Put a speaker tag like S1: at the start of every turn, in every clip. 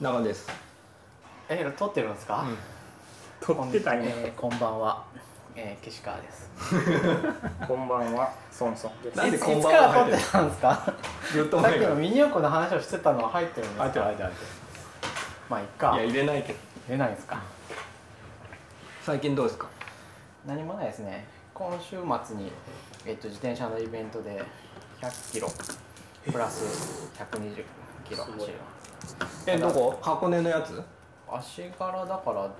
S1: 中です。
S2: え撮ってるんですか、
S3: 撮ってた んや
S2: えーこんばんは、えー、岸川です
S3: こんばんはソンソンです
S1: なんで
S2: いつ
S1: こんばんはい
S2: つから撮ってたんですか
S1: 言っと
S2: さ
S1: な
S2: っ
S1: い
S2: き
S1: から。
S2: のミニ四駆の話をしてたのは入ってるんですか
S1: 入ってる入ってる
S2: まあいっか
S1: いや入れないけど。
S2: 出ないですか
S1: 最近どうですか。
S2: 何もないですね今週末に、えっと自転車のイベントで100キロプラス120キロ走ります
S1: えどこ？箱根のやつ？
S2: 足柄だから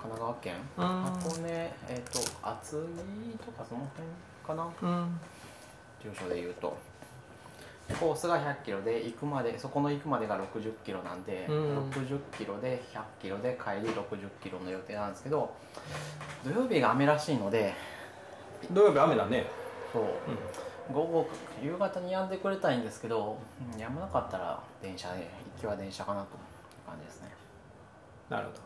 S2: 神奈川県
S1: うん
S2: 箱根えっ、と厚木とかその辺かな
S1: うん。
S2: 住所で言うとコースが100キロで行くまでそこの行くまでが60キロなんで、
S1: うん
S2: 60キロで100キロで帰り60キロの予定なんですけど土曜日が雨らしいので
S1: 土曜日雨だね。
S2: そう、午後夕方に止んでくれたいんですけどうん止まなかったら電車で行きは電車かなという感じですね
S1: なるほど。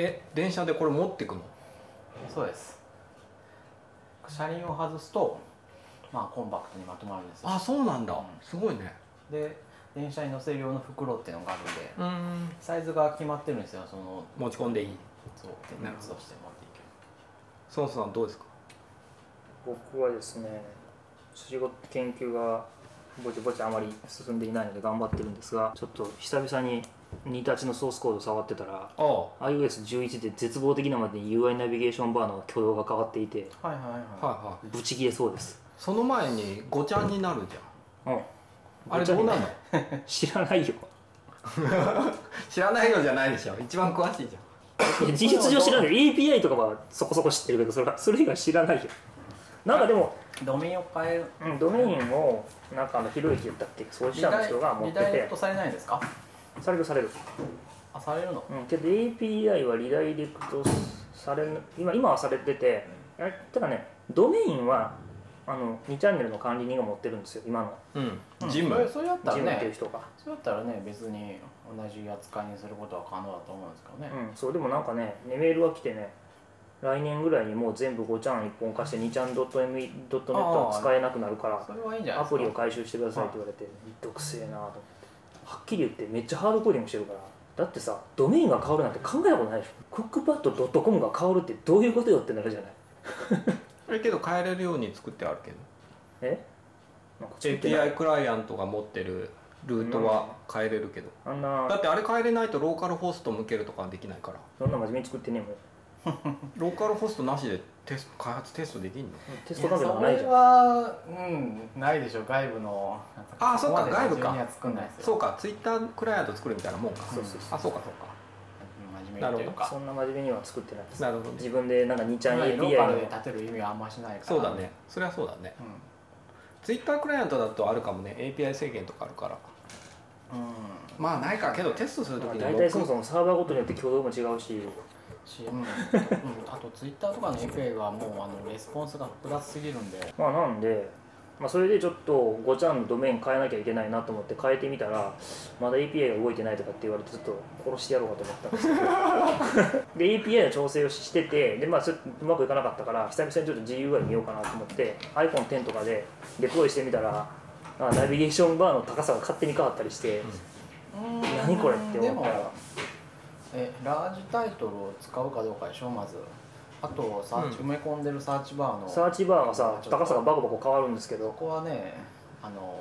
S1: え電車でこれ持ってくの？
S2: そうです車輪を外すとまあコンパクトにまとまるんですよ
S1: あそうなんだ。すごいね。
S2: で電車に乗せる用の袋っていうのがあるんで
S1: うん。
S2: サイズが決まってるんですよその
S1: 持ち込んでいい。
S2: そう
S1: なる
S2: 荷物
S1: ほ
S2: と
S1: ど
S2: して持っていける
S1: ソンソンさんどうですか。
S3: 僕はですね仕事研究がぼちぼちあまり進んでいないので頑張ってるんですがちょっと久々にニタッチのソースコード触ってたら
S1: ああ。
S3: iOS11 で絶望的なまでに UI ナビゲーションバーの挙動が変わっていて
S2: はいはいはい、
S1: はいはい。
S3: ブチ切れそうです
S1: その前にごちゃになるじ
S3: うん
S1: ゃん。あれどうなの？
S3: 知らないよ
S1: 知らないのじゃないでしょ。一番詳しいじゃん。
S3: いや事実上知らない API とかはそこそこ知ってるけどそれはそれ以外知らないよなんかでも、
S2: ドメインを変える
S3: うん、ドメインをなんかあのひろゆき言ったっけそう
S2: リ
S3: した
S2: ダイ
S3: 人が持っ
S2: リ
S3: て
S2: ダイレク
S3: て
S2: トされないんですか
S3: されるされる
S2: あされるの
S3: うん、けど API はリダイレクトされぬ今今はされててえただねドメインはあの2チャンネルの管理人が持ってるんですよ今の
S1: うん。
S2: それそれやったら
S3: ジムっていう
S2: ね
S3: 人が、
S2: それやったらね別に同じ扱いにすることは可能だと思うんですけどね、
S3: うん、そうでもなんかねねメールが来てね来年ぐらいにもう全部5チャン一本化して2チャン .me.net は使えなくなるから
S2: それはいいんじゃない
S3: ア
S2: ですか
S3: プリを回収してくださいって言われてめんどくせえなと思ってはっきり言ってめっちゃハードコーディングしてるからだってさドメインが変わるなんて考えたことないでしょクックパッド .com が変わるってどういうことよってなるじゃない
S1: えけど変えれるように作ってあるけど。
S3: えなんか作ってない
S1: API クライアントが持ってるルートは変えれるけど、
S3: あんな
S1: だってあれ変えれないとローカルホスト向けるとかはできないから
S3: そんな真面目に作ってねえもん
S1: ローカルホストなしでテスト開発テストできんの
S3: テス
S2: い
S3: ト
S2: や
S3: 関係もないじ
S2: それ
S3: ゃん
S2: はうんないでしょ外部の
S1: あそっか
S2: こまで
S1: 外部
S2: 自由
S1: か
S2: には作んないですよ
S1: そうかツイッタークライアント作るみたいなもんか
S3: そうそうそ
S1: あそうかそうか
S2: 真面目という
S3: う
S2: か
S3: そんな真面目には作ってないです
S1: なるほどね
S3: 自分でなんか2ちゃん
S2: まあ
S3: API
S2: ローカルで
S3: の
S2: 立てる意味はあんましないから
S1: そうだねそりゃそうだねツイッタークライアントだとあるかもね API 制限とかあるから
S2: うん、うん
S1: まあないかけどテストすると
S3: ま
S1: き
S3: あ
S1: に
S3: 大
S1: ロ
S3: 体そも
S1: グ
S3: そもサーバーごとによって挙動も違うし
S2: しうん、うんあとツイッターとかの API はもうあのレスポンスが複雑すぎるんで
S3: まあなんで、まあ、それでちょっと5ちゃんのドメイン変えなきゃいけないなと思って変えてみたらまだ API が動いてないとかって言われてちょっと殺してやろうかと思ったんですけどで API の調整をしててで、まあ、それうまくいかなかったから久々にちょっと GUI 見ようかなと思って iPhone10 とかでデプロイしてみたらあナビゲーションバーの高さが勝手に変わったりして、何これって思った
S2: でも
S3: ら
S2: えラージタイトルを使うかどうかでしょまずあとサーチ、
S1: う
S2: 埋め込んでるサーチバーの
S3: サーチバーがさ高さがバコバコ変わるんですけ
S2: そ
S3: ど
S2: こはねあのも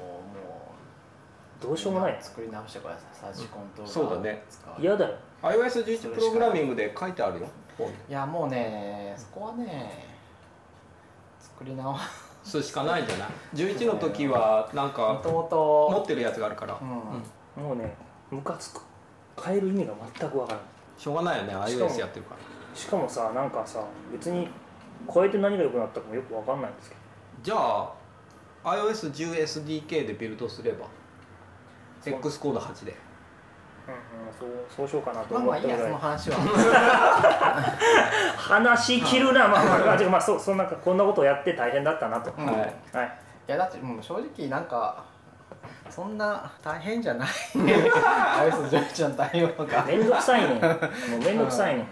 S2: う
S3: どうしようもない
S2: 作り直してくださいサーチコントローラー
S1: そうだね
S2: 使う
S3: 嫌だよ
S1: iOS11 プログラミングで書いてあるよ本に
S2: いやもうねそこはね作り直す
S1: するしかないじゃない11の時はなん
S2: も
S1: か
S2: とも
S1: 持
S2: と
S1: ってるやつがあるから、
S2: うん
S1: うん
S3: もうねムカつく変える意味が全くわからない
S1: しょうがないよね
S3: しかも
S1: iOS やってるから
S3: しかもさなんかさ別に変えて何が良くなったかもよくわかんないんですけど
S1: じゃあ iOS10SDK でビルドすれば
S3: そう
S1: X コード8で
S3: うん、うん、そうそうしようかなと
S2: まあ
S3: 思
S2: ま
S3: っ
S2: あ
S3: た
S2: い
S3: ぐ
S2: いや
S3: ら
S2: そ
S3: い
S2: の話は
S3: 話切るなまあまあまあ、まあ、そうそんなこんなことをやって大変だったなと、
S2: うん
S1: はい
S3: はい
S2: いやだってもう正直なんかそんな大変じゃない iOS11 の対応が
S3: めんどくさいねんもうめんどくさいねん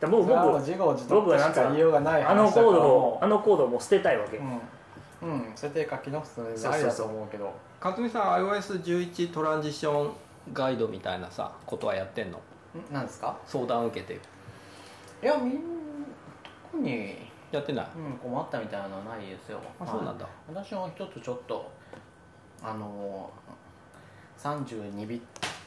S3: だもう
S2: それはもう
S3: 僕
S2: 自業自得
S3: 僕は
S2: と
S3: な
S2: し
S3: んか
S2: か言いようがない
S3: あの
S2: 話
S3: コ
S2: だか
S3: ー
S2: ら
S3: ドを
S2: も
S3: あのコードをもう捨てたいわけ、
S2: ううん、うん、それで書き直すので
S3: そう
S2: あり
S3: そう
S2: だ
S3: そ
S2: と
S3: う
S2: 思うけど
S1: 勝美さん iOS11 トランジションガイドみたいなさことはやってんの
S2: んなんですか
S1: 相談受けて
S2: いやみん特に、
S1: やってない、
S2: うん、困ったみたいなのはないですよ
S1: あそうなんだ、
S2: はい私も一つちょっとあの32ビッ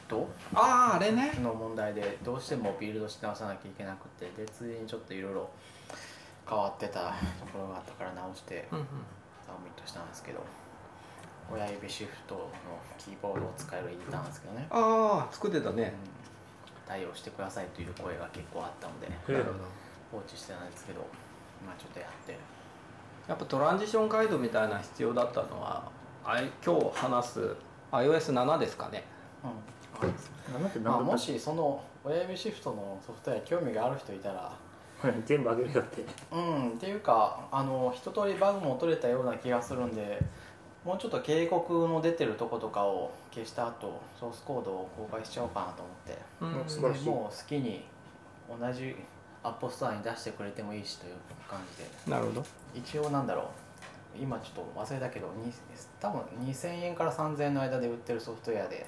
S2: ト
S1: あああれね
S2: の問題でどうしてもビルドし直さなきゃいけなくてでついにちょっといろいろ変わってたところがあったから直して
S1: うんうん
S2: ダウンビットしたんですけど親指シフトのキーボードを使えるエディターなんですけどね、
S1: ああ作ってたね
S2: うん対応してくださいという声が結構あったので
S3: うん
S1: なるほど
S2: 放置してたんですけどまあちょっとやって
S1: やっぱトランジションガイドみたいな必要だったのはあい今日話す iOS7 ですかね
S3: なんて
S2: まあ、
S3: 何だ
S2: も
S3: った
S2: しその親指シフトのソフトウェア興味がある人いたら
S3: はい全部あげるよって
S2: うんっていうかあの一通りバグも取れたような気がするんでもうちょっと警告の出てるとことかを消した後ソースコードを公開しちゃおうかなと思って
S3: うん素晴らしい
S2: でもう好きに同じアップストアに出してくれてもいいしという感じで
S1: なるほど
S2: 一応なんだろう今ちょっと忘れたけどに多分2000円から3000円の間で売ってるソフトウェアで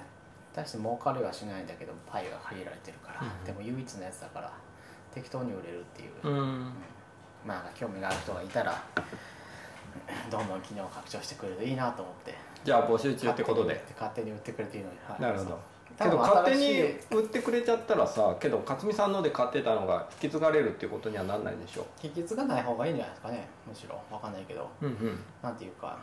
S2: 大して儲かりはしないんだけどパイが限られてるから、
S1: うん
S2: でも唯一のやつだから適当に売れるっていう、
S1: うん
S2: まあなんか興味がある人がいたらどんどん機能を拡張してくれるといいなと思って
S1: じゃあ募集中ってことで
S2: 勝手に売ってくれていいのに、はい
S1: なるほどけ
S2: 多分
S1: ど勝手に
S2: 新しい
S1: 売ってくれちゃったらさけど勝美さんので買ってたのが引き継がれるっていうことにはなんないでしょ
S2: 引き継がない方がいいんじゃないですかねむしろわかんないけど
S1: うんうん
S2: なんていうか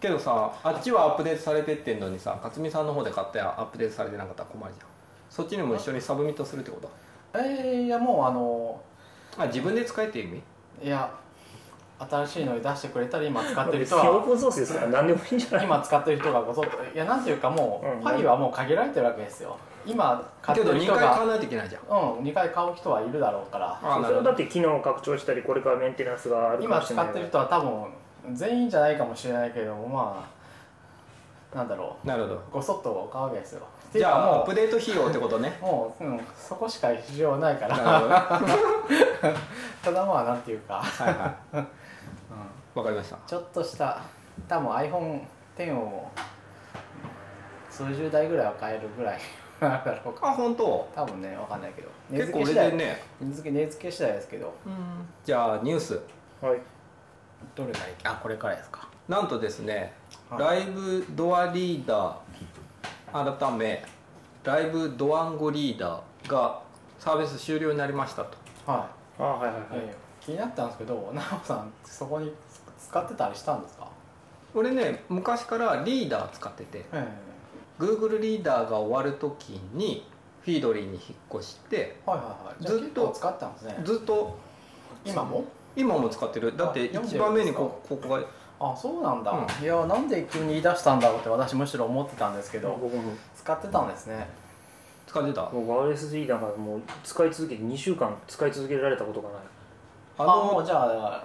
S1: けどさあっちはアップデートされてってんのにさ勝美さんの方で買ってアップデートされてなかったら困るじゃんそっちにも一緒にサブミットするってこと
S2: えー、いやもうあの
S1: あ自分で使えって意味
S2: いや新しいのに出してくれたら今使ってる
S3: 別
S2: 人
S3: にオー
S2: は
S3: プンソースですから何でもいいんじゃない
S2: 今使ってる人がごそっといやなんていうかも
S3: うん
S2: うパイはもう限られてるわけですよ今買
S1: け
S2: って
S1: ど
S2: る
S1: 2
S2: 人
S1: 回買わ
S2: が
S1: ないといけないじゃん
S2: うん2回買う人はいるだろうから
S1: あ
S3: そ
S1: な
S3: れ
S1: る
S3: は
S1: ほ
S3: だ
S1: ど
S3: って機能を拡張したりこれからメンテナンスがあるか
S2: 今
S3: もし
S2: 使
S3: れない
S2: ってる人は多分全員じゃないかもしれないけれどもまあなんだろ
S1: なるほど
S2: うごそっと買うわけですよってい
S1: じ
S2: う
S1: ゃ
S2: か
S1: あアッ
S2: も
S1: プデート費用ってことね
S2: うもう、うん、そこしか必要ないか
S1: なる
S2: ら
S1: ほどねは
S2: ただまあなんていうか、
S1: いはいわかりました
S2: ちょっとした多分 iPhone10 を数十台ぐらいは買えるぐらい なんだろうか
S1: あ本当
S2: 多分ねわかんないけど値
S1: 結
S2: 付
S1: 構
S2: け
S1: 売
S2: 次
S1: れ
S2: 第
S1: てんね
S2: 値付け値付け次第ですけど
S1: じゃあニュース
S3: はい
S2: どれがいいあこれからですか
S1: なんとですね、
S2: は
S1: ライブドアリーダー改めライブドワンゴリーダーがサービス終了になりましたと
S2: は
S3: あはいはい
S2: い、
S3: はい、
S2: えー気になったんですけど奈緒さんそこに使ってたりしたんですか
S1: 俺ね昔からリーダー使ってて
S2: え
S1: Google リーダーが終わる時にフィードリーに引っ越して
S2: はいはいはいじゃあ
S1: ずっ
S2: 結
S1: と
S2: 構使ってたんですね
S1: ずっと
S2: 今も
S1: 今も使ってるだって
S2: あ読んでるんです
S1: 一
S2: か
S1: 番目にこここが
S2: あそうなんだ、
S1: う
S2: いやなんで急に言い出したんだろうって私むしろ思ってたんですけど、
S3: 僕も
S2: 使ってたんですね
S1: 使ってたあ
S3: 僕 RSG なんかもう使い続けて2週間使い続けられたことがない
S2: あもう
S1: の
S2: じゃあ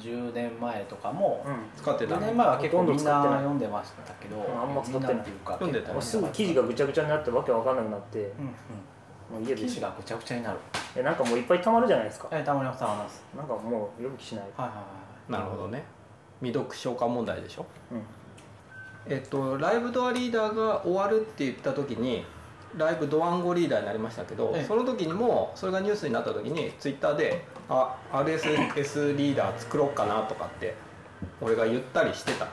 S2: 10年前とかも、
S1: 使ってた
S2: 10年前は結構みんな
S3: ほとんど使ってない
S2: 読んでましたけど
S3: あんま使ってない
S2: みんっていうか
S1: 読んでたよ
S3: もうすぐ記事
S2: が、
S3: がぐちゃぐちゃになってわけわかんなくなって
S2: うんうん
S3: もう家で
S2: 記事がぐちゃぐちゃになる
S3: えなんかもういっぱい溜まるじゃないですか
S2: はいたまりましたあります
S3: なんかもう読む気しない、
S2: はいは
S1: なるほどね未読消化問題でしょ
S3: うん、
S1: えっと、ライブドアリーダーが終わるって言った時にライブドワンゴリーダーになりましたけど、
S2: ええ
S1: その時にもそれがニュースになった時にツイッターで「あ RSS リーダー作ろうかな」とかって俺が言ったりしてた
S2: いはい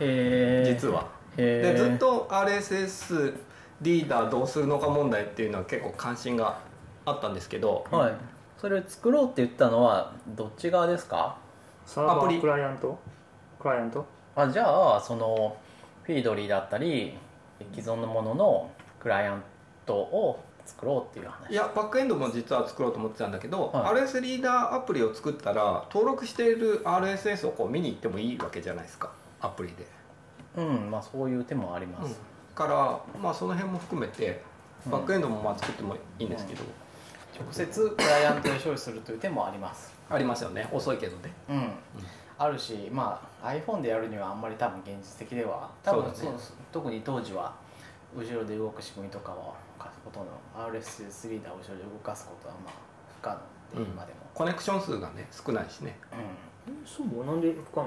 S2: へ
S1: 実は。でずっと RSS リーダーどうするのか問題っていうのは結構関心があったんですけど、
S2: はいそれ作ろうって言ったのはどっち側ですか
S3: サーバ
S1: アプ
S3: ー
S1: リ
S3: クライアントクライアント
S2: あじゃあそのフィードリーだったり既存のもののクライアントを作ろうっていう話
S1: いやバックエンドも実は作ろうと思ってたんだけど、
S2: は
S1: RSS リーダーアプリを作ったら登録している RSS をこう見に行ってもいいわけじゃないですかアプリで。
S2: うんまあそういう手もありま
S1: うん
S2: す、
S1: から、まあ、その辺も含めて
S2: うん
S1: バックエンドもまあ作ってもいいんですけど、
S2: 直接クライアントに処理するという手もあります
S1: ありますよね遅いけどね
S2: うんあるし、まあ、iPhone でやるにはあんまり多分現実的では多分
S1: そうだね
S2: そう特に当時は後ろで動く仕組みとかはほとんど RSS リーダーを後ろで動かすことはまあ不可能で、
S1: うん
S2: 今でも、
S1: コネクション数がね少ないしね
S2: う
S3: そうなんで不可能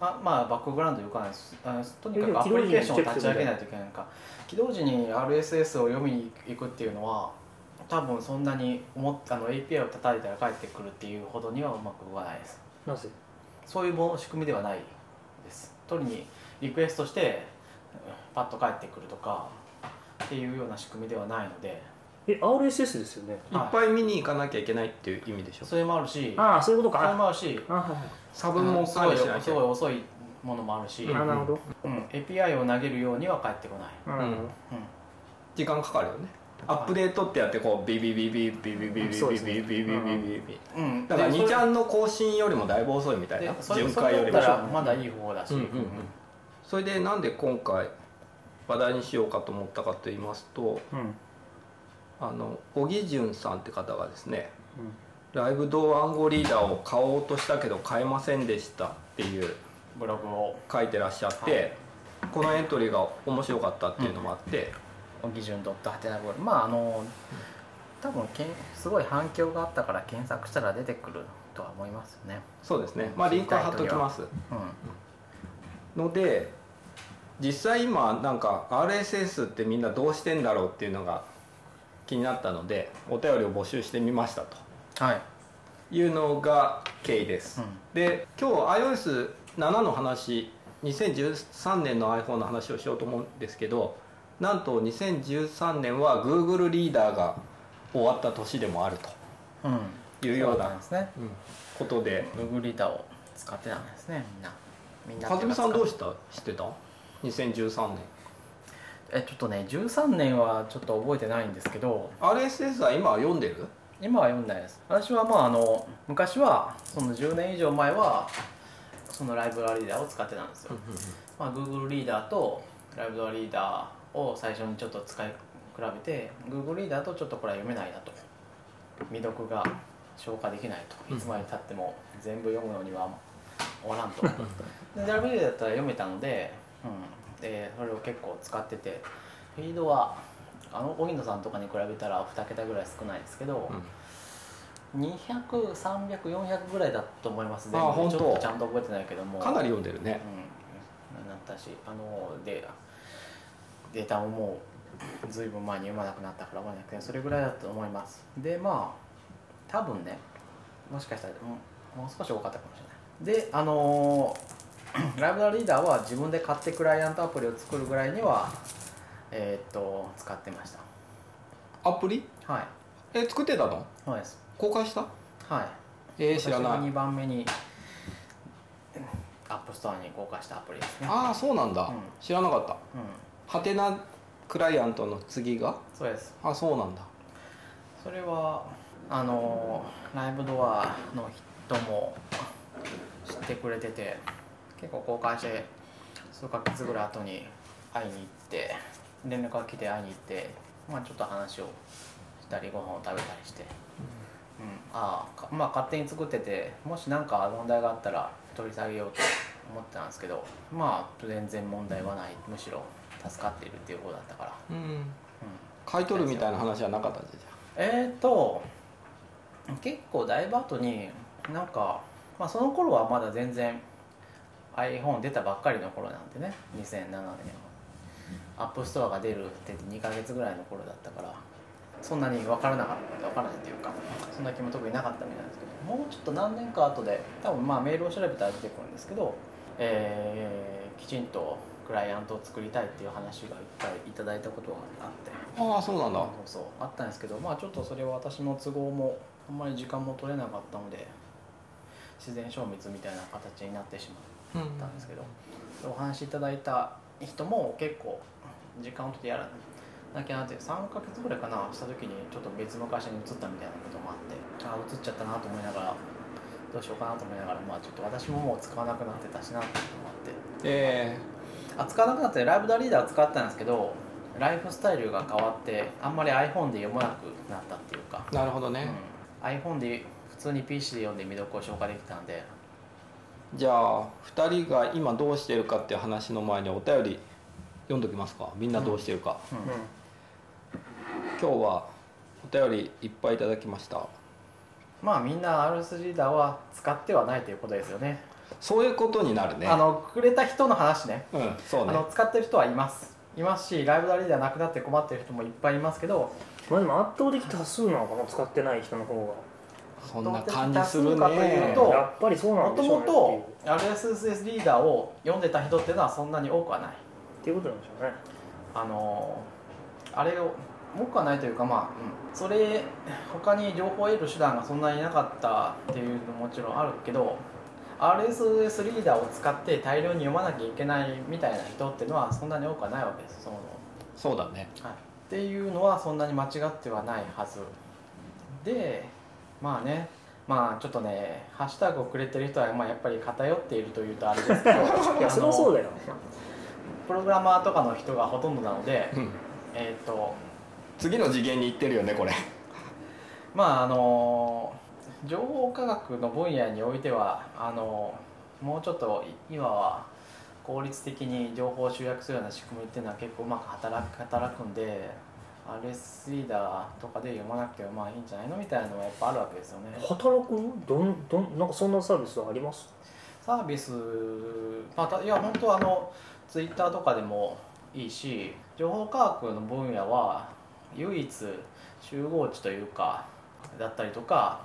S2: あまあバックグラウンドよくないですあとにか
S3: えで
S2: く
S3: も
S2: ア
S3: 起
S2: プ
S3: 動時
S2: リ
S3: に
S2: ケーションを立ち
S3: チェッ
S2: 上
S3: クする
S2: げ
S3: みたいな
S2: ないといけないから起動時に RSS を読みに行くっていうのは多分そんなに思っあの API を叩いたら返ってくるっていうほどにはうまく動かないです
S3: なぜ
S2: そういうもの仕組みではないです取りにリクエストしてパッと返ってくるとかっていうような仕組みではないので
S3: え RSS ですよね
S1: いっぱい見に行かなきゃいけないっていう意味でしょ
S2: それもあるし
S3: ああそういうこと
S2: それ
S3: か
S2: もあるし
S3: ああはいはい
S1: サブも
S2: す
S1: 管
S2: ご
S1: 理
S2: い
S1: しなき
S2: す
S1: ゃ
S2: ごい遅いものもあるし、
S1: うん
S3: あなるほど、
S2: うん、API を投げるようには返ってこない、
S3: うんなるほど
S2: う
S1: 時間かかるよねアップデートってやってこうビビビビビビビビビビビ
S3: そうですね
S1: ビビビビビ
S2: んうん、
S1: だから
S2: で
S1: 2ちゃんの更新よりもだいぶ遅いみたいな
S2: それで
S1: 巡
S2: それ
S1: 回より
S2: だっ
S1: も
S2: たらまだいい方だし、
S1: うんうんうんそれでなんで今回話題にしようかと思ったかと言いますと
S3: うん
S1: あの小木潤さんって方がですねライブ同暗号リーダーを買おうとしたけど買えませんでしたっていう
S2: ブログを
S1: 書いてらっしゃって、
S2: は
S1: このエントリーが面白かったっていうのもあって、
S2: 基準ドットハテナブログまああの多分けんすごい反響があったから検索したら出てくるとは思いますよね
S1: そうですねまあリンクは貼っときます
S2: う
S1: ので実際今なんか RSS ってみんなどうしてんだろうっていうのが気になったのでお便りを募集してみましたと
S2: んはい、
S1: いうのが経緯です、で今日 iOS7 の話2013年の iPhone の話をしようと思うんですけどなんと2013年は Google リーダーが終わった年でもある
S2: うんうん
S1: というよう
S2: そなん
S1: な
S2: ですね
S1: うんことで
S2: ブログリーダーを使ってたんですねみんなみんなって
S1: 勝
S2: いう
S1: 美
S2: か
S1: さんどうした知ってた2013年
S2: えちょっとね13年はちょっと覚えてないんですけど
S1: RSS は今は読んでる
S2: 今は読んでないです私はまああの昔はその10年以上前はそのライブラリーダーを使ってたんですよ、まあ、Google リーダーとライブラリーダーを最初にちょっと使い比べて Google リーダーとちょっとこれは読めないなと未読が消化できないといつまでたっても全部読むのには終わらんとでライブラリーダーだったら読めたので,、うん、でそれを結構使っててフィードはあの荻野さんとかに比べたら2桁ぐらい少ないですけど、20030040ぐらいだと思います
S1: あ
S2: 全部
S1: 本当
S2: でちょっとちゃんと覚えてないけども
S1: かなり読んでるね
S2: うん、なったしあのでデータももうずいぶん前に読まなくなったから読まなくてそれぐらいだと思いますでまあ多分ねもしかしたらもうもう少し多かったかもしれないであの ライブラリーダーは自分で買ってクライアントアプリを作るぐらいにはえーっと使ってました
S1: アプリ
S2: はい
S1: え作ってたの
S2: そうです
S1: 公開した
S2: はい
S1: えー、知ら
S2: 私が
S1: ない
S2: 2番目にアップストアに公開したアプリですね
S1: ああそうなんだ、
S2: うん
S1: 知らなかった
S2: うん
S1: ハテナクライアントの次が
S2: そうです
S1: あそうなんだ
S2: それはあのライブドアの人も知ってくれてて結構公開して数ヶ月ぐらい後に会いに行って連絡が来て会いに行って、まあ、ちょっと話をしたりご飯を食べたりして、うんああかまあ勝手に作っててもし何か問題があったら取り下げようと思ってたんですけどまあ全然問題はないむしろ助かっているっていう方だったから、
S1: うん
S2: うん、
S1: 買い取るみたいな話はなかったじ
S2: えー、と結構だいぶ後になんか、まあ、その頃はまだ全然 iPhone 出たばっかりの頃なんでね2007年はアップストアが出るって2ヶ月ぐらいの頃だったからそんなに分からなかった分からないっていうかそんな気も特になかったみたいなんですけどもうちょっと何年か後で多分まあメールを調べたら出てくるんですけど、えーきちんとクライアントを作りたいっていう話がいっぱいいただいたことがあって。
S1: ゃんああそうなんだ、
S2: そうそうあったんですけどまあちょっとそれは私の都合もあんまり時間も取れなかったので自然消滅みたいな形になってしま
S1: うん
S2: ったんですけど、お話しいただいた人も結構時間を取ってやらなきゃなって3ヶ月ぐらいかなした時にちょっと別の会社に移ったみたいなこともあってああ移っちゃったなと思いながらどうしようかなと思いながらまあちょっと私ももう使わなくなってたしなってこともあって。
S1: え
S2: あ使わなくなってライブダリーダー使ったんですけどライフスタイルが変わってあんまり iPhone で読まなくなったっていうか、
S1: ー、なるほど
S2: う
S1: ね、
S2: ん、iPhone で普通に PC で読んで未読を消化できたんで
S1: じゃあ2人が今どうしてるかっていう話の前にお便り読んどきますかみんなどうしてるか、
S2: うん
S3: うん
S1: 今日はお便りいっぱいいただきました
S2: まあみんな RS リーダーは使ってはないということですよね
S1: そういうことになるね
S2: あのくれた人の話ね
S1: うんそうね
S2: あの使ってる人はいますいますしライブラリーではなくなって困ってる人もいっぱいいますけど
S3: まあでも圧倒的多数なのかな使ってない人の方
S1: そんな感じする
S2: どうやって出すのかとい
S1: ね
S2: うと
S3: がやっぱりそうな
S2: も
S3: んで
S2: と
S3: しょう
S2: も
S3: ね
S2: と RSS リーダーを読んでた人っていうのはそんなに多くはない
S3: っていうっていうことなんでしょうね
S2: あのーあれを多くはないというかまあ、うんそれ他に情報を得る手段がそんなになかったっていうのももちろんあるけど RSS リーダーを使って大量に読まなきゃいけないみたいな人っていうのはそんなに多くはないわけですそも
S1: そうだね
S2: そも、はい、っていうのはそんなに間違ってはないはずでまあねまあちょっとねハッシュタグをくれてる人はまあやっぱり偏っているというとあれですけど
S3: いやそれはそうだよ
S2: プログラマーとかの人がほとんどなので
S1: うん
S2: えっ、と
S1: 次の次元に行ってるよねこれ
S2: まああの情報科学の分野においてはあのもうちょっと今は効率的に情報を集約するような仕組みっていうのは結構うまく働く働くんで RS リーダーとかで読まなくてもまあいいんじゃないのみたいなのはやっぱあるわけですよね
S3: 働くどんどんなんかそんなサービスあります
S2: サービスまたいや本当あのツイッターとかでもいいし情報科学の分野は唯一集合値というかだったりとか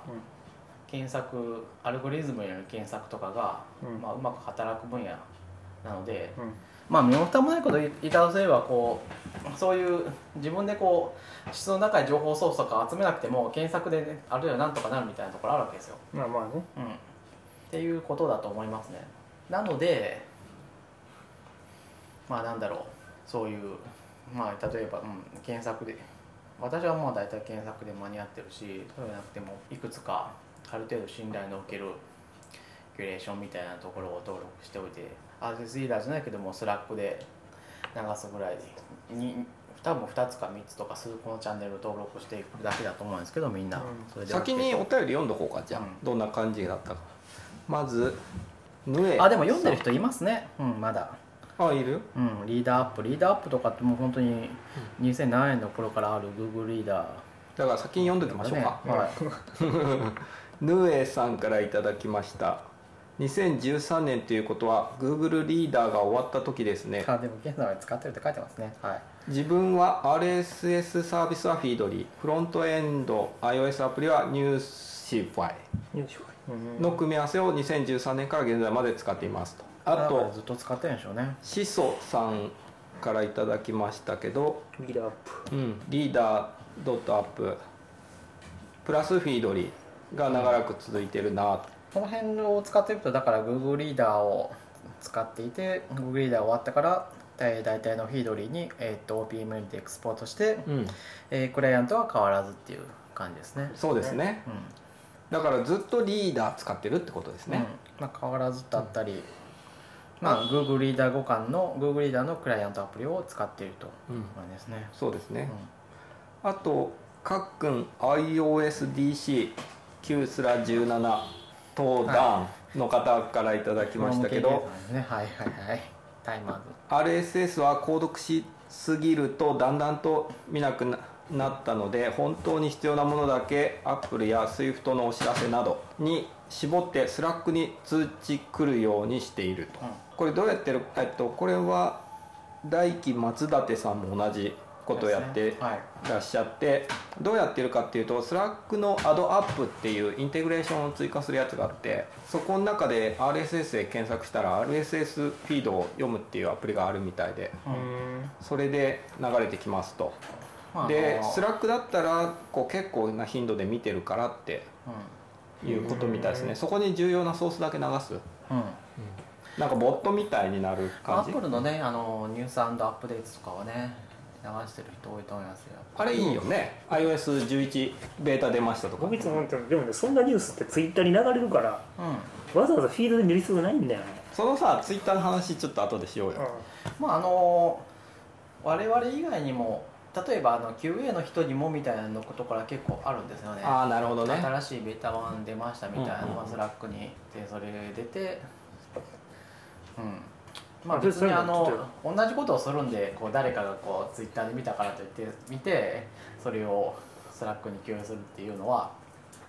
S2: 検索アルゴリズムによる検索とかが、
S3: うんうん
S2: まあ、うまく働く分野なので、
S3: うん
S2: まあ、身も蓋もないことを言い方をすればこうそういう自分でこう質の中に情報ソースとか集めなくても検索で、ね、あるいはなんとかなるみたいなところあるわけですよ、
S3: まあまあね
S2: うん、っていうことだと思いますねなのでまあなんだろうそういうまあ例えば、うん、検索で私はもう大体検索で間に合ってるしそうじゃなくてもいくつかある程度信頼のおけるキュレーションみたいなところを登録しておいて RSS リーダーじゃないけどもスラックで流すぐらいに多分2つか3つとか数個のチャンネルを登録していくだけだと思うんですけどみんな、
S3: うん
S2: それで OK と
S1: 先にお便り読んどこうかじゃあ、
S2: うん
S1: どんな感じだったかまずぬえ
S2: あでも読んでる人いますねうんまだ
S1: あいる
S2: うんリーダーアップリーダーアップとかってもう本当に2007年の頃からある Google リーダー
S1: だから先に読んどきましょうか、
S2: ねはい
S1: ヌエさんからいただきました2013年ということは Google リーダーが終わった時ですね
S2: あでも現在は使ってるって書いてますねはい
S1: 自分は RSS サービスはフィードリーフロントエンド iOS アプリはニューシファイ
S3: よいしょうん
S1: の組み合わせを2013年から現在まで使っていますとあ
S2: だから
S1: と
S2: ずっと使ってるんでしょうね
S1: シソさんからいただきましたけど、
S3: リーダーアップ
S1: うん、リーダードットアッププラスフィードリーが長らく続いてるな
S2: この辺を使ってるとだから Google リーダーを使っていて Google リーダー終わったから大大体のフィードリーに、えー、と OPM でエクスポートして、
S1: うん、
S2: えークライアントは変わらずっていう感じですね
S1: そうですね
S2: うん
S1: だからずっとリーダー使ってるってことですね、
S2: うんまあ、変わらずだったり、まあ、Google リーダー互換の Google リーダーのクライアントアプリを使っていると
S1: うん
S2: 思いですね、
S1: そうです
S2: うん
S1: ね、あとかっくん iOSDC9 スラ17等ダウンの方からいただきましたけど、
S2: ホームページですねはいはいはいタイマーズ
S1: RSS は購読しすぎるとだんだんと見なくななったので本当に必要なものだけ Apple や SWIFT のお知らせなどに絞って Slack に通知来るようにしていると、
S2: うん
S1: これどうやってるえっとこれは大輝松舘さんも同じことをやって
S2: ですねはい
S1: らっしゃってどうやってるかっていうと Slack の Add Up っていうインテグレーションを追加するやつがあってそこの中で RSS で検索したら RSS フィードを読むっていうアプリがあるみたいで
S2: うん
S3: うん
S1: それで流れてきますと
S2: まあ
S1: で
S2: あの
S1: Slack だったらこう結構な頻度で見てるからっていうことみたいです
S3: う
S1: ね
S3: ん
S1: そこに重要なソースだけ流す
S2: うん、うん
S1: なんかボットみたいになる
S2: ア
S1: 感
S2: ッ
S1: じ
S2: プルのねあのニュースアップデートとかはね流してる人多いと思いますよ
S1: あれいいよね iOS11 ベータ出ましたとか
S3: 僕いつも思ってるでもねそんなニュースってツイッターに流れるから
S2: うん
S3: わざわざフィードで見る必要ないんだよね、
S1: そのさ Twitter の話ちょっと後でしようよ
S2: まああの我々以外にも例えばあの QA の人にもみたいなのことから結構あるんですよね
S1: ああなるほどね
S2: 新しいベータ版出ましたみたいな
S1: うんうん
S2: の
S1: う
S2: が
S1: ん
S2: スラックにでそれ出てうんまあ
S3: で
S2: 別にあ
S3: そういう
S2: の
S3: の
S2: 同じことをするんでこう誰かがこうツイッターで見たからといって見てそれをスラックに共有するっていうのは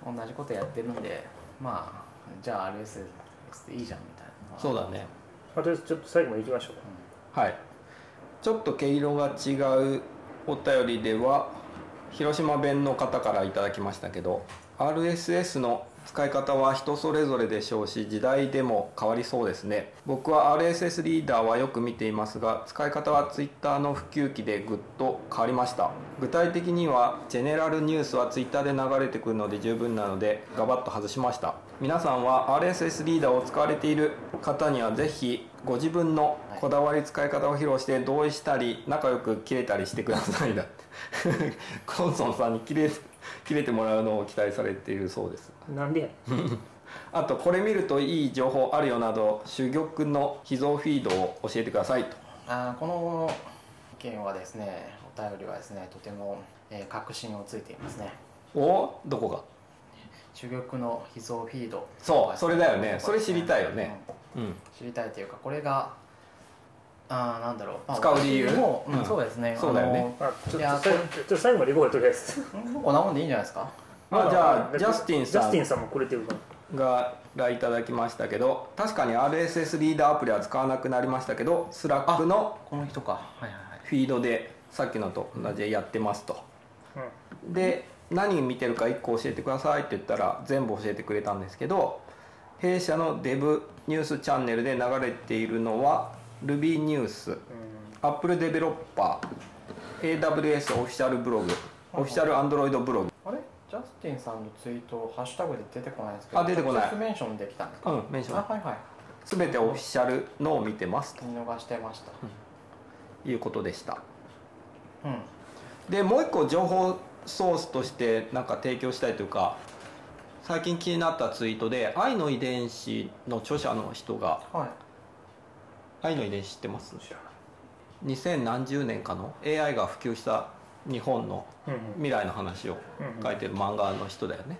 S2: 同じことやってるんでまあじゃあ RSS Linux でいいじゃんみたいな
S1: そうだね
S3: あとりあえずちょっと最後までいきましょう
S1: はいちょっと毛色が違うお便りでは広島弁の方からいただきましたけど RSS の使い方は人それぞれでしょうし時代でも変わりそうですね僕は RSS リーダーはよく見ていますが使い方は Twitter の普及期でぐっと変わりました具体的にはジェネラルニュースは Twitter で流れてくるので十分なのでガバッと外しました皆さんは RSS リーダーを使われている方にはぜひご自分のこだわり使い方を披露して同意したり仲良く切れたりしてくださいだって コンソンさんに切れ切れてもらうのを期待されているそうです
S3: なんでや
S1: あとこれ見るといい情報あるよなど珠玉の秘蔵フィードを教えてくださいと
S2: あーこの意見はですねお便りはですねとても、えー確信をついていますね
S1: おどこが
S2: 珠玉の秘蔵フィード
S1: そうそれだよねそれ知りたいよね、
S2: うん
S1: うん
S2: 知りたいというかこれがあーなんだろう、まあ
S1: 使う理由
S2: 私も、うん
S1: うん
S2: そうですね
S1: そうだよね
S3: あちょっと
S2: いや
S3: さいちょっと最後までいこうよとりあえず
S2: あのこんなもんでいいんじゃないですか
S1: まあじゃあジャスティン
S3: ジャ
S1: さ
S3: ス
S1: ん
S3: ティンさんもくれてるから
S1: がいただきましたけど確かに RSS リーダーアプリは使わなくなりましたけど Slack の
S2: この人かはいはいはい
S1: フィードでさっきのと同じでやってますと
S3: うん
S1: で何見てるか1個教えてくださいって言ったら全部教えてくれたんですけど弊社のデブニュースチャンネルで流れているのは Ruby ニュース Apple デベロッパー AWS オフィシャルブログオフィシャル Android ブログ
S2: あれジャスティンさんのツイートハッシュタグで出てこないんですけど
S1: あ出てこない
S2: 直接メンションできたんです
S1: う
S2: か、
S1: んメンション
S2: あはいはい
S1: 全てオフィシャルのを見てます
S2: 見逃してました
S1: ということでした
S2: うん、
S1: でもう一個情報ソースとしてなんか提供したいというか最近気になったツイートで「愛の遺伝子」の著者の人が
S2: はい
S1: 「愛の遺伝子」知ってます
S3: 知らな
S1: 2000何十年かの AI が普及した日本の
S3: いうんうん
S1: 未来の話を
S3: うんうん
S1: 書いてる漫画の人だよね、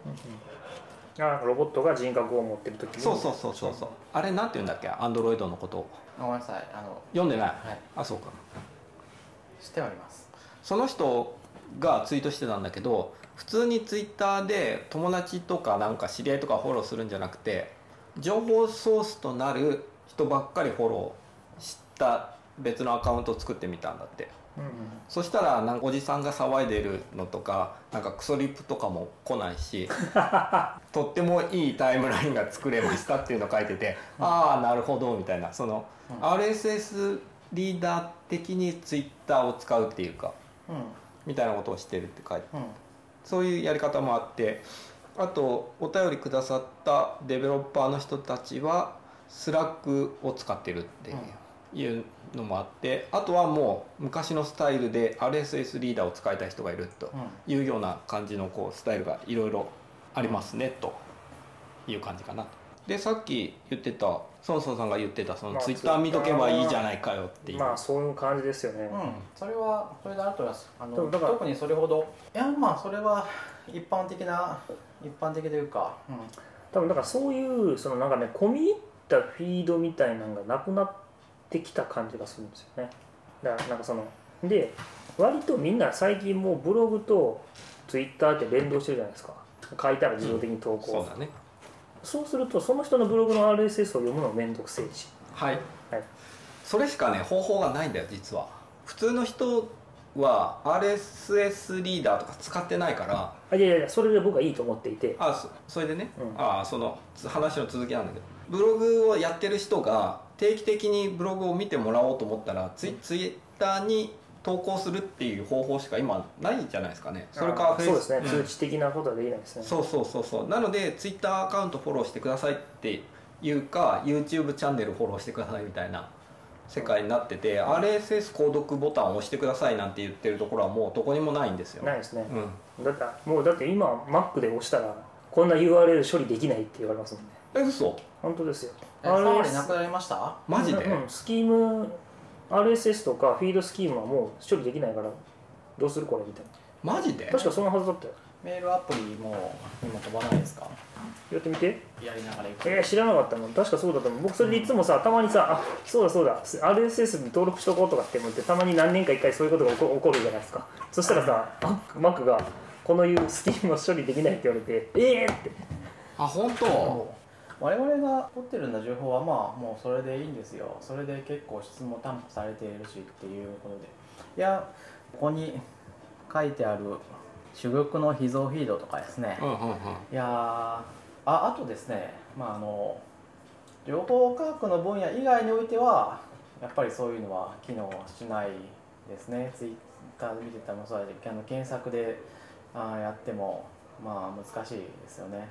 S3: あロボットが人格を持ってる時に
S1: そうそうそうそうそうあれなんて言うんだっけアンドロイドのこと
S2: ごめんなさいあの
S1: 読んでない、
S2: はい
S1: あそうか
S2: 知っております
S1: その人がツイートしてたんだけど普通にツイッターで友達とかなんか知り合いとかフォローするんじゃなくて情報ソースとなる人ばっかりフォローした別のアカウントを作ってみたんだって
S3: うんうん
S1: そしたらなんかおじさんが騒いでるのとかなんかクソリップとかも来ない しとってもいいタイムラインが作れましたっていうのを書いてて、ああなるほどみたいなその、
S2: うん
S1: RSS リーダー的にツイッターを使うっていうか
S2: うん
S1: みたいなことをしてるって書いて
S2: うん
S1: そういうやり方もあってあとお便りくださったデベロッパーの人たちはスラックを使ってるっていうのもあってあとはもう昔のスタイルで RSS リーダーを使いたい人がいると
S2: うん
S1: いうような感じのこうスタイルがいろいろありますねという感じかなでさっき言ってたソンソンさんが言ってたその
S3: まあ
S1: ツイッター見とけばいいじゃないかよっていう、
S3: まあそういう感じですよね、
S2: うん、それはそれであると思いますあ
S3: で
S2: の
S3: もだから
S2: 特にそれほどいやまあそれは一般的な一般的というか、うん、
S3: 多分だからそういうそのなんかね込み入ったフィードみたいなのがなくなってきた感じがするんですよねだからなんかそので割とみんな最近もうブログとツイッターって連動してるじゃないですか書いたら自動的に投稿、
S1: そうだね
S3: そうするとその人のブログの RSS を読むのめんどくせえし
S1: はい、
S3: はい
S1: それしかね方法がないんだよ実は普通の人は RSS リーダーとか使ってないから
S3: あいやいやいやそれで僕はいいと思っていて
S1: あそそれでね、
S3: うん
S1: あそのつ話の続きなんだけどブログをやってる人が定期的にブログを見てもらおうと思ったらツイツイッターに投稿するっていう方法しか今ないじゃないですかねそれか
S3: あそうですね、
S1: ん
S3: 通知的なことはできないですね
S1: そうそうそうそうなのでツイッターアカウントフォローしてくださいっていうか YouTube チャンネルフォローしてくださいみたいな世界になってて RSS 購読ボタンを押してくださいなんて言ってるところはもうどこにもないんですよ、
S3: ないですね、
S1: うん、
S3: だってもうだって今 Mac で押したらこんな URL 処理できないって言われますもんね
S1: え嘘
S3: 本当ですよ
S2: えサワリなくなりました
S1: マジで、
S3: うん、スキーム RSS とかフィードスキームはもう処理できないからどうするこれみたいな
S1: マジで
S3: 確かそのはずだったよ
S2: メールアプリも今飛ばないですか
S3: やってみて
S2: やりながら行く
S3: えー、知らなかったもん確かそうだと思う僕それでいつもさたまにさあそうだそうだ RSS に登録しとこうとかって思ってたまに何年か一回そういうことが起こ起こるじゃないですかそしたらさ Mac がこのいうスキームを処理できないって言われてえーって
S1: あ本当
S2: 我々が取ってるんだ情報はまあもうそれでいいんですよそれで結構質も担保されているしっていうことでいやここに書いてある珠玉の秘蔵フィードとかですね、
S1: うんうんうん
S2: いやーああとですね、まあ、あの情報科学の分野以外においてはやっぱりそういうのは機能しないですねツイッターで見てたもそうだしあの検索であーやってもまあ難しいですよね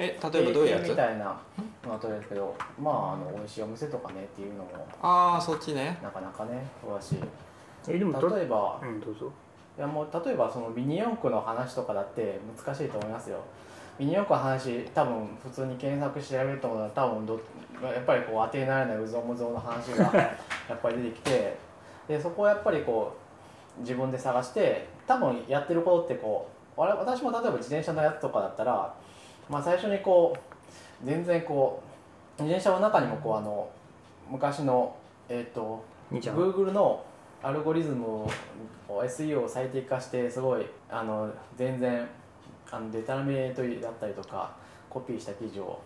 S1: え例えばどういうや
S2: 経験み
S1: つ
S2: たいなのは取れるけどまああの美味しいお店とかねっていうのも
S1: ああそっちね
S2: なかなかねそうだし
S3: えでもと
S2: 例えば
S3: うんどうぞ
S2: いやもう例えばそのミニ四駆の話とかだって難しいと思いますよミニ四駆の話多分普通に検索してやべると思うのは多分どやっぱりこう当てにならないうぞうむぞうの話がやっぱり出てきてでそこをやっぱりこう自分で探して多分やってることってこう我々私も例えば自転車のやつとかだったら、まあ、最初にこう全然こう自転車の中にもこうあの昔のえっ、と
S3: 兄ちゃん
S2: Google のアルゴリズムを SEO を最適化してすごいあの全然あのデタラメといだったりとかコピーした記事を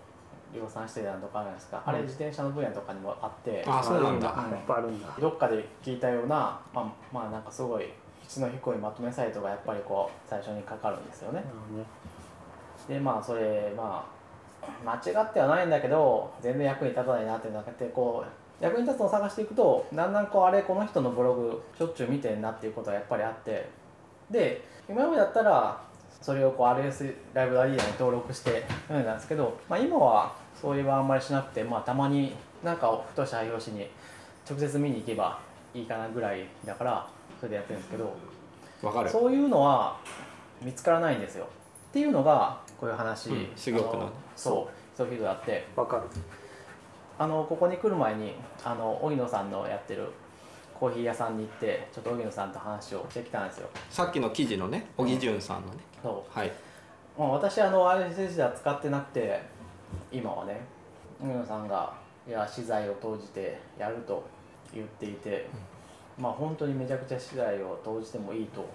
S2: 量産してたりとかあるじゃないですか、あれ
S3: うん
S2: 自転車の分野とかにもあって
S1: あそうなんだ
S3: あやっぱあるんだ
S2: どっかで聞いたようなまあまあなんかすごい質の低いまとめサイトがやっぱりこう最初にかかるんですよね
S3: なるほどね
S2: でまあそれまあ間違ってはないんだけど全然役に立たないなっていうのがあってこう役に立つのを探していくとだんだんこうあれこの人のブログしょっちゅう見てんなっていうことがやっぱりあってで今までだったらそれをこう RS ライブラリーに登録してうんなんですけど、まあ、今はそういうはあんまりしなくて、まあ、たまになんかをふとした表紙に直接見に行けばいいかなぐらいだからそれでやってるんですけど
S1: わかる
S2: そういうのは見つからないんですよっていうのがこういう話、
S1: うん珠玉の
S2: あそうそういう人だって
S3: わかる
S2: あのここに来る前にあの荻野さんのやってるコーヒー屋さんに行ってちょっと荻野さんと話をしてきたんですよ
S1: さっきの記事のね小木潤さんのね
S2: そ、
S1: はいう
S2: まあ、私あの RSS では使ってなくて今はね荻野さんがいや資材を投じてやると言っていて、まあ本当にめちゃくちゃ資材を投じてもいいという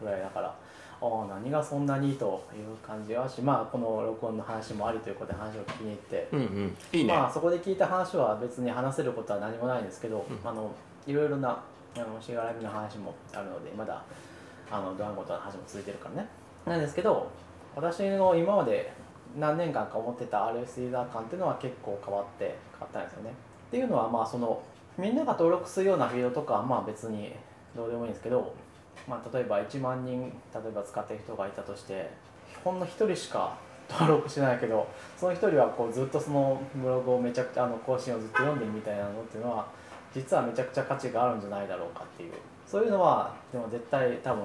S2: ぐらいだからああ何がそんなにという感じはしまあこの録音の話もありということで話を聞きに行って、
S1: うんうんいいね、
S2: まあそこで聞いた話は別に話せることは何もないんですけど、
S1: うん
S2: あのいろいろなあのしがらみの話もあるのでまだあのドワンゴとの話も続いてるからねなんですけど私の今まで何年間か思ってた RS ユーザー感っていうのは結構変わって変わったんですよねっていうのはまあそのみんなが登録するようなフィードとかはまあ別にどうでもいいんですけど、まあ、例えば1万人例えば使ってる人がいたとしてほんの1人しか 登録してないけどその1人はこうずっとそのブログをめちゃくちゃあの更新をずっと読んでるみたいなのっていうのは実はめちゃくちゃ価値があるんじゃないだろうかっていうそういうのはでも絶対多分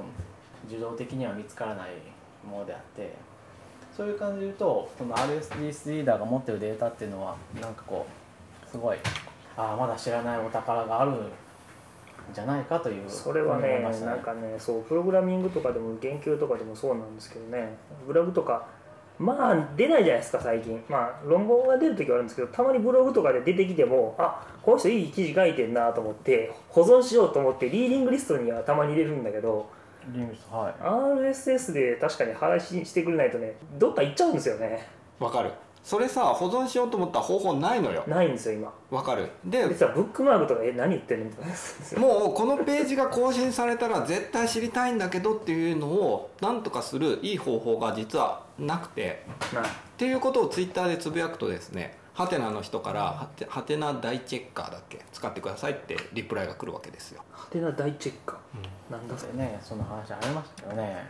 S2: 受動的には見つからないものであってそういう感じで言うとその RSDS リーダーが持ってるデータっていうのはなんかこうすごいああまだ知らないお宝があるんじゃないかという
S3: それは
S2: 思い
S3: ね
S2: ました
S3: なんかねそうプログラミングとかでも研究とかでもそうなんですけどねブログとかまあ出ないじゃないですか最近まあ論文が出る時はあるんですけどたまにブログとかで出てきてもあこの人いい記事書いてんなと思って保存しようと思ってリーディングリストにはたまに入れるんだけど
S2: リムスはい
S3: RSS で確かに配信してくれないとねどっか行っちゃうんですよね
S1: わかるそれさ保存しようと思ったら方法ないのよ
S3: ないんですよ今
S1: わかるで
S3: 実はブックマークとかえ何言ってるのみたいなやつですよ
S1: もうこのページが更新されたら絶対知りたいんだけどっていうのをなんとかするいい方法が実はなくて
S3: ない
S1: っていうことをツイッターでつぶやくとですねハテナの人からはて「ハテナ大チェッカー」だっけ使ってくださいってリプライが来るわけですよ
S3: ハテナ大チェッカーなんだそれ
S2: でねその話ありましたよね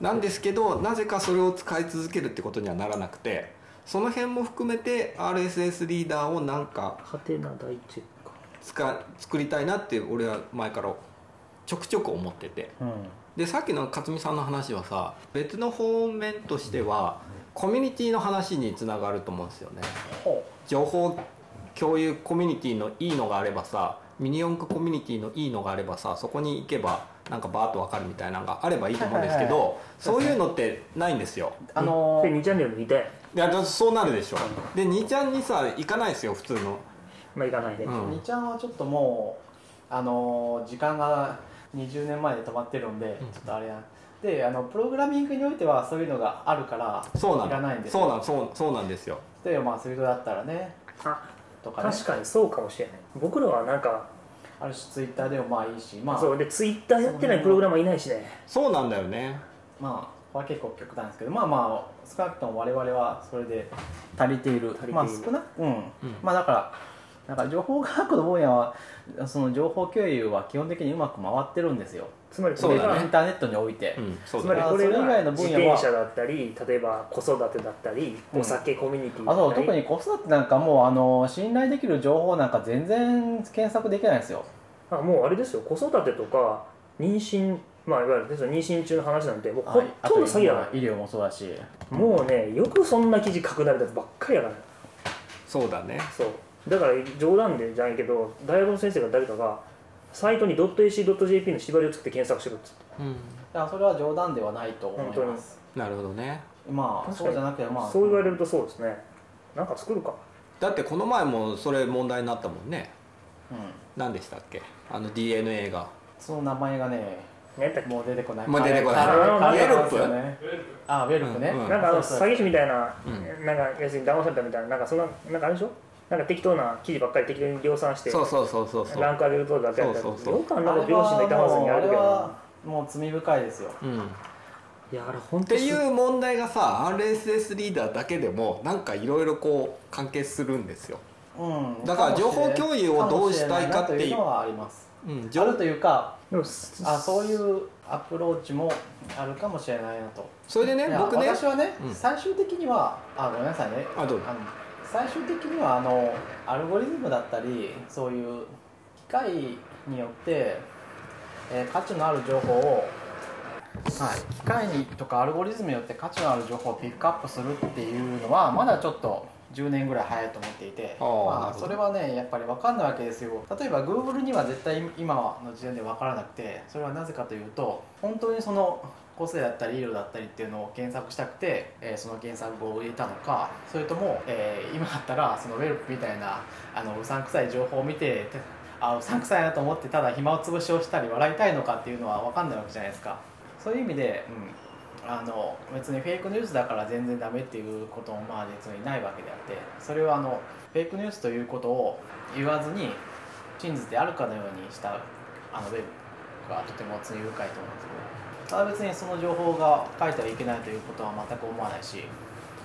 S1: なんですけどなぜかそれを使い続けるってことにはならなくてその辺も含めて RSS リーダーをなんか
S3: ハテナ大チェッカー
S1: 使作りたいなって俺は前からちょくちょく思ってて
S2: うん
S1: でさっきの克美さんの話はさ別の方面としてはコミュニティの話につながると思うんですよね
S2: ほ
S1: 情報共有コミュニティのいいのがあればさミニ四駆コミュニティのいいのがあればさそこに行けばなんかバーッとわかるみたいなのがあればいいと思うんですけど、
S2: はいは
S1: そういうのってないんですよ
S2: うあの
S3: で
S2: ー
S3: 2チャンネルもいて
S1: いやだってそうなるでしょで2ちゃんにさ行かないですよ普通の、
S3: まあ行かないで、
S1: う
S2: に
S1: ん、
S2: ちゃんはちょっともうあのー時間が20年前で止まってるんで
S1: うん
S2: ちょっとあれやんであのプログラミングにおいてはそういうのがあるから
S1: そうなん
S2: いらないんです
S1: そう
S2: よ
S1: なんそうそうなんですよ
S2: 例えばまあスイフトだったらね
S3: あ
S2: とかね
S3: 確かにそうかもしれない僕らはなんか
S2: ある種ツイッターでもまあいいしまあ
S3: そうでツイッターやってないプログラマーいないしね
S1: そうなんだよね
S2: まあこれは結構極端ですけどまあまあ少なくとも我々はそれで足りている
S3: 足りている
S2: まあ少なくうん、
S1: うん
S2: まあだからなんか情報科学の分野はその情報共有は基本的にうまく回ってるんですよ、
S3: つまりこ
S1: そう
S3: れ
S1: だ
S3: が、
S1: ね
S2: インターネットにおいて、
S1: うんそう
S3: つま
S1: だ
S3: り
S1: ね
S2: あ
S3: これ
S2: それ以外の
S3: が
S2: 分
S3: 自
S2: 野は
S3: 転車だったり例えば子育てだったり
S2: うん
S3: お酒コミュニティだ
S2: あと
S3: ったり、
S2: 特に子育てなんかもうあの信頼できる情報なんか全然検索できないんですよ
S3: あもうあれですよ子育てとか妊娠まあいわゆる妊娠中の話なんてもうほ
S2: はいあ
S3: とんど詐欺だか
S2: 医療もそうだし
S3: らもうねよくそんな記事書くなれたばっかりやからね
S1: そうだね
S3: そうだから冗談でじゃないけど大学の先生が誰かがサイトに .ac.jp の縛りを作って検索しろっつって
S1: うん
S2: だからそれは冗談ではないと思います
S1: なるほどね
S2: まあ
S3: 確か
S2: そ
S3: に
S2: うじゃなくてまあ
S3: そう言われるとそうですねなんか作るか
S1: だってこの前もそれ問題になったもんね
S2: うん、
S1: 何でしたっけあの DNA が
S2: その名前がね
S3: 何やったっけ
S2: もう出てこない
S1: もう出てこない
S2: カレー
S1: ウェルプ
S2: カレーなんですよねあウェルプね、
S1: うんうん
S3: なんかあの
S2: そう
S3: 詐欺師みたいな、
S1: う
S3: なんか要するに騙されたみたいななんかそんななんかあれでしょなんか適当な記事ばっかり適当に量産して
S1: そうそうそうそうそ
S3: ラ
S1: う
S3: ンク上げるとだけやったり
S1: そう
S3: よ
S1: そうそう
S3: くあんなこと両親の痛まずにやるけど
S2: あれ
S3: な
S2: はもう罪深いですよ
S1: うん
S3: いやあれ本
S1: っ
S3: 当
S1: て
S3: に
S1: いう問題がさ RSS リーダーだけでもなんかいろいろこう関係するんですよ、
S2: うん
S1: だから情報共有をどうしたいかっていう
S2: もしれななというのはあります
S1: うん、
S2: あるというか
S3: でもす
S2: あそういうアプローチもあるかもしれないなと
S1: それでね
S2: いや
S1: 僕ね
S2: 私はね、
S1: うん
S2: 最終的にはあごめんなさいね
S1: あどうぞ
S2: の最終的にはあのアルゴリズムだったりそういう機械によって、えー価値のある情報を、はい、機械にとかアルゴリズムによって価値のある情報をピックアップするっていうのはまだちょっと10年ぐらい早いと思っていて
S1: あーな
S2: ま
S1: るほ
S2: あ、
S1: ど
S2: それはねやっぱり分かんないわけですよ例えば Google には絶対今の時点で分からなくてそれはなぜかというと本当にその個性だったり色だったりっていうのを検索したくて、えーその検索を入れたのかそれとも、えー今だったらそのウェルプみたいなあのうさんくさい情報を見ててあうさんくさいなと思ってただ暇を潰しをしたり笑いたいのかっていうのは分かんないわけじゃないですかそういう意味で、うん、あの別にフェイクニュースだから全然ダメっていうこともまあ別にないわけであってそれはあのフェイクニュースということを言わずに真実であるかのようにしたあのウェブがとても罪深いと思うんですけど。ただ別にその情報が書いてはいけないということは全く思わないし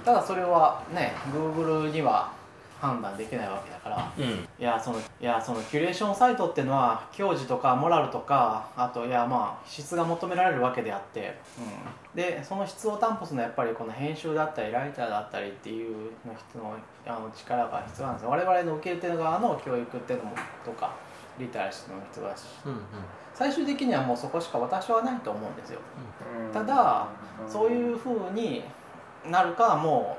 S2: ただそれはね Google には判断できないわけだから
S1: うん
S2: いやそのいやそのキュレーションサイトっていうのは教授とかモラルとかあといやまあ質が求められるわけであって、うん、でその質を担保するのはやっぱりこの編集だったりライターだったりっていうの人のあの力が必要なんですよ我々の受け手側の教育っていうのもとかリテラシーの必要だし
S1: うんうん
S2: 最終的にはもうそこしか私はないと思うんですよ
S3: うん
S2: ただそういうふうになるかも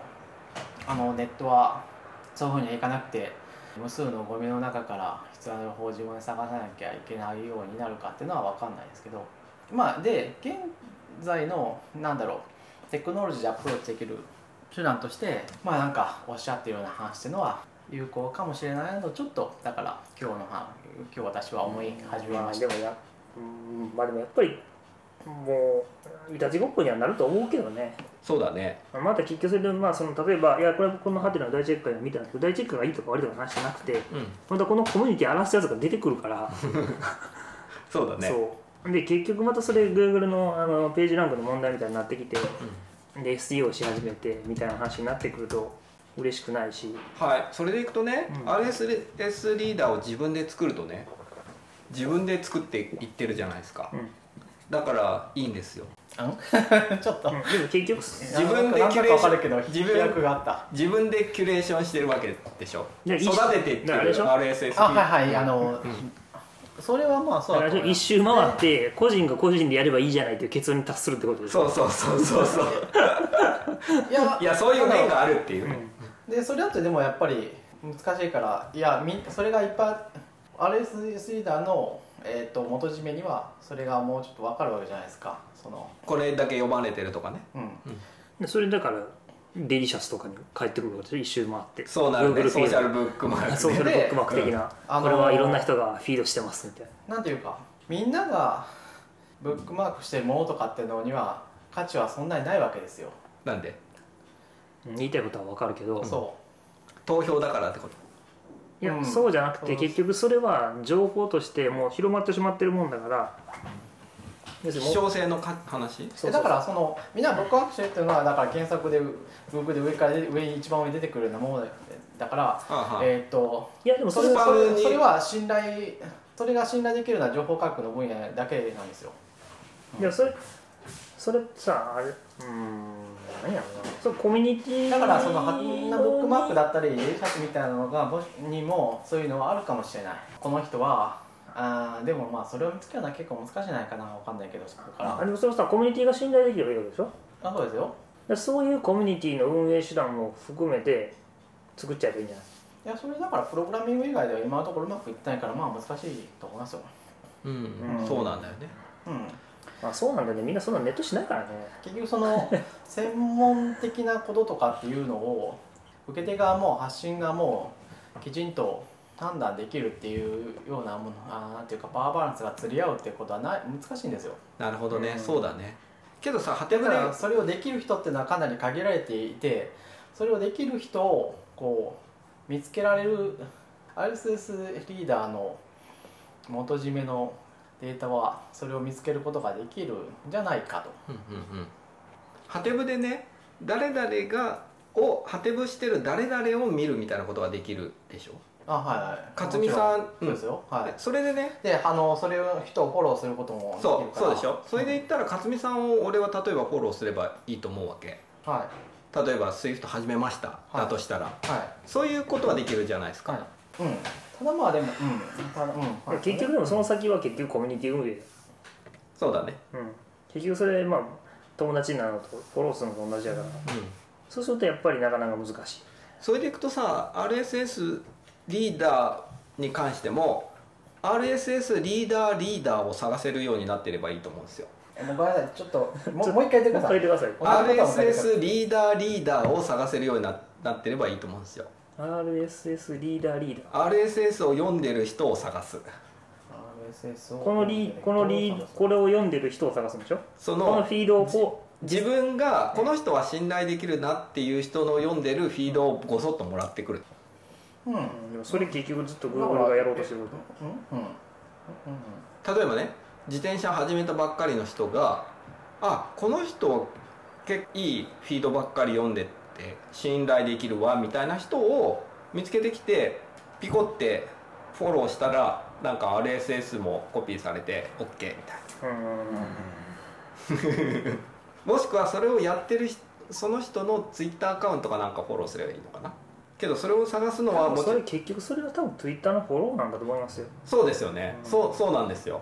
S2: うあのネットはそういうふうにはいかなくて無数のゴミの中から必要な情報を自分で探さなきゃいけないようになるかっていうのは分かんないですけどまあで現在のなんだろうテクノロジーでアプローチできる手段としてまあなんかおっしゃってるような話っていうのは有効かもしれないなとちょっとだから今日の話今日私は思い始めました、
S3: まあでもやうんまあでもやっぱりもういたちごっこにはなると思うけどね
S1: そうだね
S3: また結局それでまあその例えばいやこれこのハテナの大チェック会で見たんですけど大チェックがいいとか悪いとかの話じゃなくて
S1: うん
S3: またこのコミュニティ荒らすやつが出てくるから、
S1: そう だね
S3: そうで結局またそれ Google のあのページランクの問題みたいになってきて、で SEO をし始めてみたいな話になってくると嬉しくないし
S1: はいそれでいくとね、
S3: うん
S1: RSS リーダーを自分で作るとね自分で作っていってるじゃないですか、
S3: うん
S1: だからいいんですよ
S2: うん ちょっと
S3: うんでも結局
S1: 自分で
S2: なんかなんだか分かるけど
S1: キュレーション
S2: 自分役があった
S1: 自分でキュレーションしてるわけでしょ
S3: いや
S1: 育
S3: 一
S1: てていって
S3: あれ
S1: る
S3: でしょ
S1: RSS リーダ
S2: あ
S1: ー
S2: はいはいあの、それはまあそうだと思いま
S3: 一
S2: す
S3: 周回って個人が個人でやればいいじゃないという結論に達するってことでしょ
S1: そうそうそうそうそう
S2: いや
S1: いやそういう面があるっていう、
S3: ん
S2: でそれだとでもやっぱり難しいからいやみそれがいっぱい RSS リーダーの、えー、と元締めにはそれがもうちょっと分かるわけじゃないですかその
S1: これだけ読まれてるとかね
S2: うん
S3: でそれだからデリシャスとかに帰ってくるわけでしょ一周回って
S1: そうなるね
S3: Google
S1: ソーシャル
S3: フィー
S1: ブックマー
S3: ド
S1: ク
S3: ソー
S1: ね
S3: シャルブックマーク的な、
S2: あのー
S3: これはいろんな人がフィードしてますみたいな
S2: なんていうかみんながブックマークしてるものとかってのには価値はそんなにないわけですよ、
S1: なんで
S3: うん言いたいことは分かるけど、
S2: そ
S1: 投票だからってこと
S3: いや、
S2: うん
S3: そうじゃなく
S2: そ
S3: て
S2: う
S3: 結局それは情報としてもう広まってしまってるもんだから要するに
S1: 希
S3: も
S1: 少
S3: う
S1: 性のか話
S2: う
S3: そうそう
S2: だからそのみんなブックマークしてるっていうのはだから検索で Google で上からで上に一番上に出てくるようなものだだから、
S1: ああ、
S2: えーっと
S3: いやでもそ
S2: それ
S3: れ
S1: スパ
S2: はそ
S1: ム
S2: れ
S1: に
S2: それは信頼それが信頼できるのは情報科学の分野だけなんですよ
S3: でもそれそれさあれうーん何やろうなそれコミュニティ
S2: だからそのハッなブックマークだったりシャツみたいなのがもしにもそういうのはあるかもしれないこの人はあーでもまあそれを見つけるのは結構難しいんじゃないかなわかんないけどそこか
S3: あ
S2: ら
S3: でもそれさコミュニティが信頼できればいいわけでしょだか
S2: あそうですよ
S3: らそういうコミュニティの運営手段も含めて作っちゃえばいいんじゃない
S2: いやそれだからプログラミング以外では今のところうまくいってないからまあ難しいと思いますよ
S1: うん、
S3: うん
S1: そうなんだよね
S2: うん
S3: まあそうなんだよねみんなそんなネットしないからね
S2: 結局そ の専門的なこととかっていうのを受け手側も発信側もきちんと判断できるっていうようなものあーなんていうかパワーバランスが釣り合うっていうことはない難しいんですよ
S1: なるほどね、
S3: うん
S1: そうだねけどさハテ
S2: だ
S1: ブ
S2: か
S1: で
S2: らそれをできる人っていうのはかなり限られていてそれをできる人をこう見つけられる RSS リーダーの元締めのデータはそれを見つけることができるんじゃないかと。
S1: うんうんうんハテブでね誰々がをハテブしてる誰々を見るみたいなことができるでしょ
S2: あはいはい、
S1: 勝美さん
S2: もちろそうですよ、はい
S1: でそれでね
S2: であのそれを人をフォローすることもできるか
S1: そ
S2: ら
S1: うそうでしょそれで言ったら克美さんを俺は例えばフォローすればいいと思うわけ
S2: は
S1: 例えば SWIFT 始めました、
S2: い
S1: だとしたら
S2: いは
S1: そういうことはできるじゃないです
S2: い
S1: か、
S2: はいうんただまあでもうんただうんはい
S3: 結局でもその先は結局コミュニティ運営だよ
S1: そうだね、
S3: うん結局それまあ友達になるのとフォローするのと同じやから
S1: うん、
S3: そうするとやっぱりなかなか難しい
S1: それでいくとさ RSS リーダーに関しても RSS リーダーリーダーを探せるようになってればいいと思うんですよ
S2: えもうごめんなさいちょっともうもう一回言ってくださ
S3: 書い
S2: い
S3: てください
S2: 同じことは書いてください
S1: RSS リーダーリーダーを探せるようにななってればいいと思うんですよ
S3: RSS リーダーリーダー
S1: RSS を読んでる人を探す
S2: RSS を
S3: このリーこのリーこれを読んでる人を探すんでしょ
S1: そ
S3: この
S1: の
S3: フィードをこ
S1: 自分がこの人は信頼できるなっていう人の読んでるフィードをごそっともらってくる
S2: うんうん
S3: う、うんでもそれ結局ずっと Google がやろうとしてること
S2: うんうん
S1: 例えばね自転車始めたばっかりの人があこの人結構いいフィードばっかり読んでって信頼できるわみたいな人を見つけてきてピコってフォローしたらなんか RSS もコピーされて OK みたいな
S3: うん
S1: もしくはそれをやってる人その人のツイッターアカウントかなんかフォローすればいいのかなけどそれを探すのはもち
S3: そ
S1: ろ
S3: れ
S1: ん
S3: 結局それは多分 Twitter のフォローなんだと思いますよ、
S1: そうですよね、
S3: うん
S1: そうそうなんですよ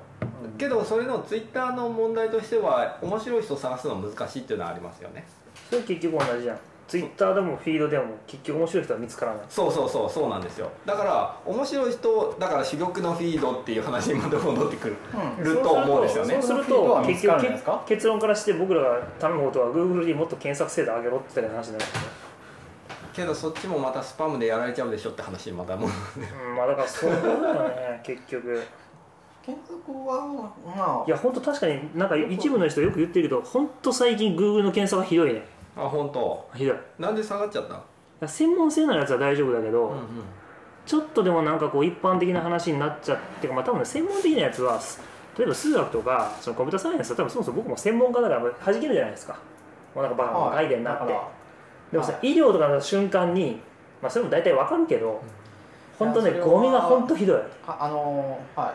S1: けどそれのツイッターの問題としては面白い人を探すのは難しいっていうのはありますよね
S3: それ結局同じじゃん Twitter でもフィードでも結局面白い人は見つからない
S1: そうそうそうそうなんですよだから面白い人だから珠玉のフィードっていう話にまた戻ってくる
S2: うん
S1: ると思うんですよね
S3: そうす
S2: そ
S3: る
S2: のフィード
S3: と
S2: は見
S3: 結
S2: つかる
S3: 局
S2: んですか
S3: 結論からして僕らが頼むことは Google にもっと検索精度上げろって言ったら話になるんですよ
S1: けどそっちもまたスパムでやられちゃうでしょって話にまたも
S3: うんまあだからそういうことだね結局
S2: 検索はま
S3: いや本当確かになんか一部の人よく言ってるけど本当最近 Google の検索はひどいね
S1: あ本当
S3: ひどい
S1: なんで下がっちゃった
S3: 専門性のあるやつは大丈夫だけ
S1: う
S3: ど、
S1: んうん
S3: ちょっとでもなんかこう一般的な話になっちゃってかまあ多分ね専門的なやつはす例えば数学とかそのコンピューターサイエンスは多分そもそも僕も専門家だからはじけるじゃないですかもうなんかバ
S2: あ
S3: カバカ書いてんな
S2: だ
S3: っ
S2: か
S3: て、
S2: ら
S3: でもさ、
S2: は
S3: 医療とかの瞬間にまあそれも大体わかるけど本当ね
S2: いやそれは
S3: ゴミが本当ひどい
S2: ああのーはい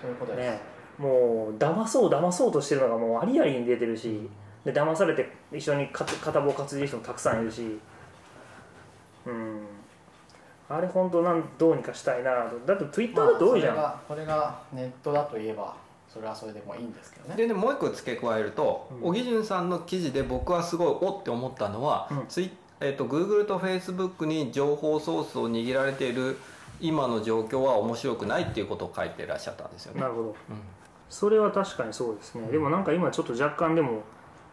S2: そういうことです、
S3: ね、もう騙そう騙そうとしてるのがもうありありに出てるしで騙されて一緒にかつ片棒担いでる人もたくさんいるしうんあれ本当なんどうにかしたいなとだって Twitter だと多いじゃん、
S2: まあそれがそれがネットだといえばそれはそれでもいいんですけどね
S1: でねもう一個付け加えると
S3: うん
S1: 小木潤さんの記事で僕はすごいおって思ったのは、
S3: うん
S1: ツイえっと Google と Facebook に情報ソースを握られている今の状況は面白くないっていうことを書いてらっしゃったんですよね
S3: な。るほど
S1: うん
S3: それは確かにそうですねでもなんか今ちょっと若干でも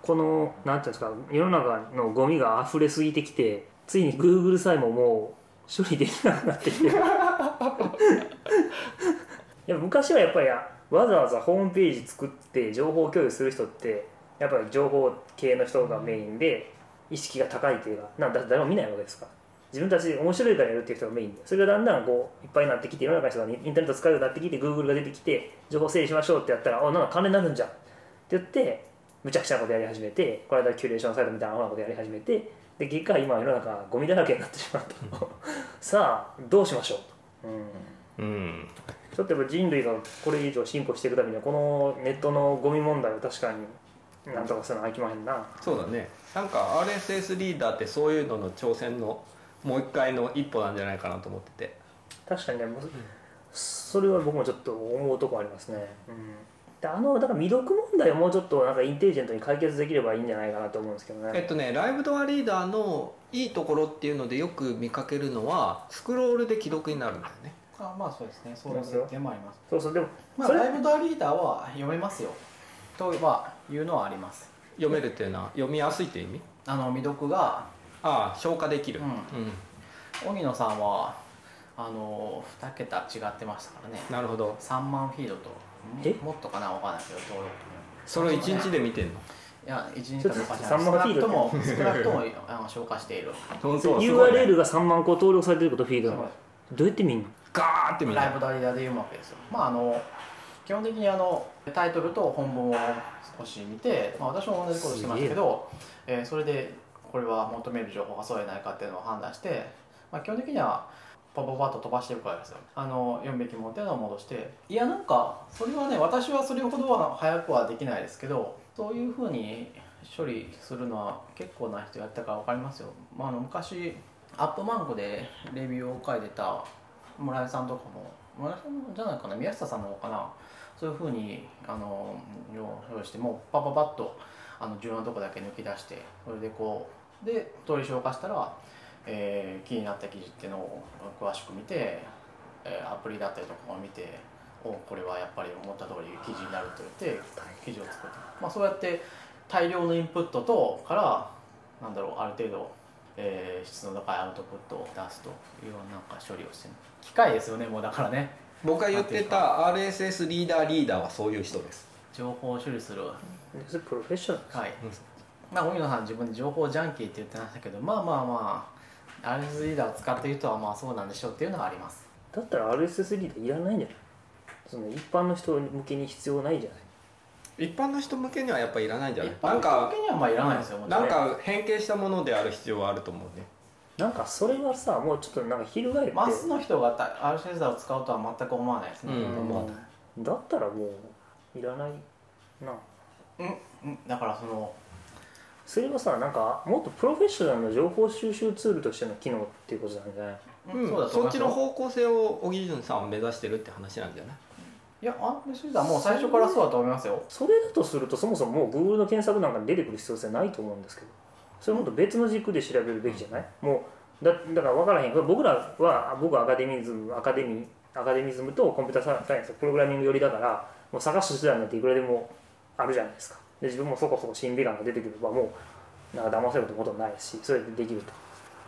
S3: このなんていうんですか世の中のゴミが溢れすぎてきてついに Google さえももう 処理できなくなってきてるいや昔はやっぱりあわざわざホームページ作って情報共有する人ってやっぱり情報系の人がメインで意識が高いというかなんだ誰も見ないわけですから自分たちで面白いからやるっていう人がメインでそれがだんだんこういっぱいになってきて世の中の人がインインターネット使うようになってきて Google が出てきて情報整理しましょうってやったらあなんか金になるんじゃんって言ってむちゃくちゃなことやり始めてこの間キュレーションサイトみたいなアホなことやり始めてで結果今世の中ゴミだらけになってしまうとさあどうしましょうと。うん
S1: うん
S3: ちょっとやっぱ人類がこれ以上進歩していくためにはこのネットのゴミ問題を確かになんとかするのはいきまへんな、
S1: そうだねなんか RSS リーダーってそういうのの挑戦のもう一回の一歩なんじゃないかなと思ってて
S3: 確かにねもうそれは僕もちょっと思うとこありますね、うん、であのだから未読問題をもうちょっとなんかインテリジェントに解決できればいいんじゃないかなと思うんですけど
S1: え
S3: ね
S1: っとねライブドアリーダーのいいところっていうのでよく見かけるのはスクロールで既読になるんだよね
S2: あまあそうですねそういう点もあります
S3: そうそうでも
S2: まあ
S3: それ
S2: ライブドアリーダーは読めますよとはいうのはあります
S1: 読めるっていうのは読みやすいって意味
S2: あの未読が
S1: ああ消化できる
S2: うん荻野さんはあの2桁違ってましたからね
S1: なるほど
S2: 3万フィードと
S3: え
S2: もっとかなわかんないけど登録
S1: それを1日で見てんの
S2: いや1日かどうかじゃない
S3: ちょっと3万フィード
S2: 少なくとも少なくともあの消化している
S1: 本当はすごい、ね、
S3: URL が3万個登録されてることフィードのどうやって見んの
S1: ガーって見る
S2: ライブダリダで読むわけですよまああの基本的にあのタイトルと本文を少し見て、まあ、私も同じことしてましたけど、えーそれでこれは求める情報がそうやないかっていうのを判断して、まあ、基本的にはパパパッと飛ばしてるからですよあの読むべきものっていうのを戻していやなんかそれはね私はそれほどは早くはできないですけどそういうふうに処理するのは結構な人やったから分かりますよ、まあ、あの昔アップマンクでレビューを書いてた村井さんとかも村井さんじゃないかな宮下さんの方かなそういうふうにあの用意してもうパパパッとあの重要なとこだけ抜き出してそれでこうで取り消化したら、えー気になった記事っていうのを詳しく見て、えーアプリだったりとかを見ておこれはやっぱり思った通り記事になると言って記事を作って、まあ、そうやって大量のインプットとからなんだろうある程度、えー質の高いアウトプットを出すというようななんか処理をしてる機械ですよねもうだからね
S1: 僕が言ってた RSS リーダーリーダーはそういう人です
S2: 情報を処理する
S3: それプロフェッショナル
S2: はい
S1: うん、
S2: まあ、荻野さん自分で情報ジャンキーって言ってましたけどまあまあまあ RS リーダーを使っている人はまあそうなんでしょうっていうのはあります
S3: だったら RSS リーダーいらないんじゃないその一般の人向けに必要ないじゃない
S1: 一般の人向けにはやっぱいらないんじゃない
S2: 一
S1: な
S2: 般
S1: ん
S2: の人
S1: か
S2: 向けにはまあいらないですよもちろ
S1: なんか変形したものである必要はあると思うね
S3: なんかそれはさもうちょっとなんか翻って
S2: マスの人がた RS リーダーを使うとは全く思わないですね、
S1: うん
S2: 僕は
S3: だったらもういらないな
S2: うんうんだからその
S3: それはさなんかもっとプロフェッショナルの情報収集ツールとしての機能っていうことなんじゃない
S2: うんそうだと
S1: そ
S2: 思
S1: っ
S2: います
S1: ち
S2: よ
S1: の方向性を小木潤さんは目指してるって話なんじゃない
S2: いや RS リーダーもう最初からそうだと思いますよ
S3: それだとするとそもそももう Google の検索なんかに出てくる必要性ないと思うんですけどそれもっと別の軸で調べるべきじゃないもうだだから分からへん僕らは僕はアカデミズムアカデミアカデミズムとコンピューターサイエンスプログラミング寄りだからもう探す手段なんていくらでもあるじゃないですかで自分もそこそこ審美眼が出てくればもうなんか騙せるってこともないしそれでできると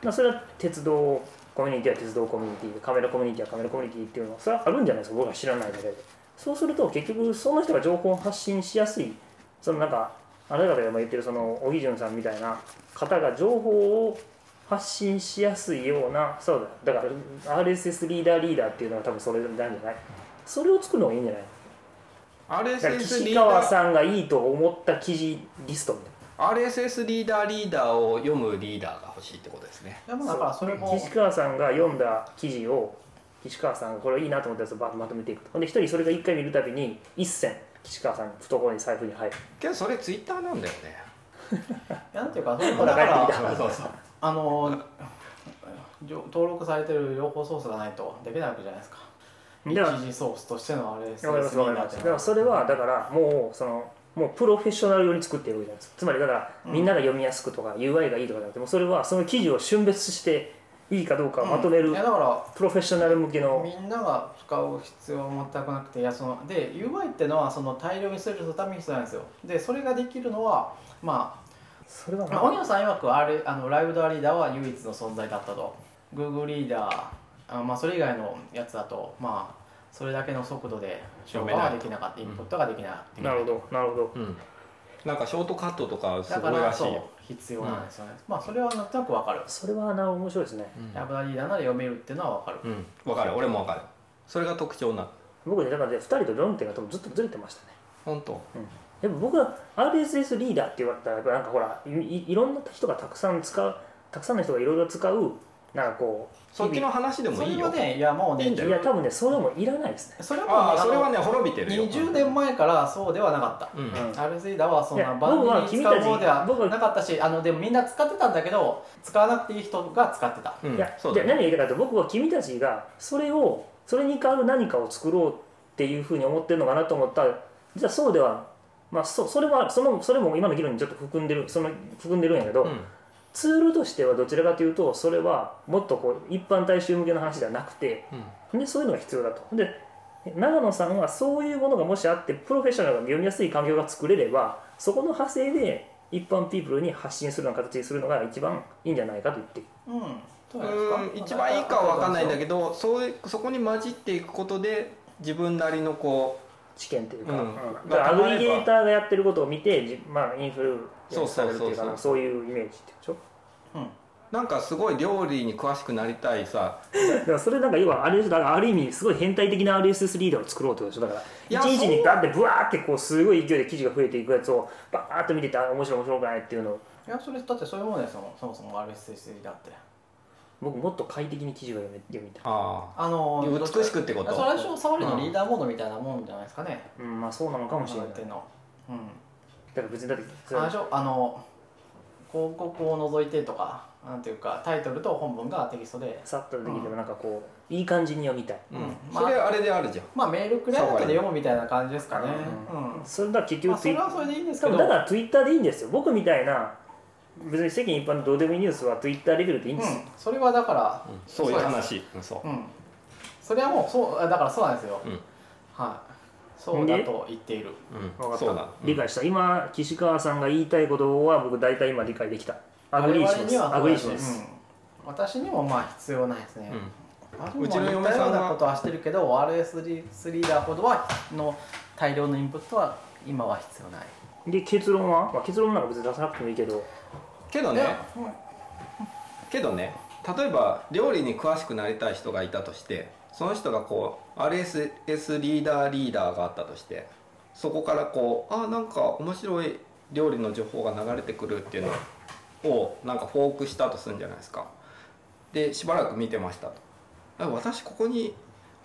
S3: まあそれは鉄道コミュニティは鉄道コミュニティカメラコミュニティはカメラコミュニティっていうのはそれはあるんじゃないですか僕は知らないだけでそうすると結局その人が情報を発信しやすいそのなんかあなた方が今言ってるその小木潤さんみたいな方が情報を発信しやすいようなそうだだから RSS リーダーリーダーっていうのは多分それなんじゃないそれを作るのがいいんじゃないだから
S1: RSS リ
S3: 岸
S1: ーダ
S3: 川
S1: ー
S3: さんがいいと思った記事リストみたいな
S1: RSS リーダーリーダーを読むリーダーが欲しいってことですね
S2: いやもうだからそれも
S3: 岸川さんが読んだ記事を岸川さんがこれいいなと思ったやつをバーッとまとめていくとほんで一人それが一回見るたびに一銭岸川さんの懐に財布に入る
S1: けどそれツイッターなんだよね
S2: いやなんていうかそれもだから
S1: そうそうそう
S2: あのじょ登録されてる情報ソースがないとできないわけじゃないですか一
S3: だから
S2: 時ソースとしてのあれです
S3: わかりますわかりますだからそれはだからもうそのもうプロフェッショナル用に作ってるわけじゃないですかつまりだからみんなが読みやすくとか UI がいいとかじゃなくてもうそれはその記事を旬別していいかどうかをまとめ
S2: い
S3: る
S2: やだか
S3: プロフェッショナル向け
S2: ら
S3: の
S2: みんなが使う必要は全くなくていやそので UI ってのはその大量にするために必要なんですよでそれができるのはま
S3: それは
S2: あ
S3: な
S2: まあ荻野さん曰くあれあのライブドアリーダーは唯一の存在だったと Google リーダーあまあそれ以外のやつだとまあそれだけの速度で消
S1: 読
S2: 化
S1: めない
S2: はできなかったインプットができなでき
S3: な
S2: な
S3: る
S2: い
S3: ほどなるほど
S1: うん、なんかショートカットとかす
S2: だ
S1: ご
S2: か
S1: いら
S2: ら
S1: しいよ
S2: そう必要なんですよね、まあそれはなんとなくわかる、
S3: それはな面白いですね
S1: うん
S2: ライブラリーだなら読めるっていうのはわかる、
S1: うん、分かる俺も分かるそれが特徴なの
S3: 僕ねだからね2人と論点が多分ずっとずれてましたね
S1: 本当
S3: でも僕は RSS リーダーって言われたらやっぱなんかほらいいいろんな人がたくさん使うたくさんの人がいろいろ使うなんかこう
S1: そっちの話でも
S2: そ
S1: いい
S2: れ
S1: よ
S2: はねいやもうね
S1: いいんだ
S3: い
S1: よ
S3: や多分ねそれもいらないですね
S2: それはもう
S1: ああ
S2: の
S1: それはね滅びてるよ
S2: 20年前からそうではなかっ
S1: う
S2: た、
S1: ん、
S3: うん
S2: アルゼイダはそん
S3: い
S2: な
S3: や
S2: 万人に使うものでは
S3: 僕は君たち僕は
S2: なかったしあのでもみんな使ってたんだけど使わなくていい人が使ってた
S1: うん
S3: いや、
S1: そう
S3: じゃ
S1: だね
S3: あ何が言いたかった僕は君たちがそれをそれに代わる何かを作ろうっていうふうに思ってるのかなと思ったらじゃあそうではまあそそれはそのそれも今の議論にちょっと含んでるその含んでるんやけど、
S1: うん
S3: ツールとしてはどちらかというとそれはもっとこう一般大衆向けの話ではなくて
S1: うん
S3: でそういうのが必要だとで長野さんはそういうものがもしあってプロフェッショナルが読みやすい環境が作れればそこの派生で一般ピープルに発信するような形にするのが一番いいんじゃないかと言って
S2: うんどうなん
S1: うん一番いいかは分かんないんだけどそういうそこに混じっていくことで自分なりのこ
S3: 知見というか,、
S1: うん
S3: だからアグリゲーターがやってることを見て、じまあ、インフルエンサーされるってい
S1: そうそう
S3: うか
S1: そうそう
S3: なそういうイメージってこと
S1: うなんかすごい料理に詳しくなりたいさ
S3: でしょだからそれなんか要はあれでしょだからある意味すごい変態的な RSS リーダーを作ろうってことでしょだから
S1: いや
S3: 一日
S1: そ
S3: に
S1: う
S3: ガンってブワーってこうすごい勢いで記事が増えていくやつをバーッと見ててあ面白い面白くないっていうのを
S2: いやそれだってそういうもんですよそもそも RSS だって
S3: 僕もっと快適に記事が読め読みたい、
S1: あ
S2: あの
S1: 美しくってこと
S2: それは一緒触りのリーダーモードみたいなもんじゃないですかね、
S3: うん、まあそうなのかもしれない
S2: やっ
S3: だ
S2: て
S3: か
S2: んのうん
S3: ら別にだってそれ
S2: 最初あの広告を除いてとかなんていうかタイトルと本文がテキストで
S3: さっとできてもなんかこういい感じに読みたい、
S1: あ、うん
S2: うん
S1: それあれであるじゃん
S2: まあメールくらいだけで読むみたいな感じですかね
S3: う
S2: うん、
S3: それだから結
S2: まあ、
S3: 局
S2: そ
S3: ツイ
S2: れ
S3: ッ
S2: はそれでいいんです
S3: 多
S2: けど
S3: 分だからツイッターでいいんですよ僕みたいな別に世間一般のどうでもいいニュースはツイッターレベルでいいん
S2: う
S3: ですよ、
S2: ん、それはだから、
S1: うんそういう
S2: です
S1: 話うんそう
S2: うんそれはもうそうあだからそうなんですよ、
S1: うん
S2: はいそうだと言っている
S1: う
S3: わ
S1: ん
S3: かった
S1: そうだ
S3: 理解した今岸川さんが言いたいことは僕大体今理解できたアグリーし
S2: 我々
S3: ま
S2: に
S3: す
S2: は
S3: ア
S2: そう
S3: グリー
S2: だし
S3: します、
S2: うん、私にもまあ必要ないですね
S1: う、ん
S2: 私
S1: うちの
S2: も
S1: 嫁
S2: 似た
S1: さんが
S2: ようなことはしてるけど RS リーダーほどはの大量のインプットは今は必要ない
S3: で結論は、まあ、結論なんか別に出さなくてもいいけど
S1: けど
S2: い
S1: ね
S2: やうん
S1: けどね例えば料理に詳しくなりたい人がいたとしてその人がこう RSS リーダーリーダーがあったとしてそこからこうあなんか面白い料理の情報が流れてくるっていうのをなんかフォークしたとするんじゃないですかでしばらく見てましたとあ私ここに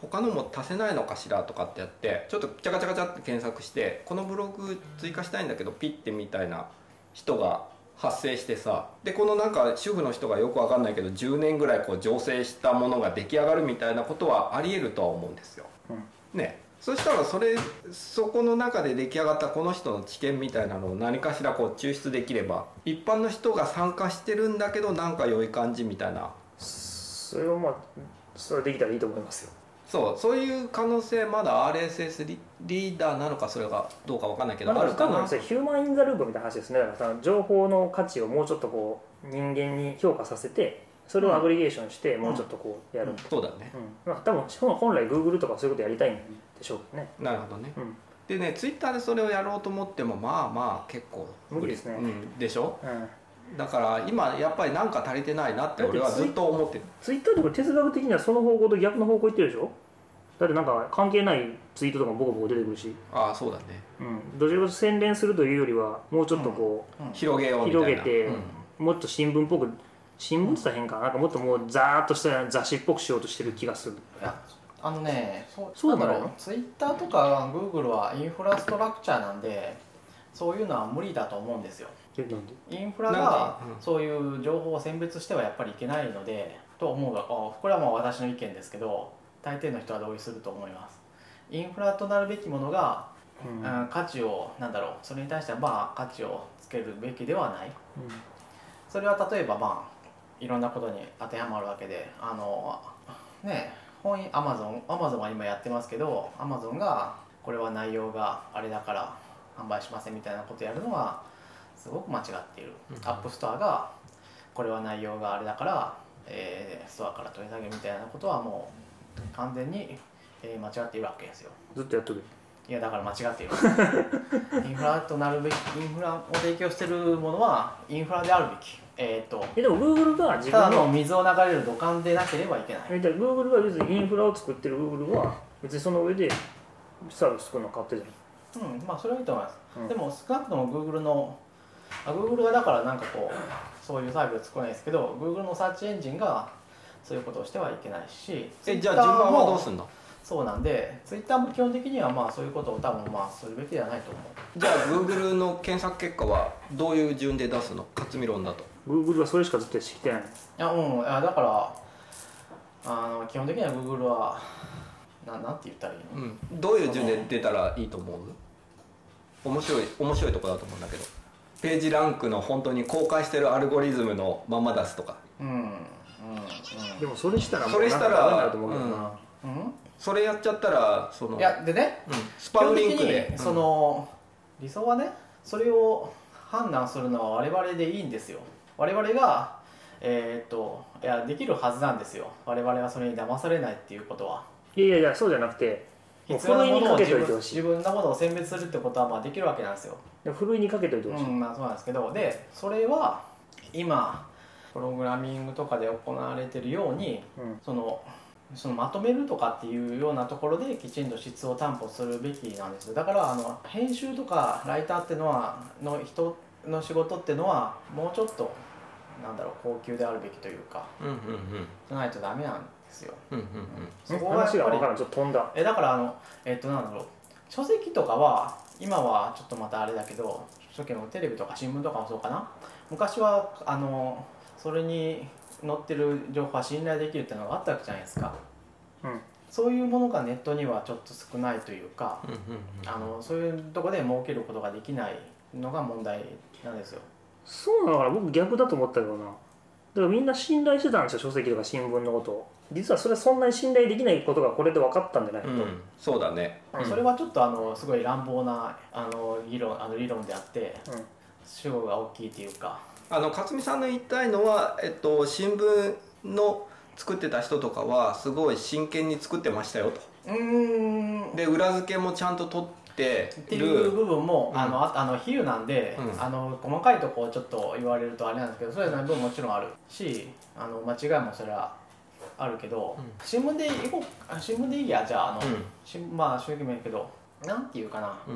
S1: 他のも足せないのかしらとかってやってちょっとチャカチャカチャって検索してこのブログ追加したいんだけどピッてみたいな人が発生してさでこのなんか主婦の人がよくわかんないけど10年ぐらいこう醸成したものが出来上がるみたいなことはありえるとは思うんですよ。ねそしたらそれそこの中で出来上がったこの人の知見みたいなのを何かしらこう抽出できれば一般の人が参加してるんだけどなんか良い感じみたいな
S3: それはまあそれできたらいいと思いますよ
S1: そうそういう可能性まだ RSS リリーダーなのかそれがどうかわかんないけどあるか
S3: まあ多
S1: な
S3: 分それヒューマン・イン・ザ・ループみたいな話ですねだからさ情報の価値をもうちょっとこう人間に評価させてそれをアグリゲーションしてもうちょっとこうやる、うん
S1: そうだね
S3: まあ、多分本本来 Google とかそういうことやりたいんでしょうけどね、
S1: なるほどね
S3: うん
S1: でねツイッターでそれをやろうと思ってもまあまあ結構
S3: 無理ですね
S1: うん、でしょ
S3: うん、
S1: だから今やっぱりなんか足りてないなって俺はずっと思ってる
S3: ツイッターとか哲学的にはその方向と逆の方向行ってるでしょだってなんか関係ないツイートとかもボコボコ出てくるし、
S1: ああそうだね
S3: うん、どちらかというと洗練するというよりはもうちょっとこう、
S1: 広げようみたいな
S3: 広げて
S1: うん
S3: もっと新聞っぽく新聞って言ったら変かなんかもっともうザーッとした雑誌っぽくしようとしてる気がする
S2: いやあのねそう
S3: そうなの
S2: だろうツイッターとかグーグルはインフラストラクチャーなんでそういうのは無理だと思うんですよ
S3: えなんで
S2: インフラ
S1: なんか
S2: が
S1: うん
S2: そういう情報を選別してはやっぱりいけないのでと思うがあこれはまあ私の意見ですけど大抵の人は同意すると思いますインフラとなるべきものが、
S3: うん
S2: うん価値をなんだろうそれに対してはまあ価値をつけるべきではないそれは例えばまあいろんなことに当てはまるわけであのね本アマゾンアマゾンは今やってますけどアマゾンがこれは内容があれだから販売しませんみたいなことやるのはすごく間違っている、
S1: うん
S2: アップストアがこれは内容があれだから、えーストアから取り下げるみたいなことはもう完全に、ええー間違っているわけですよ
S3: ずっとやっとけ
S2: いやだから間違っている インフラとなるべきインフラを提供しているものはインフラであるべきえーっと
S3: えでも Google が自
S2: ただ
S3: 分
S2: の
S3: の
S2: 水を流れる土管でなければいけない
S3: えじゃあ Google が別にインフラを作ってる Google は別にその上でサービス作るの勝手じゃん
S2: うん、まあそれはいいと思います、
S3: うん
S2: でも少なくとも Google のあ Google がだからなんかこうそういうサービスを作らないですけど Google のサーチエンジンがそういうことをしてはいけないし
S1: えじゃあ
S2: Twitter
S1: 順番はどう
S2: も
S1: すんの
S2: そうなんで Twitter も基本的にはまあそういうことを多分まあするべきではないと思う
S1: じゃあ Google の検索結果はどういう順で出すの勝見論だと
S3: Google はそれしかずっとしてきてないの
S2: いやうんいやだからあの基本的には Google はななんて言ったらいいの、
S1: うん、どういう順で出たらいいと思う面白い面白いとこだと思うんだけどページランクの本当に公開してるアルゴリズムのまま出すとか
S2: うんうん
S3: でもそれしたらも
S1: そうれ
S3: なん
S1: し
S3: か
S1: たら
S3: ダメだと思うけどな、
S2: うん、うん
S1: それやっちゃったらその
S2: いやでね
S1: うん、スパムリンク
S2: 基本的
S1: で
S2: にその理想はねそれを判断するのは我々でいいんですよ我々がえーっといやできるはずなんですよ我々はそれに騙されないっていうことはい
S3: やいやいやそうじゃなくてもう
S2: 必
S3: ふ
S2: 要な
S3: るい
S2: も
S3: に
S2: の
S3: か
S2: を
S3: け
S2: 自
S3: とい
S2: 分
S3: てほし
S2: 自分のものを選別するってことはまあできるわけなんですよ
S3: いふるいにかけといてほしい、
S2: うんまあそうなんですけどでそれは今プログラミングとかで行われてるように
S3: うん
S2: そのそのまとめるとかっていうようなところできちんと質を担保するべきなんですよだからあの編集とかライターってのはの人の仕事ってのはもうちょっとなんだろう高級であるべきというか
S1: うんうんうん
S2: じゃないとダメなんですよ
S1: うんうんうん
S2: そこはやっ
S3: 話が
S2: ぱ
S3: 分
S2: り
S3: からんちょっと飛んだ
S2: えだからあのえっとなんだろう書籍とかは今はちょっとまたあれだけど初見もテレビとか新聞とかもそうかな昔はあのそれに載ってる情報は信頼できるってのがあったわけじゃないですか
S3: うん
S2: そういうものがネットにはちょっと少ないというか
S1: うんうんうん
S2: あのそういうとこで儲けることができないのが問題なんですよ
S3: そうなのかな僕逆だと思ったけどなだからみんな信頼してたんですよ書籍とか新聞のことを実はそれはそんなに信頼できないことがこれで分かったんじゃない、
S1: うんそうだね、うん
S2: それはちょっとあのすごい乱暴なあの議論あの理論であって
S3: うん
S2: 主語が大きいというか
S1: あの勝見さんの言いたいのは、えっと、新聞の作ってた人とかはすごい真剣に作ってましたよと
S2: うーん
S1: で裏付けもちゃんと取って
S2: っていう
S1: る
S2: 部分も、
S1: うん
S2: あのああの比喩なんで、
S1: うん
S2: あの細かいとこをちょっと言われるとあれなんですけどそうじゃない部分ももちろんあるしあの間違いもそれはあるけど、
S1: うん
S2: 新聞でいこうあ新聞でいいやじゃああの、
S1: うん
S2: 新まあ正直もいいけどなんていうかな
S1: う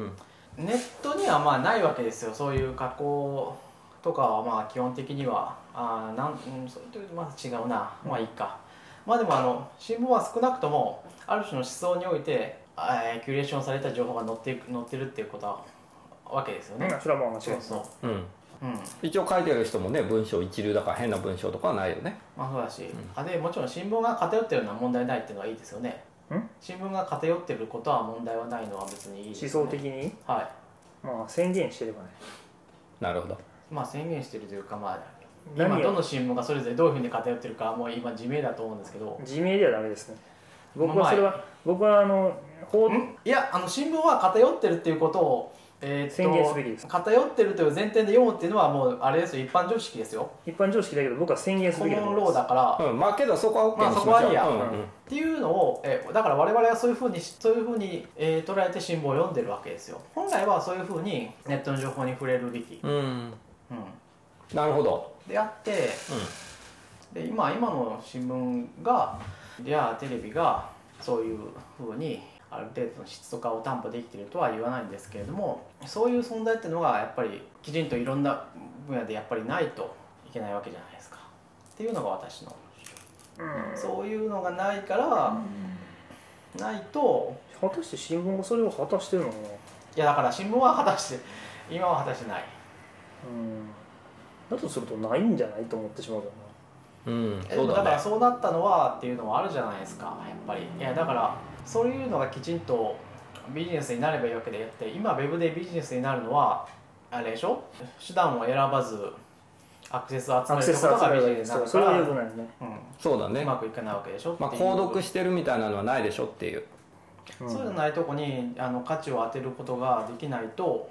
S1: ん
S2: ネットにはまあないわけですよそういう加工とかはまあ基本的にはあーなん、うん、それとまず違うなまあいいかまあでもあの新聞は少なくともある種の思想において、えーキュレーションされた情報が載ってい載ってるっていうことはわけですよね、
S3: うんそれはもう間
S2: そ
S3: 違
S2: う
S3: いない
S2: そう
S1: うん
S2: うん
S1: 一応書いてる人もね文章一流だから変な文章とかはないよね
S2: まあそうだし、あでもちろん新聞が偏ってるのは問題ないっていうのはいいですよね
S3: ん
S2: 新聞が偏ってることは問題はないのは別にいいです、ね、
S3: 思想的に、
S2: はい
S3: まあ、宣言してればね
S1: なるほど
S2: まあ宣言してるというかまあ今
S3: 何
S2: どの
S3: を
S2: 新聞がそれぞれどういうふうに偏ってるかはもう今自明だと思うんですけど
S3: 自明ではダメですね僕
S2: まあ
S3: はそれは、僕はあの報
S2: いやあの新聞は偏ってるっていうことを、えーっと
S3: 宣言すべきです
S2: 偏ってるという前提で読むっていうのはもうあれですよ一般常識ですよ
S3: 一般常識だけど僕は宣言す
S2: コ
S3: べきだと
S2: モン
S3: 思
S2: ロ
S3: いま
S2: ーだ
S3: す
S2: から、っ
S1: うんまあけどそこは OK
S2: まあ
S1: にし
S2: そこは
S1: ましょ
S2: いいや
S1: ううんうん
S2: ていうのを、えーだから我々はそういうふうにそういうふうに、えー捉えて新聞を読んでるわけですよ本来はそういうふうにネットの情報に触れるべき、
S1: うん
S2: うん、
S1: なるほど
S2: であってで今今の新聞がやテレビがそういうふうにある程度の質とかを担保できているとは言わないんですけれどもそういう存在っていうのがやっぱりきちんといろんな分野でやっぱりないといけないわけじゃないですかっていうのが私のそういうのがないからないと
S3: 果たして新聞がそれを果たしてるのかない
S2: やだから新聞は果たして今は果たしてない
S3: うんだとするとないんじゃないと思ってしまうけどな
S1: うん、うん、
S2: え
S1: そう
S2: だから
S1: だね
S2: そうなったのはっていうのもあるじゃないですかやっぱりいやだからそういうのがきちんとビジネスになればいいわけであって今ウェブでビジネスになるのはあれでしょ手段を選ばずアクセスを集
S3: ア
S2: め
S3: ク
S2: る
S3: セ
S2: こ
S3: ス
S2: と
S3: 集
S2: が
S3: め
S2: ビ
S3: る
S2: ジ
S3: だ
S2: ネ
S3: けで
S2: ス
S3: す
S2: になるか
S3: それは
S2: ら
S3: 良くないよね、
S2: う
S1: そうだ
S2: ん、う
S1: ね
S2: まくいかないわけでしょ
S1: まあ
S2: っていう
S1: 購読してるみたいなのはないでしょっていう
S3: うん
S2: そうじゃないとこにあの価値を当てることができないと、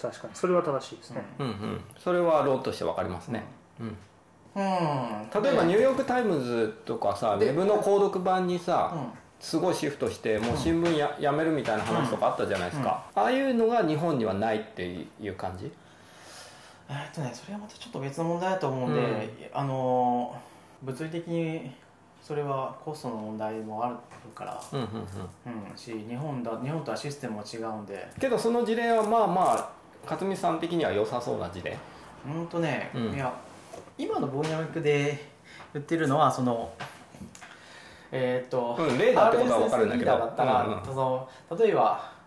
S3: 確かにそれは正しいですね、
S1: うんうんそれはローとしてわかりますね、うん、
S2: うん、
S1: 例えば
S2: ね
S1: ニューヨーク・タイムズとかさウ
S2: で
S1: ェブの購読版にさ、
S2: うん
S1: すごいシフトしてもう新聞や,、やめるみたいな話とかあったじゃないですか、ああいうのが日本にはないっていう感じ
S2: えーっとねそれはまたちょっと別の問題だと思うんで、
S1: うん
S2: あのー物理的にそれはコストの問題もあるから、
S1: うんうんうん
S2: うん、し日本だ日本とはシステムも違うんで
S1: けどその事例はまあまあ克実さん的には良さそうな事例
S2: うんとね、
S1: うん
S2: いや今のボーヤクで言ってるのはそのえーっと、
S1: うんレーダーってことは分かるんだけど
S2: RSS リーダーだったら、
S1: うんうん
S2: その例えば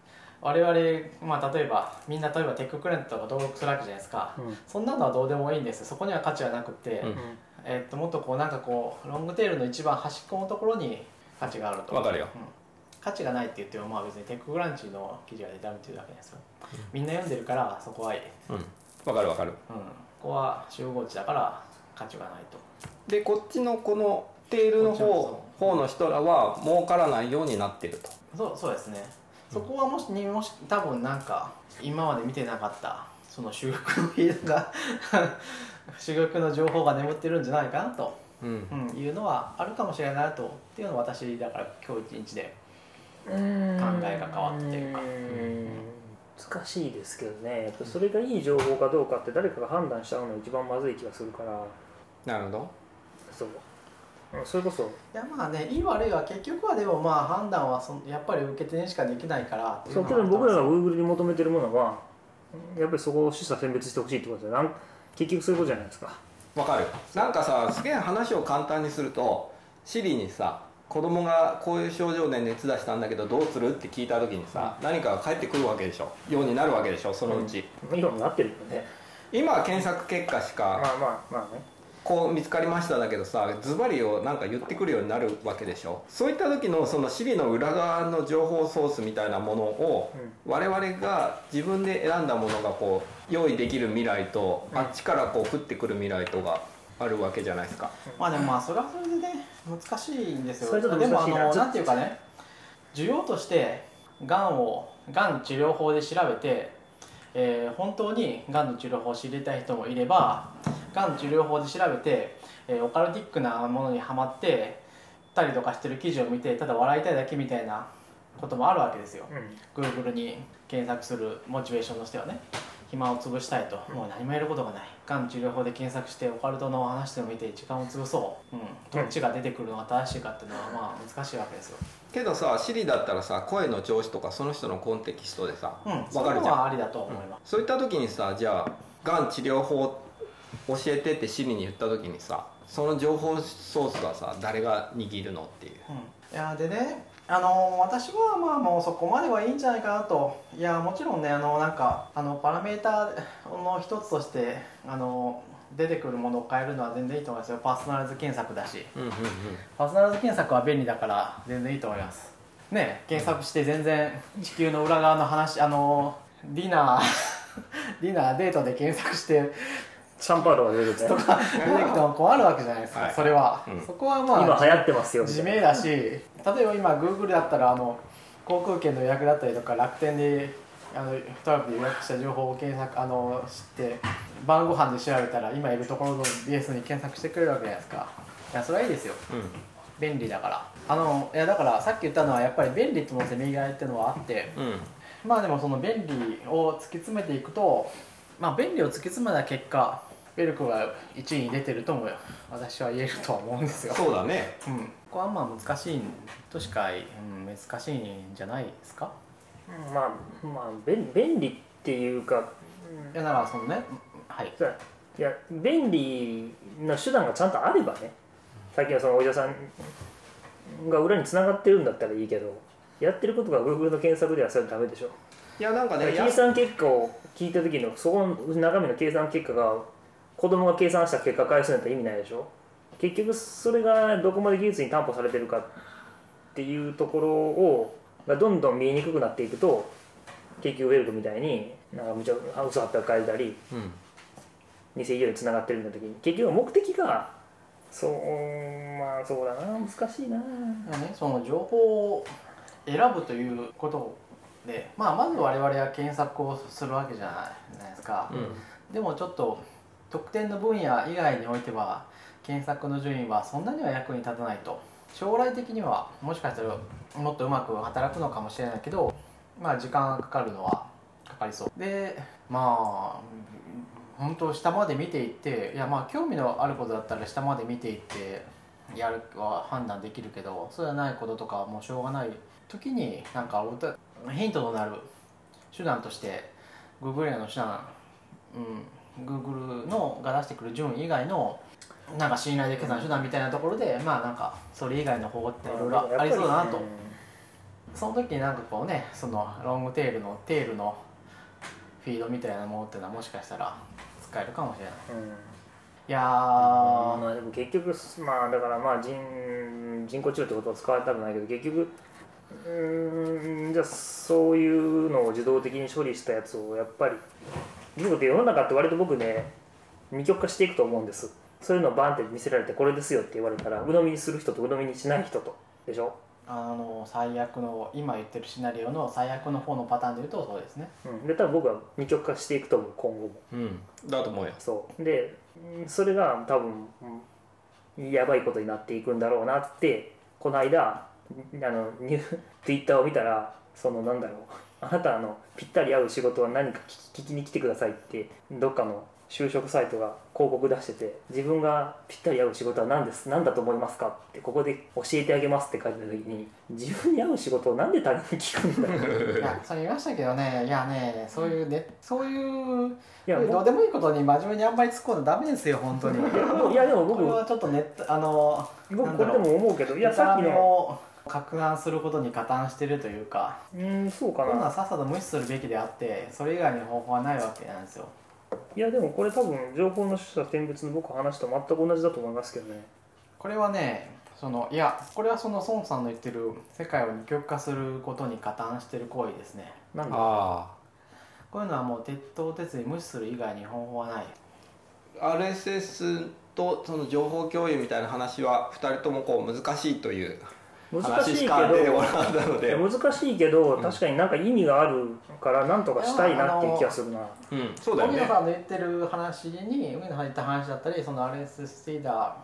S2: 我々、まあ、例えばみんな例えばテッククレントとか登録するわけじゃないですか、
S3: うん
S2: そんなのはどうでもいいんですそこには価値はなくて、
S1: うん
S2: えっともっとこうなんかこうロングテールの一番端っこのところに価値があると
S1: わかるよ
S2: うん価値がないって言ってもまあ別にテックグランチの記事が出たっていうだけなんですよみんな読んでるからそこは、うん、
S1: うん分かる分かる
S2: ここは集合値だから価値がないと
S1: でこっちのこのテールの方
S2: こっちの
S1: 方の人らは儲からないようになってると
S2: そうそうですねそこはもしにもし多分なんか今まで見てなかったその修学のフィールドが 修学の情報が眠ってるんじゃないかなと、
S1: うん
S2: うん、いうのはあるかもしれないなとっていうのは私だから今日一日で
S3: 考え
S2: が変わったというか
S3: 難しいですけどねやっぱそれがいい情報かどうかって誰かが判断しちゃうのが一番まずい気がするから
S1: なるほど
S3: そううんそれこそ
S2: いやまあね、いい悪いは結局はでもまあ判断はそのやっぱり受け手にしかできないからってい
S3: そう
S2: の
S3: け
S2: は
S3: ど僕らが Google に求めてるものはやっぱりそこを取捨選別してほしいってことだよなん結局そういうことじゃないですか
S1: わかるなんかさすげえ話を簡単にするとシリにさ子供がこういう症状で熱出したんだけどどうするって聞いた時にさ何かが返ってくるわけでしょようになるわけでしょそのうち、
S3: 今もなってるよね
S1: 今は検索結果し
S3: まあ
S1: か
S3: まあまあね
S1: こう見つかりましただけどさズバリをなんか言ってくるようになるわけでしょそういった時のそのシリの裏側の情報ソースみたいなものを我々が自分で選んだものがこう用意できる未来とあっちからこう降ってくる未来とがあるわけじゃないですか
S2: まあでもまあそれはそれでね難しいんですよ
S3: それちょっと難しい
S2: で
S3: な
S2: もあの
S3: ちょっと
S2: なんていうかね需要としてがんをがん治療法で調べて、えー本当にがんの治療法を知りたい人もいればがん治療法で調べて、えーオカルティックなものにはまってたりとかしてる記事を見てただ笑いたいだけみたいなこともあるわけですよ
S3: うん
S2: Google に検索するモチベーションとしてはね暇を潰したいともう何もやることがないがん治療法で検索してオカルトの話でも見て時間を潰そう、うん、どっちが出てくるのが正しいかっていうのはまあ難しいわけですよ、
S1: けどさシリだったらさ声の調子とかその人のコンテキストでさ、
S2: うん、
S1: わかる
S2: そ
S1: じ
S2: れ
S1: ゃん
S2: はありだと思います、
S1: そういった時にさじゃあがん治療法教えてってシリに言った時にさその情報ソースはさ誰が握るのっていう
S2: うん、いやでねあの私はまあもうそこまではいいんじゃないかなといやもちろんねあのなんかあのパラメーターの一つとしてあの出てくるものを変えるのは全然いいと思いますよパーソナルズ検索だし
S1: うんうんうん
S2: パーソナルズ検索は便利だから全然いいと思いますねえ検索して全然地球の裏側の話あのディナー ディナーデートで検索して
S3: シャンパールが出てて
S2: とか出てきても困るわけじゃないですか、
S1: はい
S2: それは、
S1: うん
S2: そこはまあ
S3: 今流行ってますよみた
S2: 地
S3: いな
S2: 名だし例えば今 Google だったらあの航空券の予約だったりとか楽天であのトラブルで予約した情報を検索あの知って晩ご飯で調べたら今いるところの BS に検索してくれるわけじゃないですかいやそれはいいですよ便利だからあのいやだからさっき言ったのはやっぱり便利とのせめぎ合いっていうのはあって
S1: うんうん
S2: まあでもその便利を突き詰めていくとまあ便利を突き詰めた結果ベルクが1位に出てるとも私は言えるとは思うんです よ
S1: そうだね
S2: うん、ここはまあ難しいとしか、うん、難しいんじゃないですか
S3: まあまあ便便利っていうか
S2: いやだからそのねはい
S3: そういや便利な手段がちゃんとあればねさっきのそのお医者さんが裏に繋がってるんだったらいいけどやってることが Google の検索ではそれはダメでしょ
S1: いやなんかねや
S3: 計算結果を聞いた時のそこの中身の計算結果が子供が計算した結果返すなんて意味ないでしょ結局それがどこまで技術に担保されてるかっていうところをがどんどん見えにくくなっていくと結局ウェルクみたいになんか無茶あ嘘発表変えたり
S1: うん
S3: 偽医療につながってるんだ時に結局目的がそうまあそうだな難しいな
S2: だからねその情報を選ぶということで、まあ、まず我々は検索をするわけじゃないじゃないですか、
S1: うん
S2: でもちょっと特定の分野以外においては検索の順位はそんなには役に立たないと将来的にはもしかしたらもっとうまく働くのかもしれないけどまあ時間がかかるのはかかりそうでまあ本当下まで見ていっていやまあ興味のあることだったら下まで見ていってやるは判断できるけどそうじゃないこととかはもうしょうがない時になんかおたヒントとなる手段として Google への手段、うん、Google のが出してくる順位以外のなんか信頼できる手段みたいなところで、まあなんかそれ以外の方法っていろいろありそうだなと、その時になんかこうねそのロングテールのテールのフィードみたいなものっていうのはもしかしたら使えるかもしれない
S3: うん
S2: いや
S3: あ
S2: ー
S3: まあ、でも結局まあだからまあ人人工知能ってことは使われたくないけど結局うーんじゃあそういうのを自動的に処理したやつをやっぱり僕って世の中って割と僕ね二極化していくと思うんですそういうのをバンって見せられてこれですよって言われたら鵜呑みにする人と鵜呑みにしない人とでしょ、
S2: あの最悪の今言ってるシナリオの最悪の方のパターンで言うとそうですね
S3: うん、で多分僕は二極化していくと思う今後も
S1: うんだと思うよ
S3: そうでうんそれが多分うんやばいことになっていくんだろうなってこの間んあのニュー Twitter を見たらそのなんだろうあなたのぴったり合う仕事は何か聞き聞きに来てくださいってどっかの就職サイトが広告出してて自分がぴったり合う仕事は何です何だと思いますかってここで教えてあげますって書いてた時に自分に合う仕事をなんで他人に聞くんだ よ
S2: いやそれ言いましたけどねいやねそういうねそういう
S3: いや
S2: どう
S3: も
S2: でもいいことに真面目にあんまり突っ込んだらダメですよ本当に
S3: ういやでも
S2: こ
S3: 僕
S2: れはちょっとネットあのな
S3: 僕
S2: ん
S3: こ
S2: だ
S3: れ
S2: ろ
S3: で
S2: う
S3: も思うけどい
S2: い
S3: やさっきの
S2: を拡散することに加担してるというか
S3: うんそうか
S2: こん
S3: な
S2: なんさっさと無視するべきであってそれ以外に方法はないわけなんですよ
S3: いやでもこれ多分情報の取捨選別の僕話と全く同じだと思いますけどね
S2: これはねそのいやこれはその孫さんの言ってる世界を二極化することに加担してる行為ですね
S3: なんだ
S1: あ
S2: こういうのはもう鉄頭鉄に無視する以外に方法はない
S1: あ RSS とその情報共有みたいな話は2人ともこう難しいという
S3: 難し
S1: 話
S3: い
S1: し
S3: け
S1: か出ても
S3: ど
S1: らったの
S3: い
S1: で
S3: や、難しいけど確かになんか意味があるからなんとかしたいなっていう気がするな
S1: うん、そうだよ
S2: 荻野
S1: ね
S2: さんの言ってる話に荻野さんが言った話だったりその RSS リーダ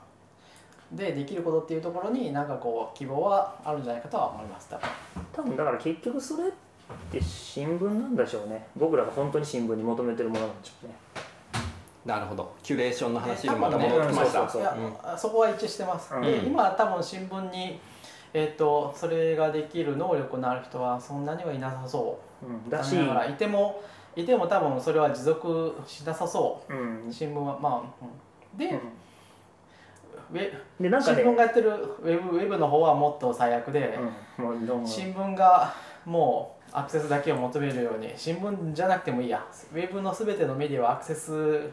S2: ーでできることっていうところになんかこう希望はあるんじゃないかとは思います多分
S3: 多分だから結局それって新聞なんでしょうね僕らが本当に新聞に求めてるものなんでしょうね
S1: なるほどキュレーションの話にまた戻ってきまし
S3: 多分ね
S1: た
S3: そう
S2: いや、そこは一致してます、
S3: うん
S2: で今は多分新聞に、えー、とそれができる能力のある人はそんなにはいなさそ
S3: うん
S2: う
S3: だし、
S2: 残念ながらいてもいても多分それは持続しなさそ
S3: うん
S2: う新聞はまあうんで、
S3: うん
S2: ウェ
S3: でなんか
S2: 新
S3: ね
S2: 聞がやってるウェブウェブの方はもっと最悪で、
S3: うんもうどうも
S2: 新聞がもうアクセスだけを求めるように新聞じゃなくてもいいやウェブの全てのメディアはアクセス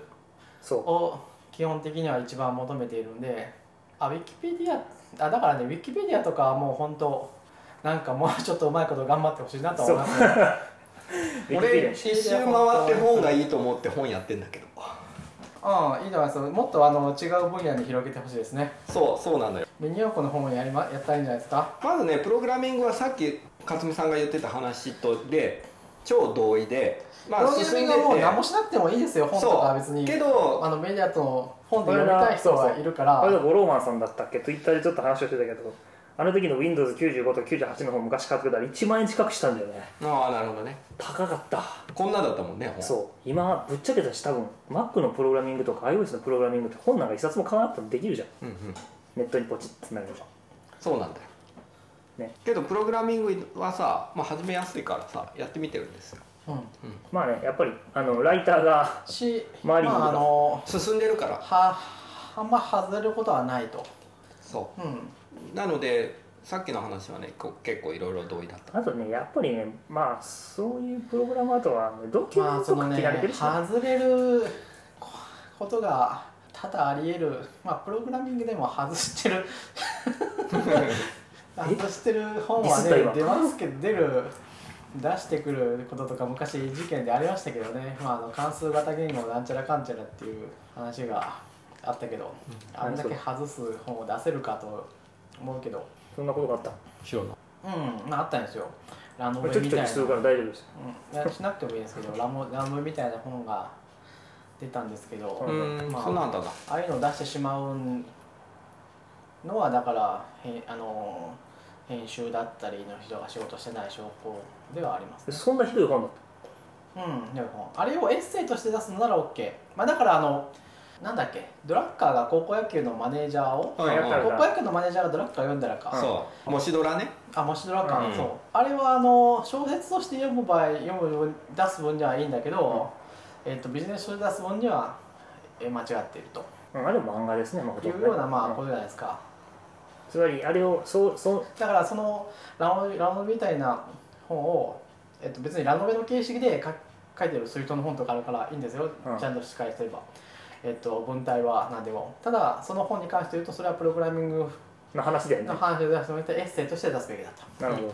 S3: そ
S2: を基本的には一番求めているんであウィキペディアあだからねウィキペディアとかはもう本当なんかもうちょっとうまいこと頑張ってほしいなと思いますね、
S3: う
S1: 俺一周回って本がいいと思って本やってんだけど
S2: うんいいと思いますもっとあの違う分野に広げてほしいですね
S1: そうそうなのよ
S2: ミニオコの本をやり、ま、やったらいいんじゃないですか
S1: まずねプログラミングはさっき克美さんが言ってた話とで超同意でま
S2: プ
S1: あ
S2: ログラミ
S1: 進ん
S2: ング
S1: で
S2: はもう何も
S1: て
S2: しなくてもいいですよ本とかは別
S1: そう
S2: に
S1: けど
S2: あのメディアとの本で読みたい人はいるから
S3: あれだゴローマンさんだったっけツイッターでちょっと話をしてたけどあの時の Windows95 と98の方昔買ってたら1万円近くしたんだよね
S1: ああなるほどね
S3: 高かった
S1: こんなだったもんね本
S3: そう今ぶっちゃけたし多分 Mac のプログラミングとか iOS のプログラミングって本なんか一冊も買わなくてもできるじゃん
S1: う、うんうん、
S3: ネットにポチッつなげれば
S1: そうなんだよ、
S3: ね
S1: けどプログラミングはさ、まあ、始めやすいからさやってみてるんですよ
S2: うん
S3: まあねやっぱりあのライターが
S2: しま
S3: 周
S2: あ
S3: りにいるから
S2: あの
S1: 進んでるから
S2: はあんま外れることはないと
S1: そ
S2: うん
S1: うなのでさっきの話はねこう結構いろいろ同意だった
S3: あとねやっぱりねまあそういうプログラマーとはねドキュ
S2: ま
S3: メ
S2: あ
S3: ント
S2: その
S3: とか
S2: ね
S3: 切られてるしね、
S2: 外れることが多々あり得るまあプログラミングでも外して る外してる本は
S3: ディスった
S2: ね
S3: 今
S2: 出ますけど出る出してくることとか昔事件でありましたけどね、まあ、あの関数型言語なんちゃらかんちゃらっていう話があったけど、あんだけ外す本を出せるかと思うけど
S3: そんなことがあった
S1: 白の
S2: うんまああったんですよラノ
S3: こ
S2: ベ
S3: れちょ
S2: み
S3: き
S2: たい
S3: ちょ
S2: な
S3: きするから大丈夫です
S2: うん、いやしなくてもいいんですけどラムラムみたいな本が出たんですけど、
S1: うーん、
S2: まあ
S1: そうなんだな
S2: ああいうのを出してしまうんのはだからへあの編集だったりの人が仕事してない証拠ではありますね
S3: そんなひどい本だっ
S2: うん、でもあれをエッセイとして出すのなら OK、まあ、だからあのなんだっけドラッカーが高校野球のマネージャーを
S1: うん
S3: あやった
S2: 高
S3: ら
S2: 校野球のマネージャーがドラッカー読んだらか、
S1: そうもしドラね
S2: あもしドラッカー、
S1: うん
S2: そうあれはあの小説として読む場合読む分出す分にはいいんだけど、えっとビジネス書で出す分にはえ間違っていると
S3: た、うん、あれも漫画ですね、まあ、ほ
S2: い
S3: とんど
S2: う
S3: ね
S2: ようなまあ
S3: うん
S2: ことじゃないですか、
S3: つまりあれをそうそう
S2: だからそのラノベラノベみたいな本を、えっと、別にラノベの形式で書書いてるそういう人の本とかあるからいいんですよ、
S3: うん
S2: ちゃんとしっかりしてれば、えっと、文体は何でもただその本に関して言うとそれはプログラミング
S3: の話だよね
S2: の話で出しておいてエッセイとして出すべきだと
S3: なるほど、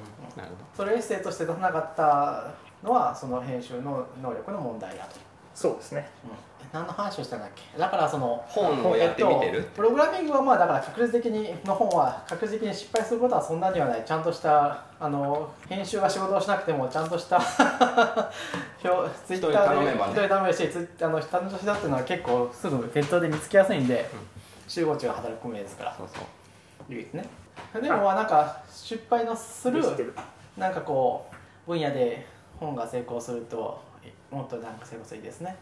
S1: なるほ
S2: それをエッセイとして出さなかったのはその編集の能力の問題だと、
S3: そうですね
S2: うん、何の話をしたんだっけだからその
S1: ど本をやってみて
S2: えっ
S1: る
S2: とプログラミングはまあだから確実的にの本は確実に失敗することはそんなにはないちゃんとしたあの編集は仕事をしなくてもちゃんとした 表ツイッタ
S1: 人に頼
S2: ーで
S1: めばね
S2: 人に頼めるしツイあの人の人っていうのは結構すぐネットで見つけやすいんで、集合中が働く運営ですから
S1: そうそう
S2: 唯一ねでもまあなんか失敗のする
S3: 知ってる
S2: なんかこう分野で本が成功するともっとなんか成功するといいですね、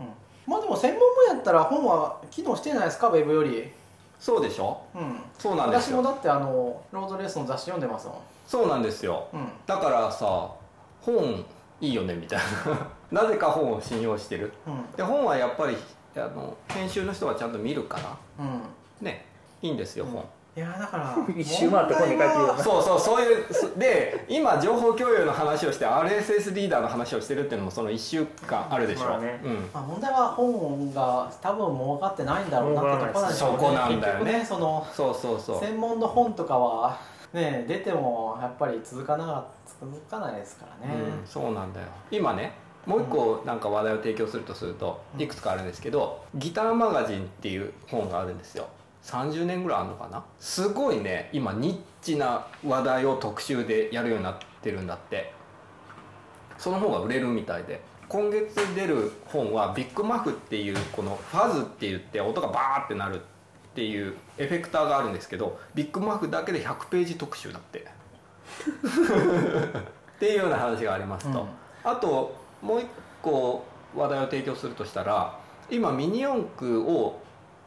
S2: うんまあでも専門分野やったら本は機能してんじゃないですかウェブより
S1: そうでしょ
S2: うん
S1: そうなんで
S2: 私
S1: す
S2: もだ
S1: よ
S2: ってあのロードレースの雑誌読んでますも
S1: そうなんですよ
S2: ん、うん、
S1: だからさ本いいよねみたいな なぜか本を信用してる
S2: うん
S1: で本はやっぱりあの編集の人はちゃんと見るから
S2: うん
S1: ねいいんですよ本、
S2: いやだから
S3: 一周回って本に書いてるよな
S1: そうそうそういうそで今情報共有の話をして RSS リーダーの話をしてるっていうのもその1週間あるでしょ、
S3: まあね
S1: うん、
S2: まあ問題は本が多分儲かってないんだろうなってとこなんでしょうね
S1: 儲からないですそこなんだよね
S2: 結局ねその
S1: そうそうそう
S2: 専門の本とかはね出てもやっぱり続かなか続かないですからね、
S1: うん、そうなんだよ今ねもう一個なんか話題を提供するとすると
S2: うん
S1: いくつかあるんですけど「ギターマガジン」っていう本があるんですよ30年ぐらいあるのかなすごいね今ニッチな話題を特集でやるようになってるんだってその方が売れるみたいで今月出る本はビッグマフっていうこのファズって言って音がバーってなるっていうエフェクターがあるんですけどビッグマフだけで100ページ特集だってっていうような話がありますと、
S2: うん
S1: あともう一個話題を提供するとしたら今ミニ四駆を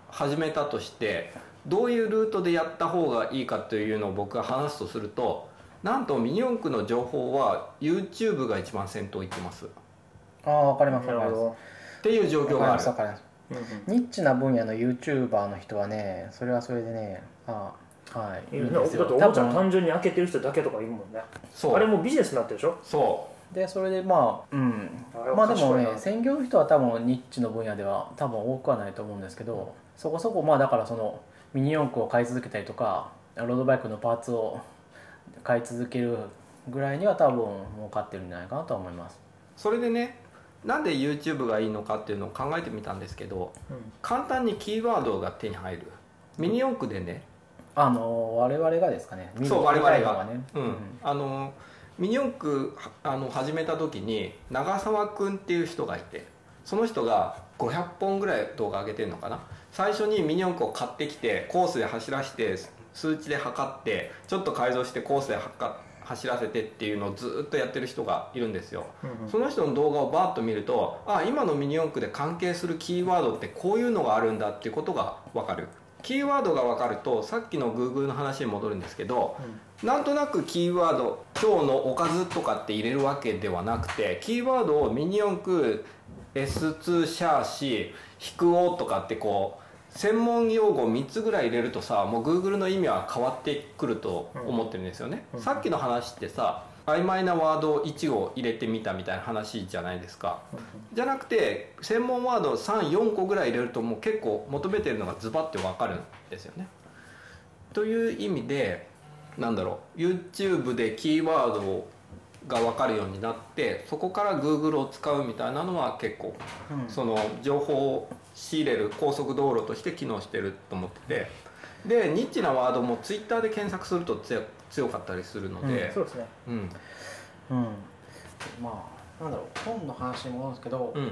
S1: 始めたとしてどういうルートでやった方がいいかというのを僕が話すとするとなんとミニ四駆の情報は YouTube が一番先頭行ってますっ
S2: ああ分かり
S3: なるほど、
S1: ていう状況がある
S2: かります
S3: うんうん
S2: ニッチな分野の YouTuber の人はねそれはそれでねああはい
S3: い
S2: いい
S3: や
S2: ん
S3: だっ
S2: です
S3: て
S2: よ
S3: お
S2: 多
S3: もちゃ
S2: 分
S3: 単純に開けてる人だけとかいるもんね
S1: そう
S3: あれもうビジネスになってるでしょ
S1: そ
S2: でそれでまあうん
S3: あれは
S2: まあでもね
S3: 賢いな
S2: 専業の人は多分ニッチの分野では多分多くはないと思うんですけどそこそこまあだからそのミニ四駆を買い続けたりとかロードバイクのパーツを買い続けるぐらいには多分儲かってるんじゃないかなとは思います
S1: うそれでねなんで YouTube がいいのかっていうのを考えてみたんですけど
S3: うん
S1: 簡単にキーワードが手に入るミニ四駆でね
S2: あの我々がですかね
S1: そう我々が、
S2: ね
S1: うんあのミニ四駆はあの始めた時に長澤君っていう人がいてその人が500本ぐらい動画上げてるのかな最初にミニ四駆を買ってきてコースで走らせて数値で測ってちょっと改造してコースで測走らせてっていうのをずっとやってる人がいるんですよ
S3: うん
S1: その人の動画をバーッと見るとあ今のミニ四駆で関係するキーワードってこういうのがあるんだっていうことが分かるキーワードが分かるとさっきの Google の話に戻るんですけど、なんとなくキーワード「今日のおかず」とかって入れるわけではなくてキーワードをミニ四駆 S2 シャーシ引くおとかってこう専門用語3つぐらい入れるとさもう Google の意味は変わってくると思ってるんですよね、
S3: うん
S1: さっきの話ってさ曖昧なワードを1を入れてみたみたいな話じゃないですかじゃなくて専門ワード34個ぐらい入れるともう結構求めてるのがズバッてわかるんですよねという意味でなんだろう YouTube でキーワードが分かるようになってそこから Google を使うみたいなのは結構
S2: うんうん
S1: その情報を仕入れる高速道路として機能してると思っててでニッチなワードも Twitter で検索すると強強かったりするので、
S3: そうですね
S1: うん
S2: うん、まあなんだろう本の話に戻るんですけど、
S1: うん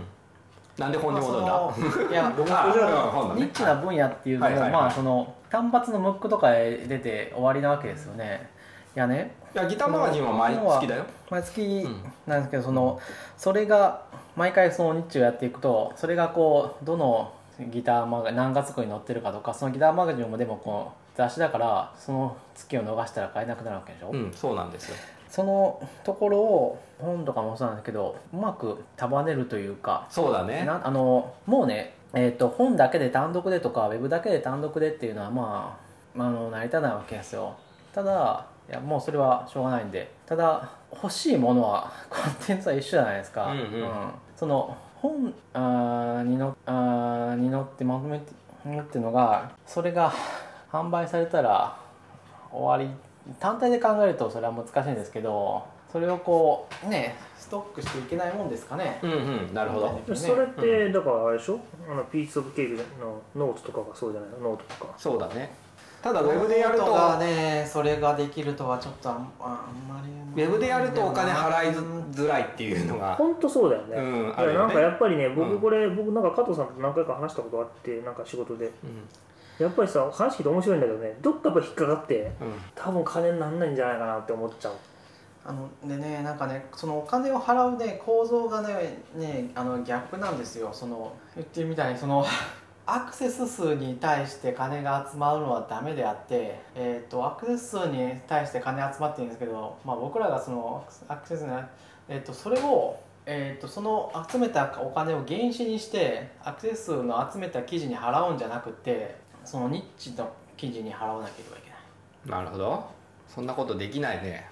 S1: なんで本に戻るんだ、
S2: ま あそのいや僕
S1: あ
S2: は
S1: うん本だね
S2: ニッチな分野っていうの
S1: はいはい
S2: も
S1: はい
S2: まあその単発のムックとかへ出て終わりなわけですよねいやね
S1: いやギターマガジンは毎好きだよ
S2: 毎月
S1: うん
S2: なんですけどそのそれが毎回そのニッチをやっていくとそれがこうどのギターマガ何月号に載ってるかとかそのギターマガジンもでもこう雑誌だからその月を逃したら買えなくなるわけでしょ、
S1: うんそうなんですよ
S2: そのところを本とかもそうなんだけどうまく束ねるというか
S1: そうだね
S2: なあのもうね、えー、と本だけで単独でとかウェブだけで単独でっていうのはまああの成り立たないわけですよただいやもうそれはしょうがないんでただ欲しいものはコンテンツは一緒じゃないですか、
S1: うんうん
S2: その本あーにのあーに乗ってまとめて持ってるのがそれが販売されたら終わり単体で考えるとそれは難しいんですけどそれをこうねストックしていけないもんですかね
S1: うんうんなるほど
S3: でそれってだからあれでしょ、あのピース・オブ・ケーキのノートとかがそうじゃないのノートとか
S1: そうだねただウェブでやると
S2: がねそれができるとはちょっとあんあんまり
S1: ウェブでやるとお金払いづらいっていうのが
S3: 本当そうだよね,、
S1: うんあ
S3: い
S1: る
S3: や
S1: よ
S3: なん
S1: ね
S3: かやっぱりね
S1: う
S3: 僕
S1: ん
S3: これ、僕なんか加藤さんと何回か話したことあってなんか仕事で
S1: うん
S3: やっぱりさ話聞いて面白いんだけどねどっかやっぱ引っかかって多分金になんないんじゃないかなって思っちゃう
S2: あのでねなんかねそのお金を払うね構造がねねあの逆なんですよその言ってるみたいにその アクセス数に対して金が集まるのはダメであって、えー、とアクセス数に対して金集まっていいんですけど、まあ、僕らがそのアクセスに、えー、とそれを、えー、とその集めたお金を原資にしてアクセス数の集めた記事に払うんじゃなくてそのニッチの記事に払わなければいけない
S1: うんなるほどそんなことできないね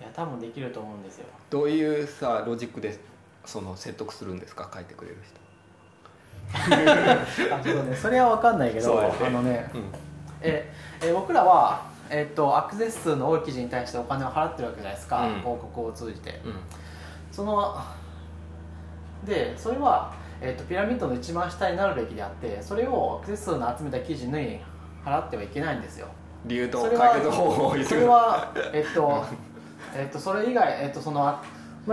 S2: いや多分できると思うんですよ
S1: どういうさロジックでその説得するんですか書いてくれる
S2: あちょっとねそれは分かんないけ
S1: そう
S2: ど、
S1: だよね
S2: あのね
S1: 人うん
S2: ええ僕らは、えっとアクセス数の多い記事に対してお金を払ってるわけじゃないですか、
S1: うん
S2: 広告を通じて
S1: うん
S2: そのでそれは、えっとピラミッドの一番下になるべきであってそれをアクセス数の集めた記事に払ってはいけないんですよ
S1: 理由
S2: そ
S1: と
S2: れは
S1: 解決方法を言う
S2: それはえっとえっとそれ以外えっとその
S3: ま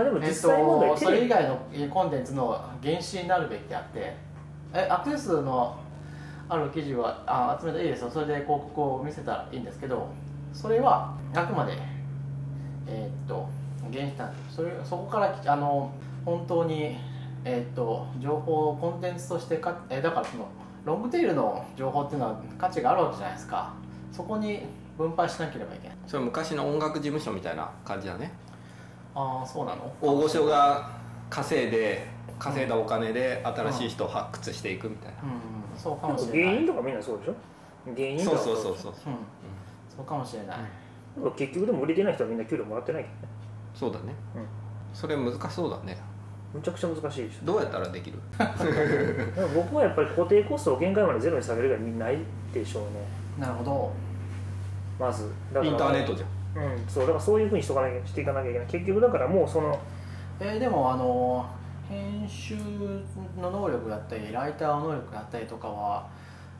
S3: あでも
S2: え
S3: 実
S2: っ
S3: 際問題
S2: と、そ
S3: テ
S2: れ
S3: レ
S2: 以
S3: ビ
S2: 外のコンテンツの原資になるべきであってえアクセス数のある記事はあ集めたらいいですよそれで広告を見せたらいいんですけどそれはあくまでえっと原資なんですそれそこからきあの本当に、えっと情報をコンテンツとしてかえだからそのロングテールの情報っていうのは価値があるわけじゃないですかそこに分配しなければいけない
S1: それ昔の音楽事務所みたいな感じだね
S2: ああそうなの
S1: 大御所が稼いで稼いだお金で新しい人を発掘していくみたいな、
S2: うんそうかもしれない
S3: 芸人とかみんなそうでしょ芸人と
S1: そうそ
S3: か
S1: うそう
S3: う
S1: そう
S2: うんそうかもしれない、
S3: 結局でも売れてない人はみんな給料もらってないけどね
S1: そうだね、
S3: うん
S1: それ難しそうだね
S3: むちゃくちゃ難しいでし
S1: どうやったらできる
S3: ょでも僕はやっぱり固定コストを限界までゼロに下げる以外にないでしょうね
S2: なるほど
S3: まずだから
S1: インターネットじゃん
S3: うんそうだからそういうふうにしとかなきゃしていかなきゃいけない結局だからもうその
S2: えーでもあの編集の能力だったりライターの能力だったりとかは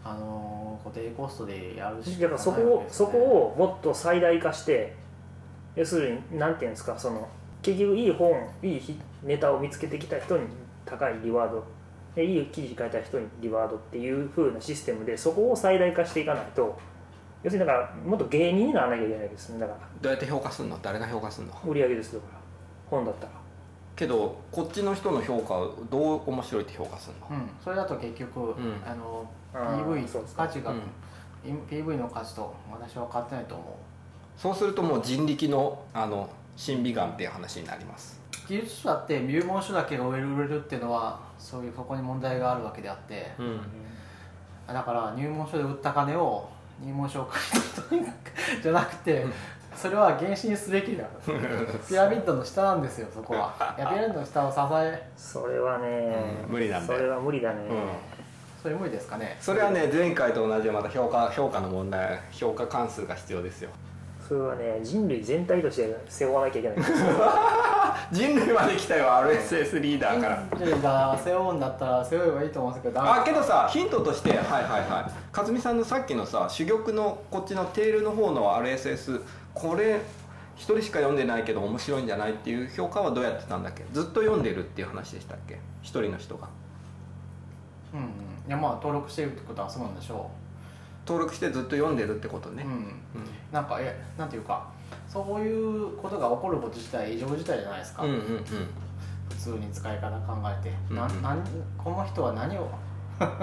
S2: あの固定コストでやるし
S3: だからそこをそこをもっと最大化して要するになんていうんですかその結局いい本いいひネタを見つけてきた人に高いリワードでいい記事書いた人にリワードっていう風なシステムでそこを最大化していかないと要するにだからもっと芸人にならなきゃいけないですねだから
S1: どうやって評価するの誰が評価するの
S3: 売り上げですだから本だったら
S1: けどこっちの人の評価をどう面白いって評価するの
S2: うん、それだと結局、
S1: ん
S2: あの
S3: あー
S2: PV
S3: そうです
S2: 価値が、
S1: うん
S2: PV の価値と私は変わってないと思
S1: そうするともう人力のあの審美眼っていう話になります
S2: う技術者だって入門書だけが売れる売れるっていうのはそういうそこに問題があるわけであって、
S1: うん
S2: だから入門書で売った金を入門書を買い取ったじゃなくてそれは原資にすべきだ ピラミッドの下なんですよそこはいやピラミッドの下を支え
S3: それはね、
S1: うん無理なんだよ
S3: それは無理だね、
S2: それ無理ですかね
S1: それはね前回と同じでまた評価評価の問題評価関数が必要ですよ
S3: それはね人類全体として背負わなきゃい けない
S1: 人類まで来たよ RSS リーダーから
S2: 人類が背負うんだったら背負えばいいと思うんですけどダメ
S1: あけどさヒントとしてはいはいはい勝美さんのさっきのさ珠玉のこっちのテールの方の RSS これ一人しか読んでないけど面白いんじゃないっていう評価はどうやってたんだっけずっと読んでるっていう話でしたっけ一人の人が
S2: うんうんいやまあ登録してるってことはそうなんでしょ
S1: 登録してずっと読んでるってこと
S2: う、
S1: ね
S2: う、ん、
S1: うん
S2: なんかえなんていうかそういうことが起こること自体異常事態じゃないですか、
S1: うんうん
S2: 普通に使い方考えて、な
S1: うんうん
S2: なんこの人は何を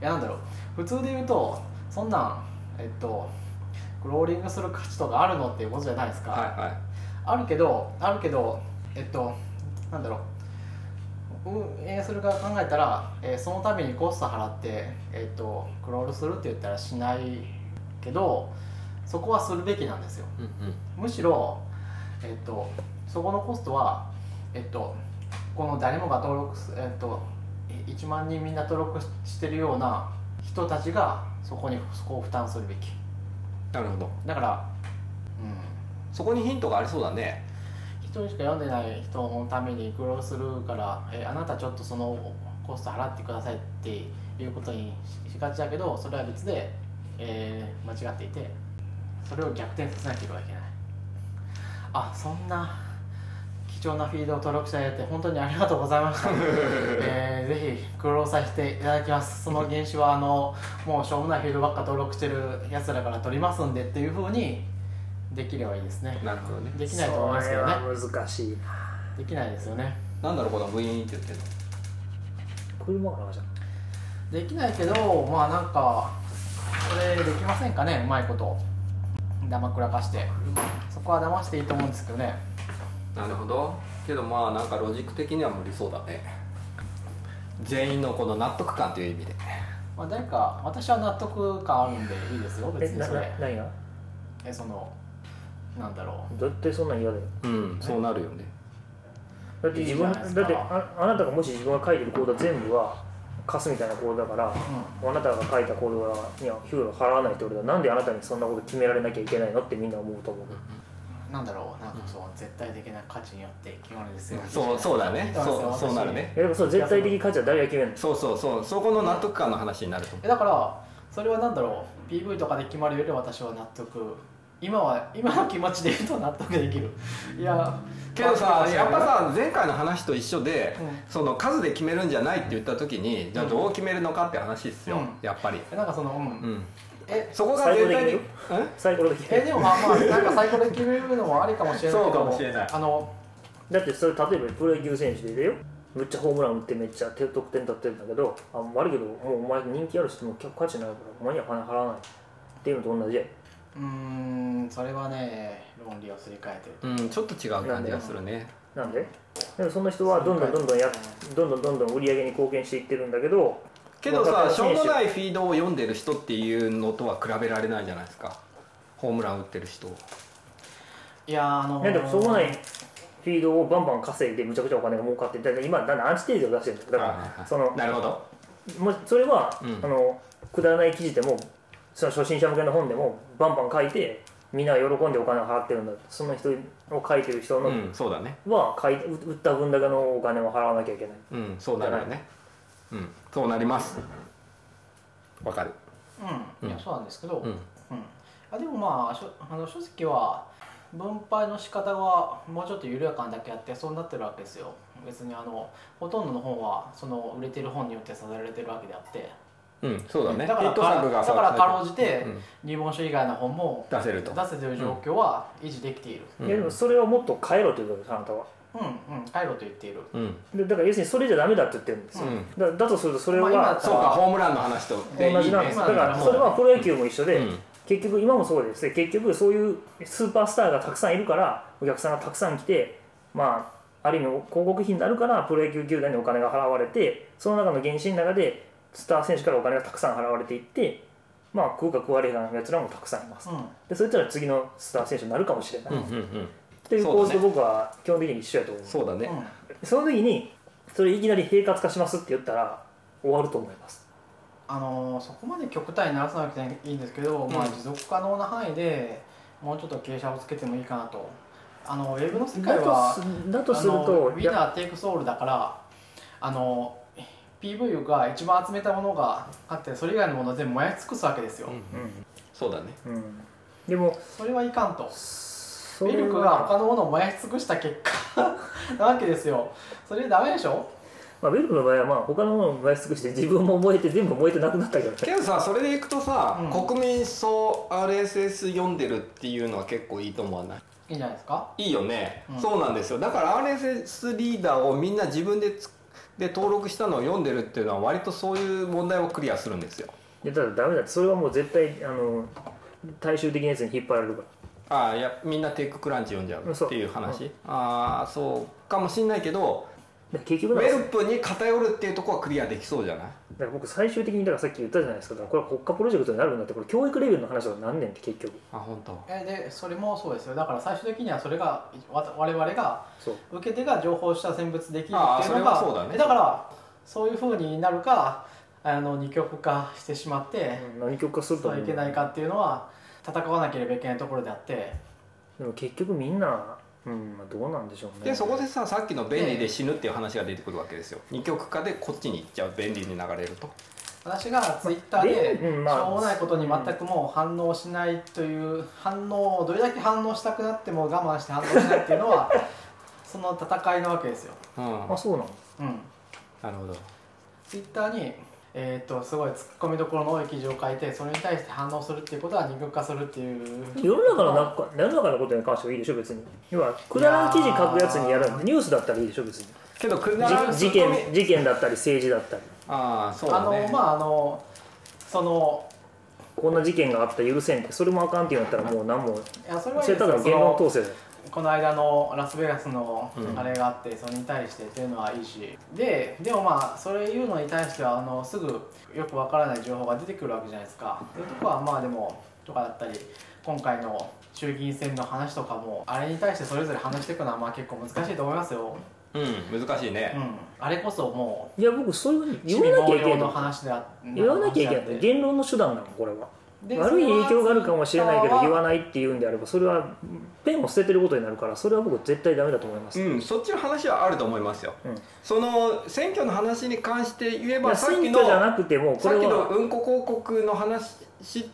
S2: いやなんだろう普通で言うとそんなんえっとクローリングする価値とかあるのっていうことじゃないですか、
S1: はいはい
S2: あるけどあるけどえっとなんだろう運営する側考えたら、えーそのためにコスト払って、えっとクロールするって言ったらしないけどそこはするべきなんですよ
S1: うんうん
S2: むしろ、えっとそこのコストは、えっとこの誰もが登録す、えっと1万人みんな登録してるような人たちがそこにそこを負担するべき
S1: なるほど
S2: だから、うん、
S1: そこにヒントがありそうだね
S2: 一人しか読んでない人のために苦労するから、えあなたちょっとそのコスト払ってくださいっていうことにししがちだけどそれは別で、えー間違っていてそれを逆転させなければいけないあそんな貴重なフィードを登録していただいて本当にありがとうござい ました、えーぜひ苦労させていただきますその原資はあのもうしょうもないフィードばっか登録してるやつらから取りますんでっていうふうにできればいいですね
S1: なるほどね
S2: できないと思いますけどね
S3: それは難しいな
S2: できないですよね
S1: なんだろうこの部員って言ってるの
S3: 車がなじゃん
S2: できないけどまあなんかこれできませんかねうまいこと黙くらかしてそこは騙していいと思うんですけどね
S1: なるほどけどまあなんかロジック的には無理そうだね全員のこの納得感という意味で
S2: まあ誰か私は納得感あるんでいいですよ
S3: え
S2: 別に
S3: な
S2: それ
S3: な何が
S2: えそのなんだろ
S3: だってそんなん嫌だよ
S1: うんそうなるよね
S3: だって自分
S2: いいじゃないですか
S3: だってああなたがもし自分が書いてるコードは全部は貸すみたいなコードだから
S2: う、うん、
S3: あなたが書いたコードには給料払わないって俺はなんであなたにそんなこと決められなきゃいけないのってみんな思うと思う
S2: なんだろうなんかそう絶対的な価値によって決まるんですよ
S1: そうそうだねそうそうなるね
S3: えでもその絶対的価値は誰が決めるの
S1: そうそうそうそこの納得感の話になると思
S2: えだからそれはなんだろう PV とかで決まるより私は納得今は今の気持ちで言うと納得できるいや
S1: うけどさやっぱさ前回の話と一緒で、
S2: う
S1: その数で決めるんじゃないって言った時にじゃあどう決めるのかって話ですよ、
S2: うん
S1: やっぱり、
S2: えなんかそのうん
S1: うん、
S2: え
S1: そこが絶対に
S3: 最後最後の時
S2: えでもまあまあなんか最高で決めるのもありかもしれないけど
S1: そうかもしれない
S2: あの
S3: だってそれ例えばプロ野球選手でいるよめっちゃホームラン打ってめっちゃ得点取ってるんだけどあ悪いけどもうお前人気あるしもう価値ないからお前には金払わないっていうのと同じで
S2: うーんそれはね論理をすり替えてる
S1: うん、ちょっと違う感じがするね
S3: なんででもその人はどんどんどんどんやどんどんどんどん売り上げに貢献していってるんだけど
S1: けど
S3: ま
S1: さ
S3: あ
S1: しょうもないフィードを読んでる人っていうのとは比べられないじゃないですかホームラン打ってる人
S2: いやーあの
S3: なんでしょうもないフィードをバンバン稼いでむちゃくちゃお金が儲かってだから今だんだんアンチテーゼを出してるんだよだ
S1: はいはい
S3: か
S1: は
S3: ら
S1: い
S3: その
S1: なるほど
S3: もうそれは、
S1: うん
S3: あのくだらない記事でもその初心者向けの本でもバンバン書いてみんなが喜んでお金を払ってるんだその人を書いてる人の、
S1: うんそうだね
S3: は書い売った分だけのお金を払わなきゃいけない
S1: うんそうなるよねうんそうなりますわかる
S2: うんいや
S1: うん
S2: そうなんですけど、
S1: うん
S2: うんあでもまあしょあの書籍は分配の仕方はもうちょっと緩やかなだけあってそうなってるわけですよ別にあのほとんどの本はその売れてる本によって支えられてるわけであって
S1: うんそうだね
S2: だから
S1: ヒット作が
S2: だからかろうじて
S1: うん
S2: 入門書以外の本も
S1: 出せる
S2: 出
S1: と
S2: せてる状況は維持できている
S1: う
S3: いやでもそれをもっと変えろということですあなたは
S2: うんうん帰ろうと言っている
S1: ん
S3: でだから要するにそれじゃダメだって言ってるんですよ、
S1: うん
S3: だだとするとそれ
S2: ま
S3: は、
S2: あ今だった
S1: そうかホームランの話とでいい
S3: 同じなん
S1: ね
S3: です
S2: ま
S3: だ
S2: あ
S3: か
S2: まあ
S3: ら
S2: まあ
S3: それはプロ野球も一緒で、
S1: うん
S3: 結局今もそうですね結局そういうスーパースターがたくさんいるからお客さんがたくさん来てまあある意味広告費になるからプロ野球球団にお金が払われてその中の原資の中でスター選手からお金がたくさん払われていってまあ食うか食われへんやつらもたくさんいます
S2: うん
S3: でそいつら次のスター選手になるかもしれない、
S1: うんう
S3: っ
S1: んうん
S3: ていう構図
S1: そ
S3: と
S1: うだ
S3: 僕は基本的に一緒やと思う
S1: そうだね
S2: うん
S3: その時にそれいきなり平滑化しますって言ったら終わると思います
S2: あのーそこまで極端にならさなくていいんですけど、まあ、
S1: うん
S2: 持続可能な範囲でもうちょっと傾斜をつけてもいいかなとあのウェブの世界
S3: だ
S2: は
S3: とすだとする
S2: あの
S3: と
S2: ウィナーテイクソールだからあの PV が一番集めたものがあってそれ以外のものを全部燃やし尽くすわけですよ、
S1: そうだね
S3: うん、でも
S2: それはいかんと
S3: そ
S2: ミ
S3: れ
S2: ル クが他のものを燃やし尽くした結果なわけですよそれダメでしょ
S3: まあ、ウェルプの場合は、まあ、他のものも燃やし尽くして自分も燃えて全部燃えてなくなったけどね
S1: けどさそれでいくとさ、
S2: うん
S1: 国民総 RSS 読んでるっていうのは結構いいと思わない
S2: いいんじゃないですか
S1: いいよね、
S2: うん
S1: そうなんですよだから RSS リーダーをみんな自分でつで登録したのを読んでるっていうのは割とそういう問題をクリアするんですよ
S3: いやただダメだってそれはもう絶対あの大衆的なやつに引っ張られるから
S1: ああいやみんなテッククランチ読んじゃうっていう話、
S3: う
S1: ああそうかもしんないけど
S3: だから結
S1: ウ
S3: 局なんか
S1: ェルプに偏るっていうところはクリアできそうじゃない
S3: だから僕最終的にだからさっき言ったじゃないですかだからこれは国家プロジェクトになるんだってこれ教育レベルの話は何年って結局
S1: あ本当。
S2: えでそれもそうですよだから最終的にはそれがわた我々が
S3: そう
S2: 受け手が情報した選別できる
S1: あー
S2: っていうの
S1: それは
S2: が
S1: そうだね
S2: えからそういうふうになるかあの二極化してしまって
S3: 何曲かすると
S2: そう
S3: 思う
S2: いけないかっていうのは戦わなければいけないところであって
S3: でも結局みんな、うんまあ、どうなんでしょうね
S1: でそこでささっきの便利で死ぬっていう話が出てくるわけですよ二極化でこっちに行っちゃう便利に流れると
S2: 私がツイッターでし
S3: でうんまあ
S2: ょうもないことに全くもう反応しないという反応をどれだけ反応したくなっても我慢して反応しないっていうのは その戦いなわけですよ。
S1: うん
S3: あそうなの
S2: うん
S1: なるほど
S2: ツイッターに、えー、とすごいツッコミどころの多い記事を書いてそれに対して反応するっていうことは二極化するっていう
S3: 世の中の中世の中のことに関してはいいでしょ別に要はくだらん記事書くやつにやる
S2: いやー
S3: ニュースだったらいいでしょ別に
S1: けどくだらん
S3: じ事件事件だったり政治だったり
S1: ああそう
S2: あ
S1: だね
S2: のまああのその
S3: こんな事件があった許せんってそれもあかんって言うんだったらもう何も
S2: いやそれはいい
S3: そ
S2: です
S3: れただ
S2: よ
S3: の
S2: そ
S3: 言論
S2: の
S3: 統制だよ
S2: この間のラスベガスの
S1: うん
S2: あれがあって、それに対してっていうのはいいしででもまあそれ言うのに対してはあのすぐよくわからない情報が出てくるわけじゃないですかそういうとこはまあでもとかだったり今回の衆議院選の話とかもあれに対してそれぞれ話していくのはまあ結構難しいと思いますよ
S1: うん難しいね、
S2: うん、あれこそも
S3: いや僕そういうふうに
S2: う
S3: 言わなきゃい
S2: 地味
S3: けな
S2: 暴動
S3: い
S2: の
S3: の
S2: 話であ
S3: 言わなきゃいけないの言論の手段なのこれは悪い影響があるかもしれないけど言わ
S2: ない
S3: ないっていうんであればそれはペンを捨ててることになるからそれは僕絶対ダメだと思います、
S1: うん、そっちの話はあると思いますよ、
S3: うん
S1: その選挙の話に関して言え
S3: ま
S1: ば
S3: あ、
S1: さっき
S3: 選
S1: の
S3: 挙じゃなくてもこ
S1: さ
S3: れ
S1: っきの
S3: は
S1: うんこ広告の話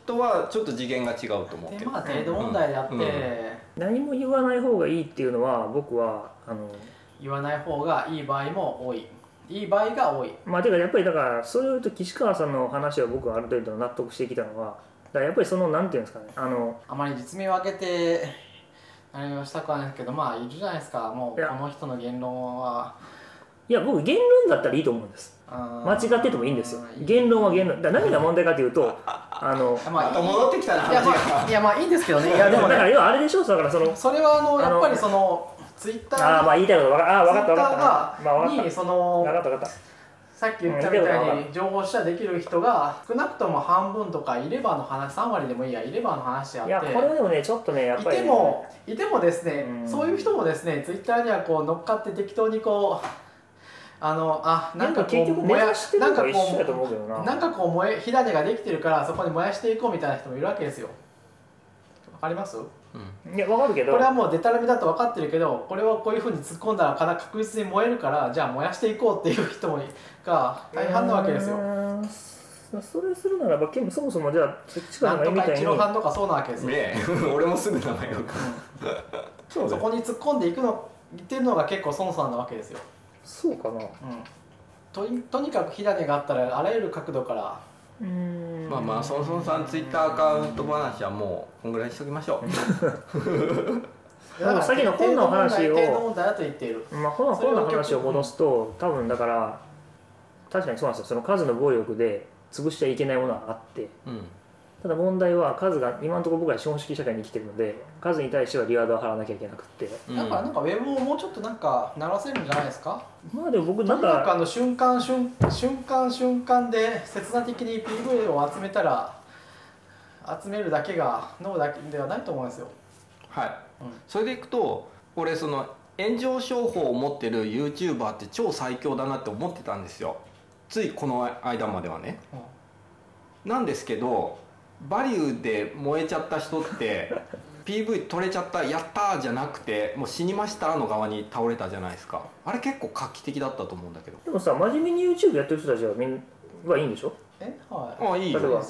S1: とはちょっと次元が違うと思うけ
S2: で
S1: ど、
S2: まあ程度問題であって、
S1: うんうん
S3: 何も言わない方がいいっていうのは僕はあの
S2: 言わない方がいい場合も多いいい場合が多い
S3: まあてかやっぱりだからそれを言うと岸川さんの話は僕はある程度納得してきたのはだからやっぱりそのなんていうんですかねあの
S2: あまり実名を挙げて何もしたくはないですけどまあいるじゃないですかも
S3: いうや
S2: この人の言論はい
S3: や僕言論だったらいいと思うんです間
S2: 間
S3: 違っててもいいんですよ言論は言論だから何が問題かという とあの
S1: また戻ってきたない
S2: や,、まあ、いやまあいいんですけどねいや
S3: で
S2: で
S3: も
S2: も
S3: だか
S2: ね
S3: ら要はあれでしょだからその
S2: それはあの
S3: あの
S2: やっぱりそのツイッタ
S3: ああ
S2: ー
S3: まあ言いたいことわかあーわかったわかったまあわか
S2: ツイッター
S3: った
S2: にその
S3: わかったわかっ
S2: さっき言ったみたいに情報シェアできる人が少なくとも半分とかいればの話3割でもいいやいればの話であ
S3: た
S2: って
S3: いやこれはでもねちょっとねやっ
S2: い
S3: ぱり
S2: て
S3: ね
S2: もいてもですね
S3: うん
S2: そういう人もですねツイッターにはこう乗っかって適当にこう あのあなんかこ
S3: 結
S2: う
S3: 局
S2: 燃
S3: 燃
S2: や
S3: やしてる
S2: な
S3: の
S2: んか
S3: と一緒だと
S2: こ
S3: 思うけどな
S2: うなんかこう燃え火種ができてるからそこに燃やしていこうみたいな人もいるわけですよわかりますこ
S1: うん
S3: いやわかるけ
S2: れ
S3: ど
S2: はもうデタラメだと分かってるけどこれをこういうふうに突っ込んだらから確実に燃えるからじゃあ燃やしていこうっていう人もが大半なわけですよ
S3: うーんそそれするならば、けどそもそもじゃあ、そっちか
S2: な
S3: ら
S2: んと
S3: み
S2: か
S3: たい
S2: 一
S3: に、
S2: 郎さんとかそうなわけですよ、
S1: ねえ俺もすぐ名前が浮かぶそう
S2: そこに突っ込んでいくのいってるのが結構孫さんなわけですよ、
S3: そうかな。う
S2: うん、とにとにかく火種があったらあらゆる角度から
S3: ーん
S1: まあまあそもそもさんツイッターアカウント話はもうこんぐらいにしときましょ
S3: でもさっきの本の話を
S2: 程度問題だと言っている
S3: まあ、この
S2: それ
S3: 本
S2: を
S3: の話を戻すと、多分だから、確かにそうなんですよ、その数の暴力で潰しちゃいけないものはあって、
S1: う、うん、
S3: ただ問題は、数が、今のところ僕ら資本主義社会に生きてるので、数に対してはリワードを払わなきゃいけなくって、
S2: だからなんかウェブをもうちょっとなんか鳴らせるんじゃないですか
S3: まあでも僕、
S2: と
S3: なん
S2: にかくあ
S3: か、
S2: の瞬間瞬瞬間瞬間で切断的に PV を集めたら集めるだけが脳だけではないと思うんですよ
S1: はい、
S2: うん
S1: それでいくと俺その炎上商法を持ってる YouTuber って超最強だなって思ってたんですよついこの間まではね
S2: うん
S1: なんですけどバリューで燃えちゃった人って PV 取れちゃったやったーじゃなくてもう死にましたの側に倒れたじゃないですかあれ結構画期的だったと思うんだけど
S3: でもさ、真面目に YouTube やってる人たちはみんはいいんでしょ
S2: えはい
S1: ああいいよ
S3: 例えば
S1: う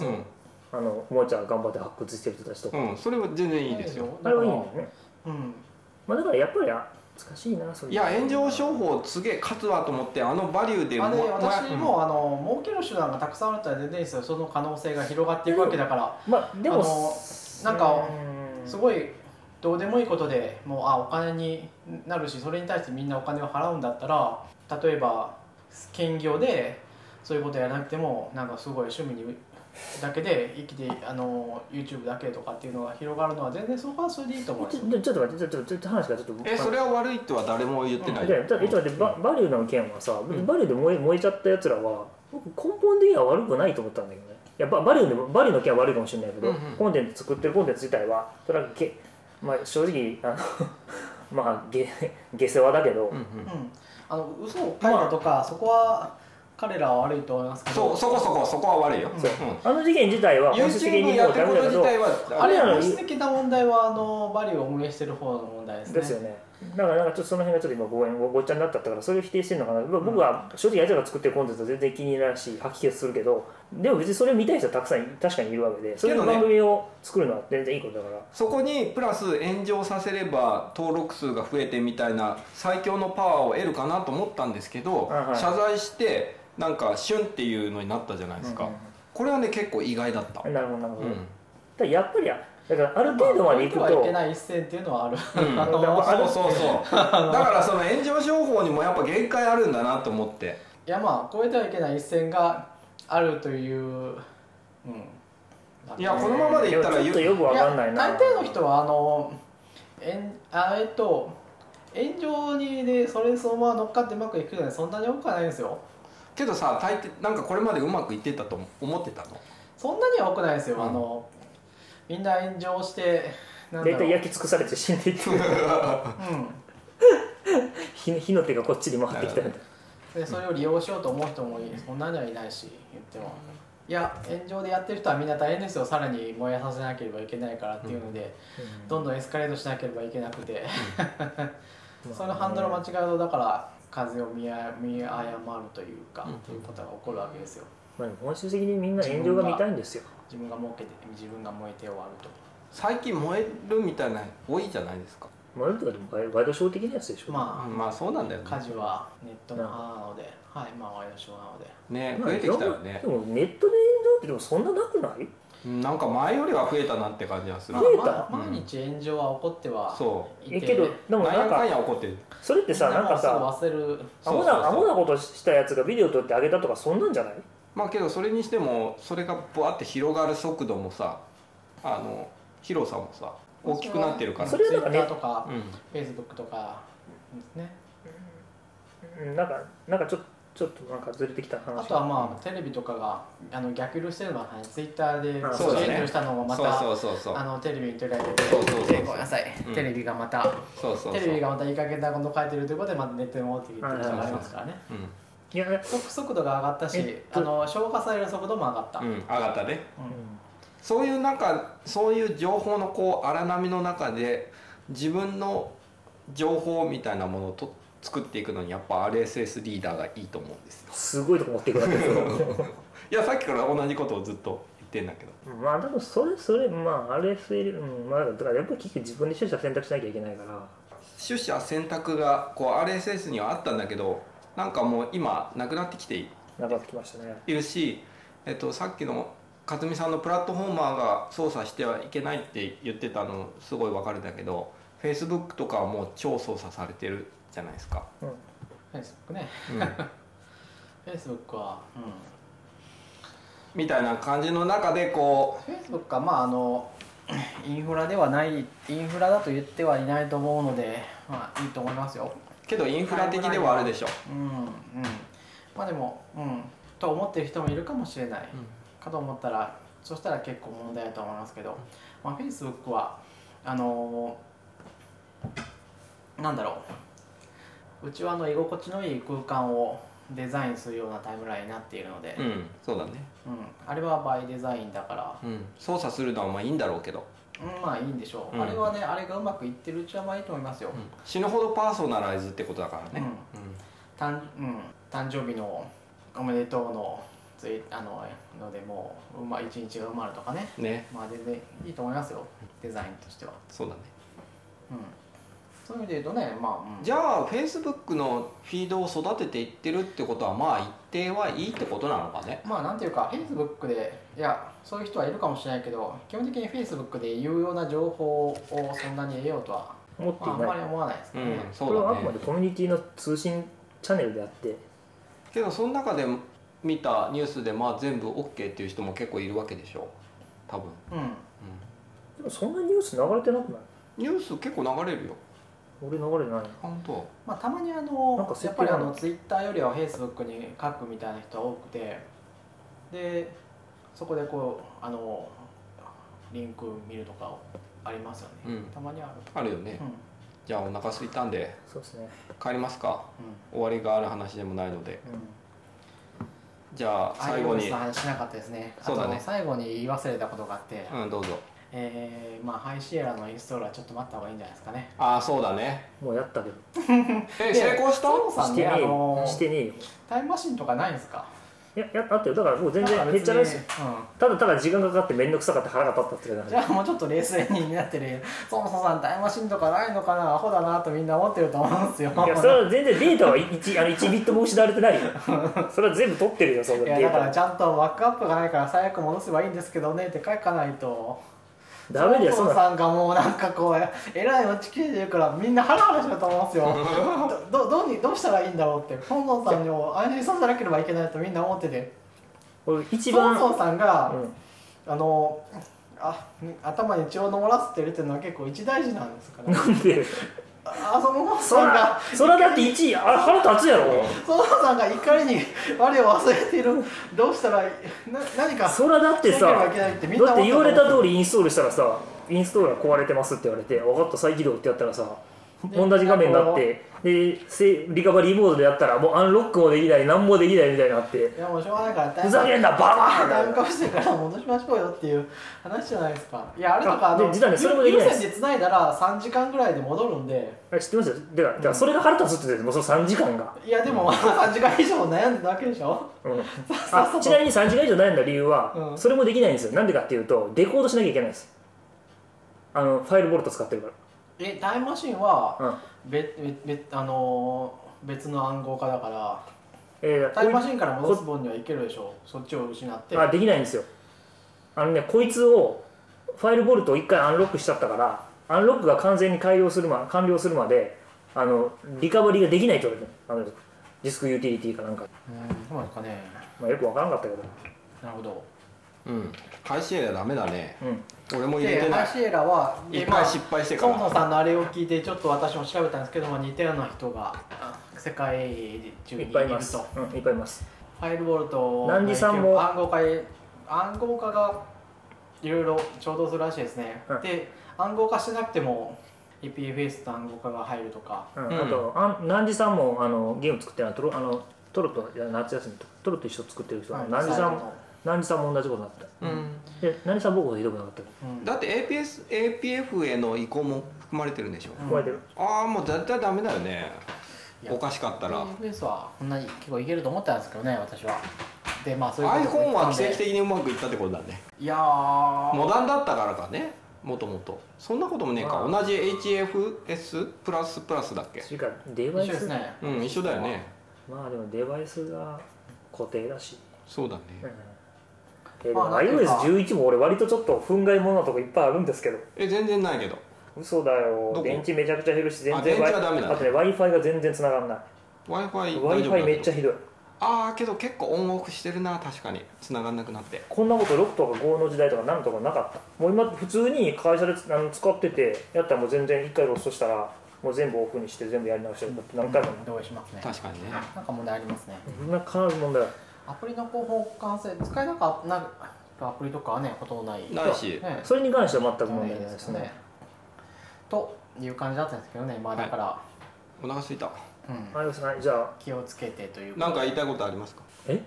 S3: あの、おもちゃ頑張って発掘してる人たちとか。
S1: ん、うん、それは全然いいですよ
S3: あれはいいんだよね。
S2: うん
S3: まあ、だからやっぱりあ難しいなそれ
S1: いや炎上商法すげえ勝つわと思ってあのバリューで
S2: あれ
S1: も
S2: 私
S1: うん
S2: もあの儲ける手段がたくさんあるとは全然いいですよその可能性が広がっていくわけだから
S3: まあでも
S2: あのなんか
S3: うん
S2: すごいどうでもいいことでもうあお金になるしそれに対してみんなお金を払うんだったら例えば兼業でそういうことやらなくてもなんかすごい趣味にだけで生きてあの YouTube だけとかっていうのが広がるのは全然そこはそれでいいと思うんです
S3: ち
S2: よ
S3: ょちょっと待ってちょっとちょっと話がちょっと
S1: えそれは悪いとは誰も言ってない
S3: でちょっと待ってババリューの件はさ、バリューで燃え燃えちゃったやつらは僕根本的には悪くないと思ったんだけどねいやババリューのバリューの件は悪いかもしれないけど、
S1: うんうん
S3: コンテンツ作ってるコンテンツ自体はそれはげ、まあ、正直あの まあげ下世話だけ
S1: うん
S3: ど、
S1: うん
S2: うん、あの嘘を書いたとか、そこは彼らは悪いと思いますけ
S1: そ
S2: ど
S1: うそこそこそこは悪いよ、うん
S3: あの事件自体は本質的
S1: YouTube
S3: にも
S1: や
S3: う
S1: って
S3: ダ
S1: るこ
S3: メ
S1: と
S3: だ
S1: 自
S3: けど
S1: 体は
S2: あれ
S3: あ
S2: 本
S3: れなの
S2: 質的な問題はあのバリューを運営してる方の問題ですね
S3: ですよねだからなんかちょっとその辺がちょっと今ごごごっちゃになったったからそれを否定してるのかなまあ僕は正直やつらが作ってるコンテンツは全然気に入らないし吐き気するけどでも別にそれを見たい人はたくさん確かにいるわけでそれの番組を作るのは全然いいことだから、
S1: そこにプラス炎上させれば登録数が増えてみたいな最強のパワーを得るかなと思ったんですけど、
S3: はいはい
S1: 謝罪してなんか旬っていうのになったじゃないですか、これはね結構意外だった、
S3: なるほどなるほ
S1: う
S3: ど、
S1: ん
S3: だからやっぱりだからある程度までいくと、
S2: まあ超えてはいけない一線っていうのはある、
S1: うん
S2: あ
S3: だから
S2: の
S1: そうそうそう だからその炎上商法にもやっぱ限界あるんだなと思って
S2: いやまあ超えてはいけない一線があるという、うん、
S1: いやこのままでいったら
S3: でもちょっとよくわかんないな
S2: や大抵の人はあのえんあえっと炎上にでそれにそのまま乗っかってうまくいくのはそんなに多くはないんですよ
S1: けどさ大抵なんかこれまでうまくいってたと思ってたの
S2: そんなには多くないですよ、
S1: うん
S2: あのみんな炎上してなんだ
S3: 大
S2: ろう
S3: 体、焼き尽くされて死んでいって 火 火の手がこっちに回ってきたみたい
S2: うん、でそれを利用しようと思う人もいそんなにはいないし言ってもいや炎上でやってる人はみんな大変ですよさらに燃やさせなければいけないからっていうので、どんどんエスカレートしなければいけなくて、そのハンドルを間違えるとだから風を見あ見誤るというか、
S1: うん
S2: ことが起こるわけですよ
S3: まあでも本質的にみんな炎上が見たいんですよ
S2: 自分が儲けて自分が燃えて終わると
S1: 最近燃えるみたいなの多いじゃないですか
S3: まあ、とかでもワイワイドショー的なやつでしょ、
S2: まあ、
S1: まあそうなんだよね
S2: 家事はネットの派なので、はいまあワイドショーなので
S1: ね
S3: まあ
S1: 増えてきたよね
S3: でもネットで炎上ってでもそんななくない
S1: うんなんか前よりは増えたなって感じがする
S3: ま増えた
S2: まあ毎日炎上は起こっては
S1: そ
S2: い
S3: え
S2: て
S3: けどで
S1: う
S3: も
S1: なん
S3: な
S1: や
S3: ん
S1: かん
S3: か
S1: や怒ってる
S3: それってさなんかさ
S2: すぐ忘れる
S1: そ
S3: ア
S1: うそうそ
S3: ホ
S1: う
S3: なアホなことしたやつがビデオ撮ってあげたとかそんなんじゃない
S1: まあけどそれにしてもそれがブワって広がる速度もさあの広さもさ大きくなってるから
S3: それはなんかね
S2: Twitter とか
S1: うん
S2: Facebook とかですね
S3: うんなんかなんかちょちょっとなんかずれてきた話
S2: あとはまあテレビとかがあの逆流してるのは、はい、Twitter で
S3: あ
S1: そうだね
S2: 逆流したのもまた
S1: そうそうそうそう
S2: あのテレビに取り上げ
S1: そうそうそう
S2: てでごめんなさい、
S1: うん
S2: テレビがまた
S1: そうそうそう
S2: テレビがまたいい加減なこと書いてるということでまたネットに戻ってきてる
S3: はい
S2: こ
S3: はい
S2: と
S3: はい
S2: がありますからね
S1: うん
S3: いや、
S2: 速速度が上がったし、
S3: えっと
S2: あの消化される速度も上がった、
S1: うん、上がったね
S3: うん
S1: そういうなんかそういう情報のこう荒波の中で自分の情報みたいなものをと作っていくのにやっぱ RSS リーダーがいいと思うんですよ
S3: すごいとこ持っていくわけですよ
S1: いやさっきから同じことをずっと言ってんだけど
S3: まあでもそれそれまあ RSL、うん、まあだからやっぱり結局自分で取捨選択しなきゃいけないから
S1: 取捨選択がこう RSS にはあったんだけどなんかもう今なくなってきて
S3: なくなってきましたね
S1: いるし、えっと、さっきの勝美さんのプラットフォーマーが操作してはいけないって言ってたのすごいわかるんだけど Facebook とかはもう超操作されてるじゃないですか。
S3: うん
S2: Facebook ね
S1: うん、
S2: Facebook は、うん、
S1: みたいな感じの中でこ
S2: フェイスブックはまああのインフラではないインフラだと言ってはいないと思うのでまあいいと思いますよ
S1: うけどインフラ的ではあるでしょ。
S2: うんうんまあでもうんと思ってる人もいるかもしれない、かと思ったらそしたら結構問題だと思いますけど、まあ、フェイスブックはあのーなんだろううちはあの居心地のいい空間をデザインするようなタイムラインになっているので
S1: う、ん、そうだね、
S2: うんあれはバイデザインだから、
S1: うん、操作するのはまあいいんだろうけど、
S2: うんまあいいんでしょう、
S1: うん
S2: あれはねあれがうまくいってるうちはまあいいと思いますよ、
S1: うん死ぬほどパーソナライズってことだからね、
S2: 誕うん、誕生日のおめでとうのツイあののでもう、まあ、一日が埋まるとかね
S1: うん、ね
S2: まあ全然いいと思いますよデザインとしては
S1: そうだね
S2: うんそういう意味で言うとねまあ、うん
S1: じゃあ Facebook のフィードを育てていってるってことはまあ一定はいいってことなのかね
S2: まあなんていうか Facebook でいやそういう人はいるかもしれないけど基本的に Facebook で有用な情報をそんなに得ようとは、
S3: 持ってい
S2: まあ、あん
S3: な
S2: ま
S3: い
S2: り思わないです
S1: う
S2: けど
S1: ん
S2: ね、
S1: そ
S3: こ
S1: う
S3: れは
S1: だ
S3: あくま
S1: ね
S3: でコミュニティの通信チャンネルであって
S1: けどその中で見たニュースでまあ全部 OK っていう人も結構いるわけでしょ多分、
S2: うん、
S1: う
S3: でもそんなニュース流れてなくない
S1: ん、ニュース結構流れるよ
S3: 俺流れてない
S1: 本当
S2: まあたまにあ
S3: なんか
S2: の
S3: 設
S2: やっ
S3: 定
S2: ぱりあ
S3: な
S2: の
S3: の
S2: Twitter よりは Facebook に書くみたいな人が多くてでそこでこうあのリンク見るとかありますよね、
S1: うん
S2: たまにある
S1: あるよね
S2: うん
S1: じゃあお腹空いたんで
S3: そうですね
S1: 帰りますか
S2: う
S1: 終わりがある話でもないので
S3: うん
S2: ん
S1: じゃあ最後
S2: アイ
S1: に
S2: ドルの話しなかったですね
S1: そうだね
S2: あと最後に言い忘れたことがあって、
S1: うんどうぞ
S2: えーまあ、ハイシエラのインストールはちょっと待った方がいいんじゃないですかね。
S1: ああそうだね
S3: もうやったけど
S1: え
S2: で
S1: 成功した
S2: そもそも
S3: し
S2: ね、
S3: てね
S2: あ
S3: え
S2: の
S3: よしてねえよ
S2: タイムマシンとかないんですか
S3: いややあったよだからもう全然
S2: なんか
S3: へっ
S2: 別
S3: ちゃ
S2: に
S3: らです
S2: うん
S3: ただただ時間かかって面倒くさかって腹が立ったっていう感じ
S2: じゃあもうちょっと冷静になってる、そもそもさんタイムマシンとかないのかな、アホだなとみんな思ってると思うんですよ。
S3: いやそれは全然データは 1, あの1ビットも失われてないよそれは全部取ってるよその
S2: い
S3: デ
S2: やだ
S3: ー
S2: から
S3: タ
S2: ちゃんとバックアップがないから最悪戻せばいいんですけどねって書かないと
S3: ダメだよ
S2: そ
S3: そん
S2: もそも
S3: な
S2: さんがもうなんかこうえらい落ちきれてるからみんなハラハラしてると思うんです よどどどうにどうしたらいいんだろうって本能さんにも安心させなければいけないとみんな思ってて
S3: 俺一
S2: そも
S3: 番
S2: そもさんが、
S3: うん
S2: あのあ頭に血をのらせてるっていうのは結構一大事なんです から、ね、
S3: なんで
S2: あその
S3: そ
S2: さん
S3: ら
S2: が
S3: そらだって1位あれ腹立つやろ
S2: そのさんが怒りに我を忘れているどうしたらいい な何か
S3: そらだってさ
S2: しなければいけないってみんな
S3: だって言われ
S2: 思って
S3: た
S2: たと思う
S3: 通りインストールしたらさインストールが壊れてますって言われて分かった再起動ってやったらさ
S2: で
S3: 同じ画面になってでせリカバリーモードでやったらもうアンロックもできない何もできないみたいになって
S2: いやもうしょうがない から
S3: ふざけんなババア
S2: ダウン化してから戻しましょうよっていう話じゃないですかいやあれとかあ
S3: で
S2: の
S3: 実はねそれもできないです
S2: 有線で繋いだら3時間ぐらいで戻るんで
S3: あ知ってますよだからだからそれが腹立つって言ってもうその3時間が、
S2: いや でも3時間以上悩んでたわけでしょ
S3: うん、
S2: うそ
S3: あ
S2: う
S3: ちなみに3時間以上悩んだ理由は、
S2: うん
S3: それもできないんですよなんでかっていうとデコードしなきゃいけないんですあのファイルボルト使ってるか
S2: えタイムマシンは
S3: ら、うん
S2: 別別別あのー別の暗号化だから
S3: えー
S2: タイムマシンから戻す分にはいけるでしょそっちを失って
S3: あできないんですよあのねこいつをファイルボルトを1回アンロックしちゃったからアンロックが完全に完了するま完了するまであのリカバリーができないって言われてるあのディスクユーティリティかなんか、
S2: うんそうなんですかね
S3: まあ、よく分からなかったけど、
S2: なるほど
S1: うん開始エラーダメだね
S3: うん、
S1: 俺も入れ
S2: で
S1: てない
S2: ハシエラはで
S1: 一
S2: まあ
S1: 回失敗してか
S2: ソンノ
S1: ら
S2: さんのあれを聞いてちょっと私も調べたんですけども似たような人が世界中
S3: い
S2: にい
S3: っ
S2: る
S3: ぱいい
S2: と
S3: ます、うん、いっぱいいます
S2: ファイルボルト
S3: ナンジさんも
S2: 暗号化へ暗号化がいろいろ調動するらしいですね、
S3: うん
S2: で暗号化してなくても EPFS と暗号化が入るとか
S3: うん
S1: うん
S3: あとあん南次さんもあのゲーム作ってるのはトロあのトロといや夏休みとトロと一緒に作ってる人は、
S2: はい
S3: 南次さん
S2: 最後
S3: も南次さんも同じことになって
S1: うん
S3: たで南次さん僕ほどひどくなかったけど
S2: のうん
S1: だって APS APF への移行も含まれてるんでしょ、
S2: うん
S3: 加えてる、
S1: ああもう絶対ダメだよね
S2: いや
S1: おかしかったら
S2: EPFS はこんなに結構いけると思ったんですけどね私はでまあそういうこと
S1: iPhone は奇
S2: で
S1: 跡的にうまくいったってことだね
S2: いやー
S1: モダンだったからかねもともとそんなこともねえか
S3: あ
S1: 同じ HFS プラスプラスだっけ
S3: それからデバイ
S2: 一緒で
S3: ス
S2: すね
S1: うん一緒だよね
S3: まあでもデバイスが固定だし、
S1: そうだね
S3: うんえーでも
S2: まあなんていうか
S3: iOS11 も俺割とちょっと憤慨ものなとこいっぱいあるんですけど
S1: え全然ないけど
S3: 嘘だ
S1: どこ
S3: よ電池めちゃくちゃ減るし全
S1: あ
S3: 然
S1: 電池はダメだね
S3: あとね w i f i が全然繋がんない
S1: w i f i
S3: w i f i めっちゃひどい
S1: ああけど結構オンオフしてるな確かに繋がんなくなって
S3: こんなこと6とか5の時代とか7とかなかったもう今普通に会社でつあの使っててやったらもう全然1回ロストしたらもう全部オフにして全部やり直してるって何回も、
S2: 同意しますね
S1: 確かにね
S2: なんか問題ありますね
S3: そんなかなり問題だ
S2: アプリの広報完成使えなかったなんかアプリとかはねほとんどない
S1: ないし
S2: ね
S3: それに関しては全く
S2: 問
S3: 問
S2: 題
S3: 題ない
S2: で
S3: ですす
S2: よね
S3: ね
S2: という感じだったんですけどねまあだから、
S1: お腹すいた
S2: うん
S3: はいはいじゃあ
S2: 気をつけてという
S1: なんか言いたいことありますか
S3: え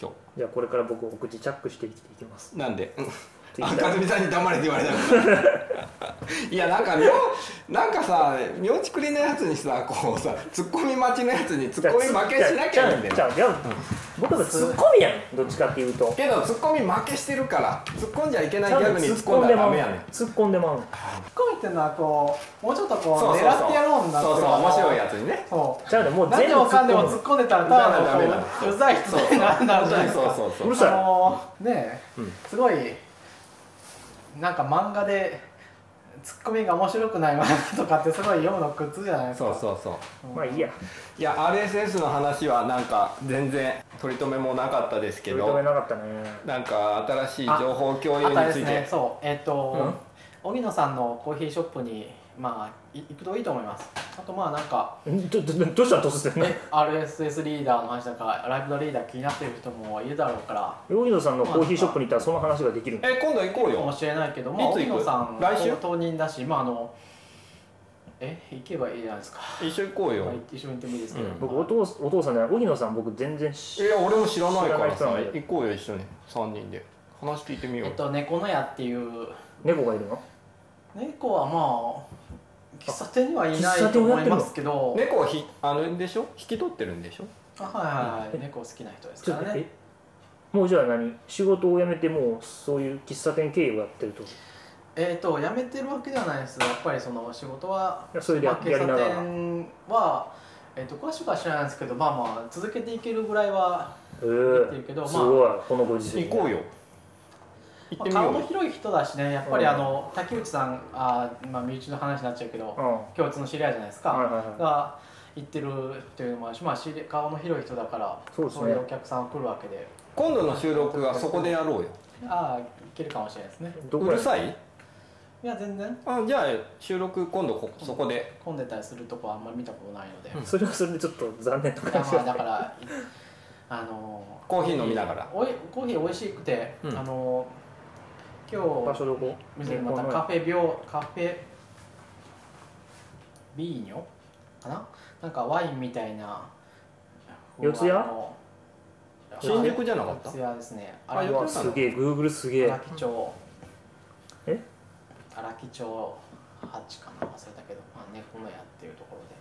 S1: 今
S3: じゃあこれから僕お口チャックして生きていきます
S1: 日なんでうん
S3: って言
S1: あ
S3: っ
S1: か
S3: た
S1: ずみさんに黙れって言われ たからいやなんか妙なんかさ妙ちくりのやつにさこうさツッコミ待ちのやつにツッコミ負けしなきゃいいんだよ
S3: じゃあじゃあ僕はツッコミやんどっちかっていうと
S1: けどツッコミ負けしてるから突っ込んじゃいけないギ
S3: ちゃ
S1: ャ
S3: ん
S1: グ
S3: と
S1: に
S3: 突
S1: 突
S3: っ
S1: っ
S3: 込
S1: 込
S3: ん
S1: ん
S3: で
S1: だら
S3: ま
S1: ダ
S3: う
S1: メやねん
S3: 突っ込んでまう
S2: 込みっていうのはこうもうちょっとこう
S1: そうそうそう
S2: 狙ってやろうになって
S1: そうそ
S2: る
S1: う
S2: から
S1: 面白いやつにね
S2: そう
S3: じゃあねもう
S2: 何
S3: 全
S2: で
S3: 部突
S2: も
S3: っ
S2: かんでも
S3: 込
S2: 突
S3: む
S2: っ込んでたらただの
S1: ダメだダメ
S2: こ
S1: だ
S2: ううざい人になるんだろうじゃないです
S1: そ
S2: か
S1: うそうそうう
S3: るさい
S2: あのーねえすごいなんか漫画でツッコミが面白くない漫画とかってすごい読むの苦痛じゃないです
S1: そ
S2: か
S1: うそうそう
S3: まあいいや
S1: いや RSS の話はなんか全然取り留めもなかったですけ
S3: 取り留め
S1: ど
S3: なかったね
S1: なんか新しい情報共有
S2: あ
S1: に
S2: とあれ
S1: つ
S2: で
S1: い
S2: す
S1: て
S2: ねそうえっ、と、荻野さんのコーヒーショップにまあい行くといいと思いますあとまあなんか
S3: んどどどうした突然
S2: え RSS リーダーの話とかライブのリーダー気になってる人もいるだろうから
S3: 荻野さんのコーヒーショップに行ったらその話ができるんだ
S1: え今度行こう
S2: かも
S1: よ
S2: しれないけどまあ
S1: いつ
S2: 荻
S1: 行く
S2: 野さん
S1: 来週
S2: 当人だしまああのえ行けばいいじゃないですか、
S1: 一緒行こうよ
S2: まあ、一緒に行ってもいいですけど、
S1: うん
S3: 僕お父お父さんじゃない荻野さん僕全然
S1: い
S3: 知
S1: や俺も知らないから
S3: 知ら
S1: さ
S3: ない人なんで
S1: 行こうよ一緒に3人で話聞いてみよう
S2: えっ
S1: よ
S2: と猫の屋っていう
S3: 猫がいるの
S2: 猫はまあ喫茶店にはいないと思いますけど、
S1: 猫はひあれでしょ引き取ってるんでしょ
S2: あはいはいはい猫好きな人です
S3: ち
S2: か
S3: ょっと
S2: ら
S3: 待っ
S2: ね
S3: てえもうじゃあ何仕事を辞めてもうそういう喫茶店経営をやってるとい
S2: えっ、と辞めてるわけではないですやっぱりその仕事は
S3: やそれで
S2: ま
S3: や
S2: あ、
S3: や
S2: 喫
S3: り
S2: 茶
S3: ながらへ
S2: 店は、えー、と詳しくは知らないですけどまあまあ続けていけるぐらいは
S3: え
S2: ってるけどまあ
S3: すごいこのご時世
S1: 行こうよ行
S2: ま
S1: って
S2: あ
S1: みよ
S2: 顔
S1: う
S2: の
S1: よ
S2: 広い人だしねやっぱり
S3: うん
S2: あの竹内さんあー、まあ、身内の話になっちゃうけど
S3: うんは
S2: 共通の知り合いじゃないです
S3: い
S2: か、
S3: はいは
S2: が行ってるというのもあるし、まあ、知り顔の広い人だから
S3: そうですね
S2: れでお客さんが来るわけで
S1: 今度の収録はそこでやろうよ
S2: ああいけるかもしれないですね
S3: いどこ
S1: う
S3: や
S1: るさい
S2: いや全然
S1: あじゃあ収録今度こそこで
S2: 混んでたりするとこはあんまり見たことないので、い
S3: それはそれでちょっと残念な
S2: や
S3: 感じ
S2: まあだ
S3: が
S2: からいあの
S1: コーヒー飲みながら
S2: おいコーヒー美味しくて、
S1: うん
S2: あの今
S3: 場
S2: 日
S3: 所どこ
S2: 店にまたカフェ病カフェビーニョかななんかワインみたいな
S3: 四谷
S2: あの
S1: 新宿じゃなかった
S2: 四谷ですね
S1: あ
S2: あれ
S1: 四
S3: うわ
S1: 谷
S3: すげえグーグルすげえ
S2: 荒木町
S3: え
S2: 荒木町八かな忘れたけど、まあ、猫の屋っていうところで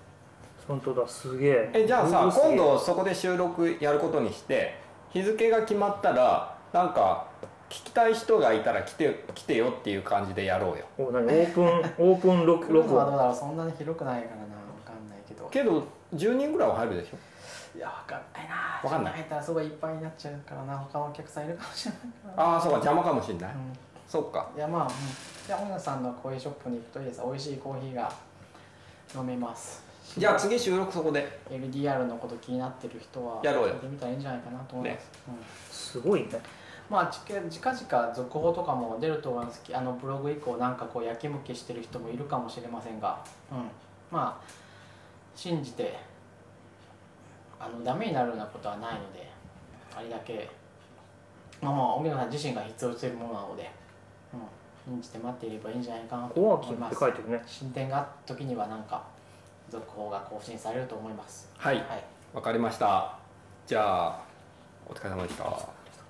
S3: 本当だすげえ
S1: えじゃあ
S3: グー
S1: さ
S3: グルすげえ
S1: 今度そこで収録やることにして日付が決まったらなんか聞きたい人がいたら来て来てよっていう感じでやろうよ
S3: お何オープンオープン録
S2: 来る
S3: 録
S2: のはどう
S3: 音
S2: だろうそんなに広くないからなわかんないけど
S1: けど10人ぐらいは入るでしょ
S2: いやわかんないな
S1: わかんない
S2: 入ったらすごいいっぱいになっちゃうからな他のお客さんいるかもしれないか
S1: ああそうか邪魔かもしんない
S2: ら、うん
S1: そっか
S2: いやまあ、うん、じゃあ本屋さんのコーヒーショップに行くといいです美味しいコーヒーが飲めます
S1: じゃあ次収録そこで
S2: LDR のこと気になってる人は
S1: やろうよ
S2: やってみたらいいんじゃないかなと思います、うん
S3: すごいね
S2: まあ、ちけ近々続報とかも出ると思いますけどあのブログ以降なんかこうやきもきしてる人もいるかもしれませんが、うん、まあ信じてあのダメになるようなことはないのであれだけまあまあ荻野さん自身が必要しているものなので、うん、信じて待っていればいいんじゃないかなと
S3: コワー
S2: 思
S3: キ
S2: い
S3: ングっ
S2: ま
S3: て
S2: す
S3: 書いてるね
S2: 進展があった時にはなんか続報が更新されると思います
S1: はい
S2: はい
S1: わかりましたじゃあお疲れ様でした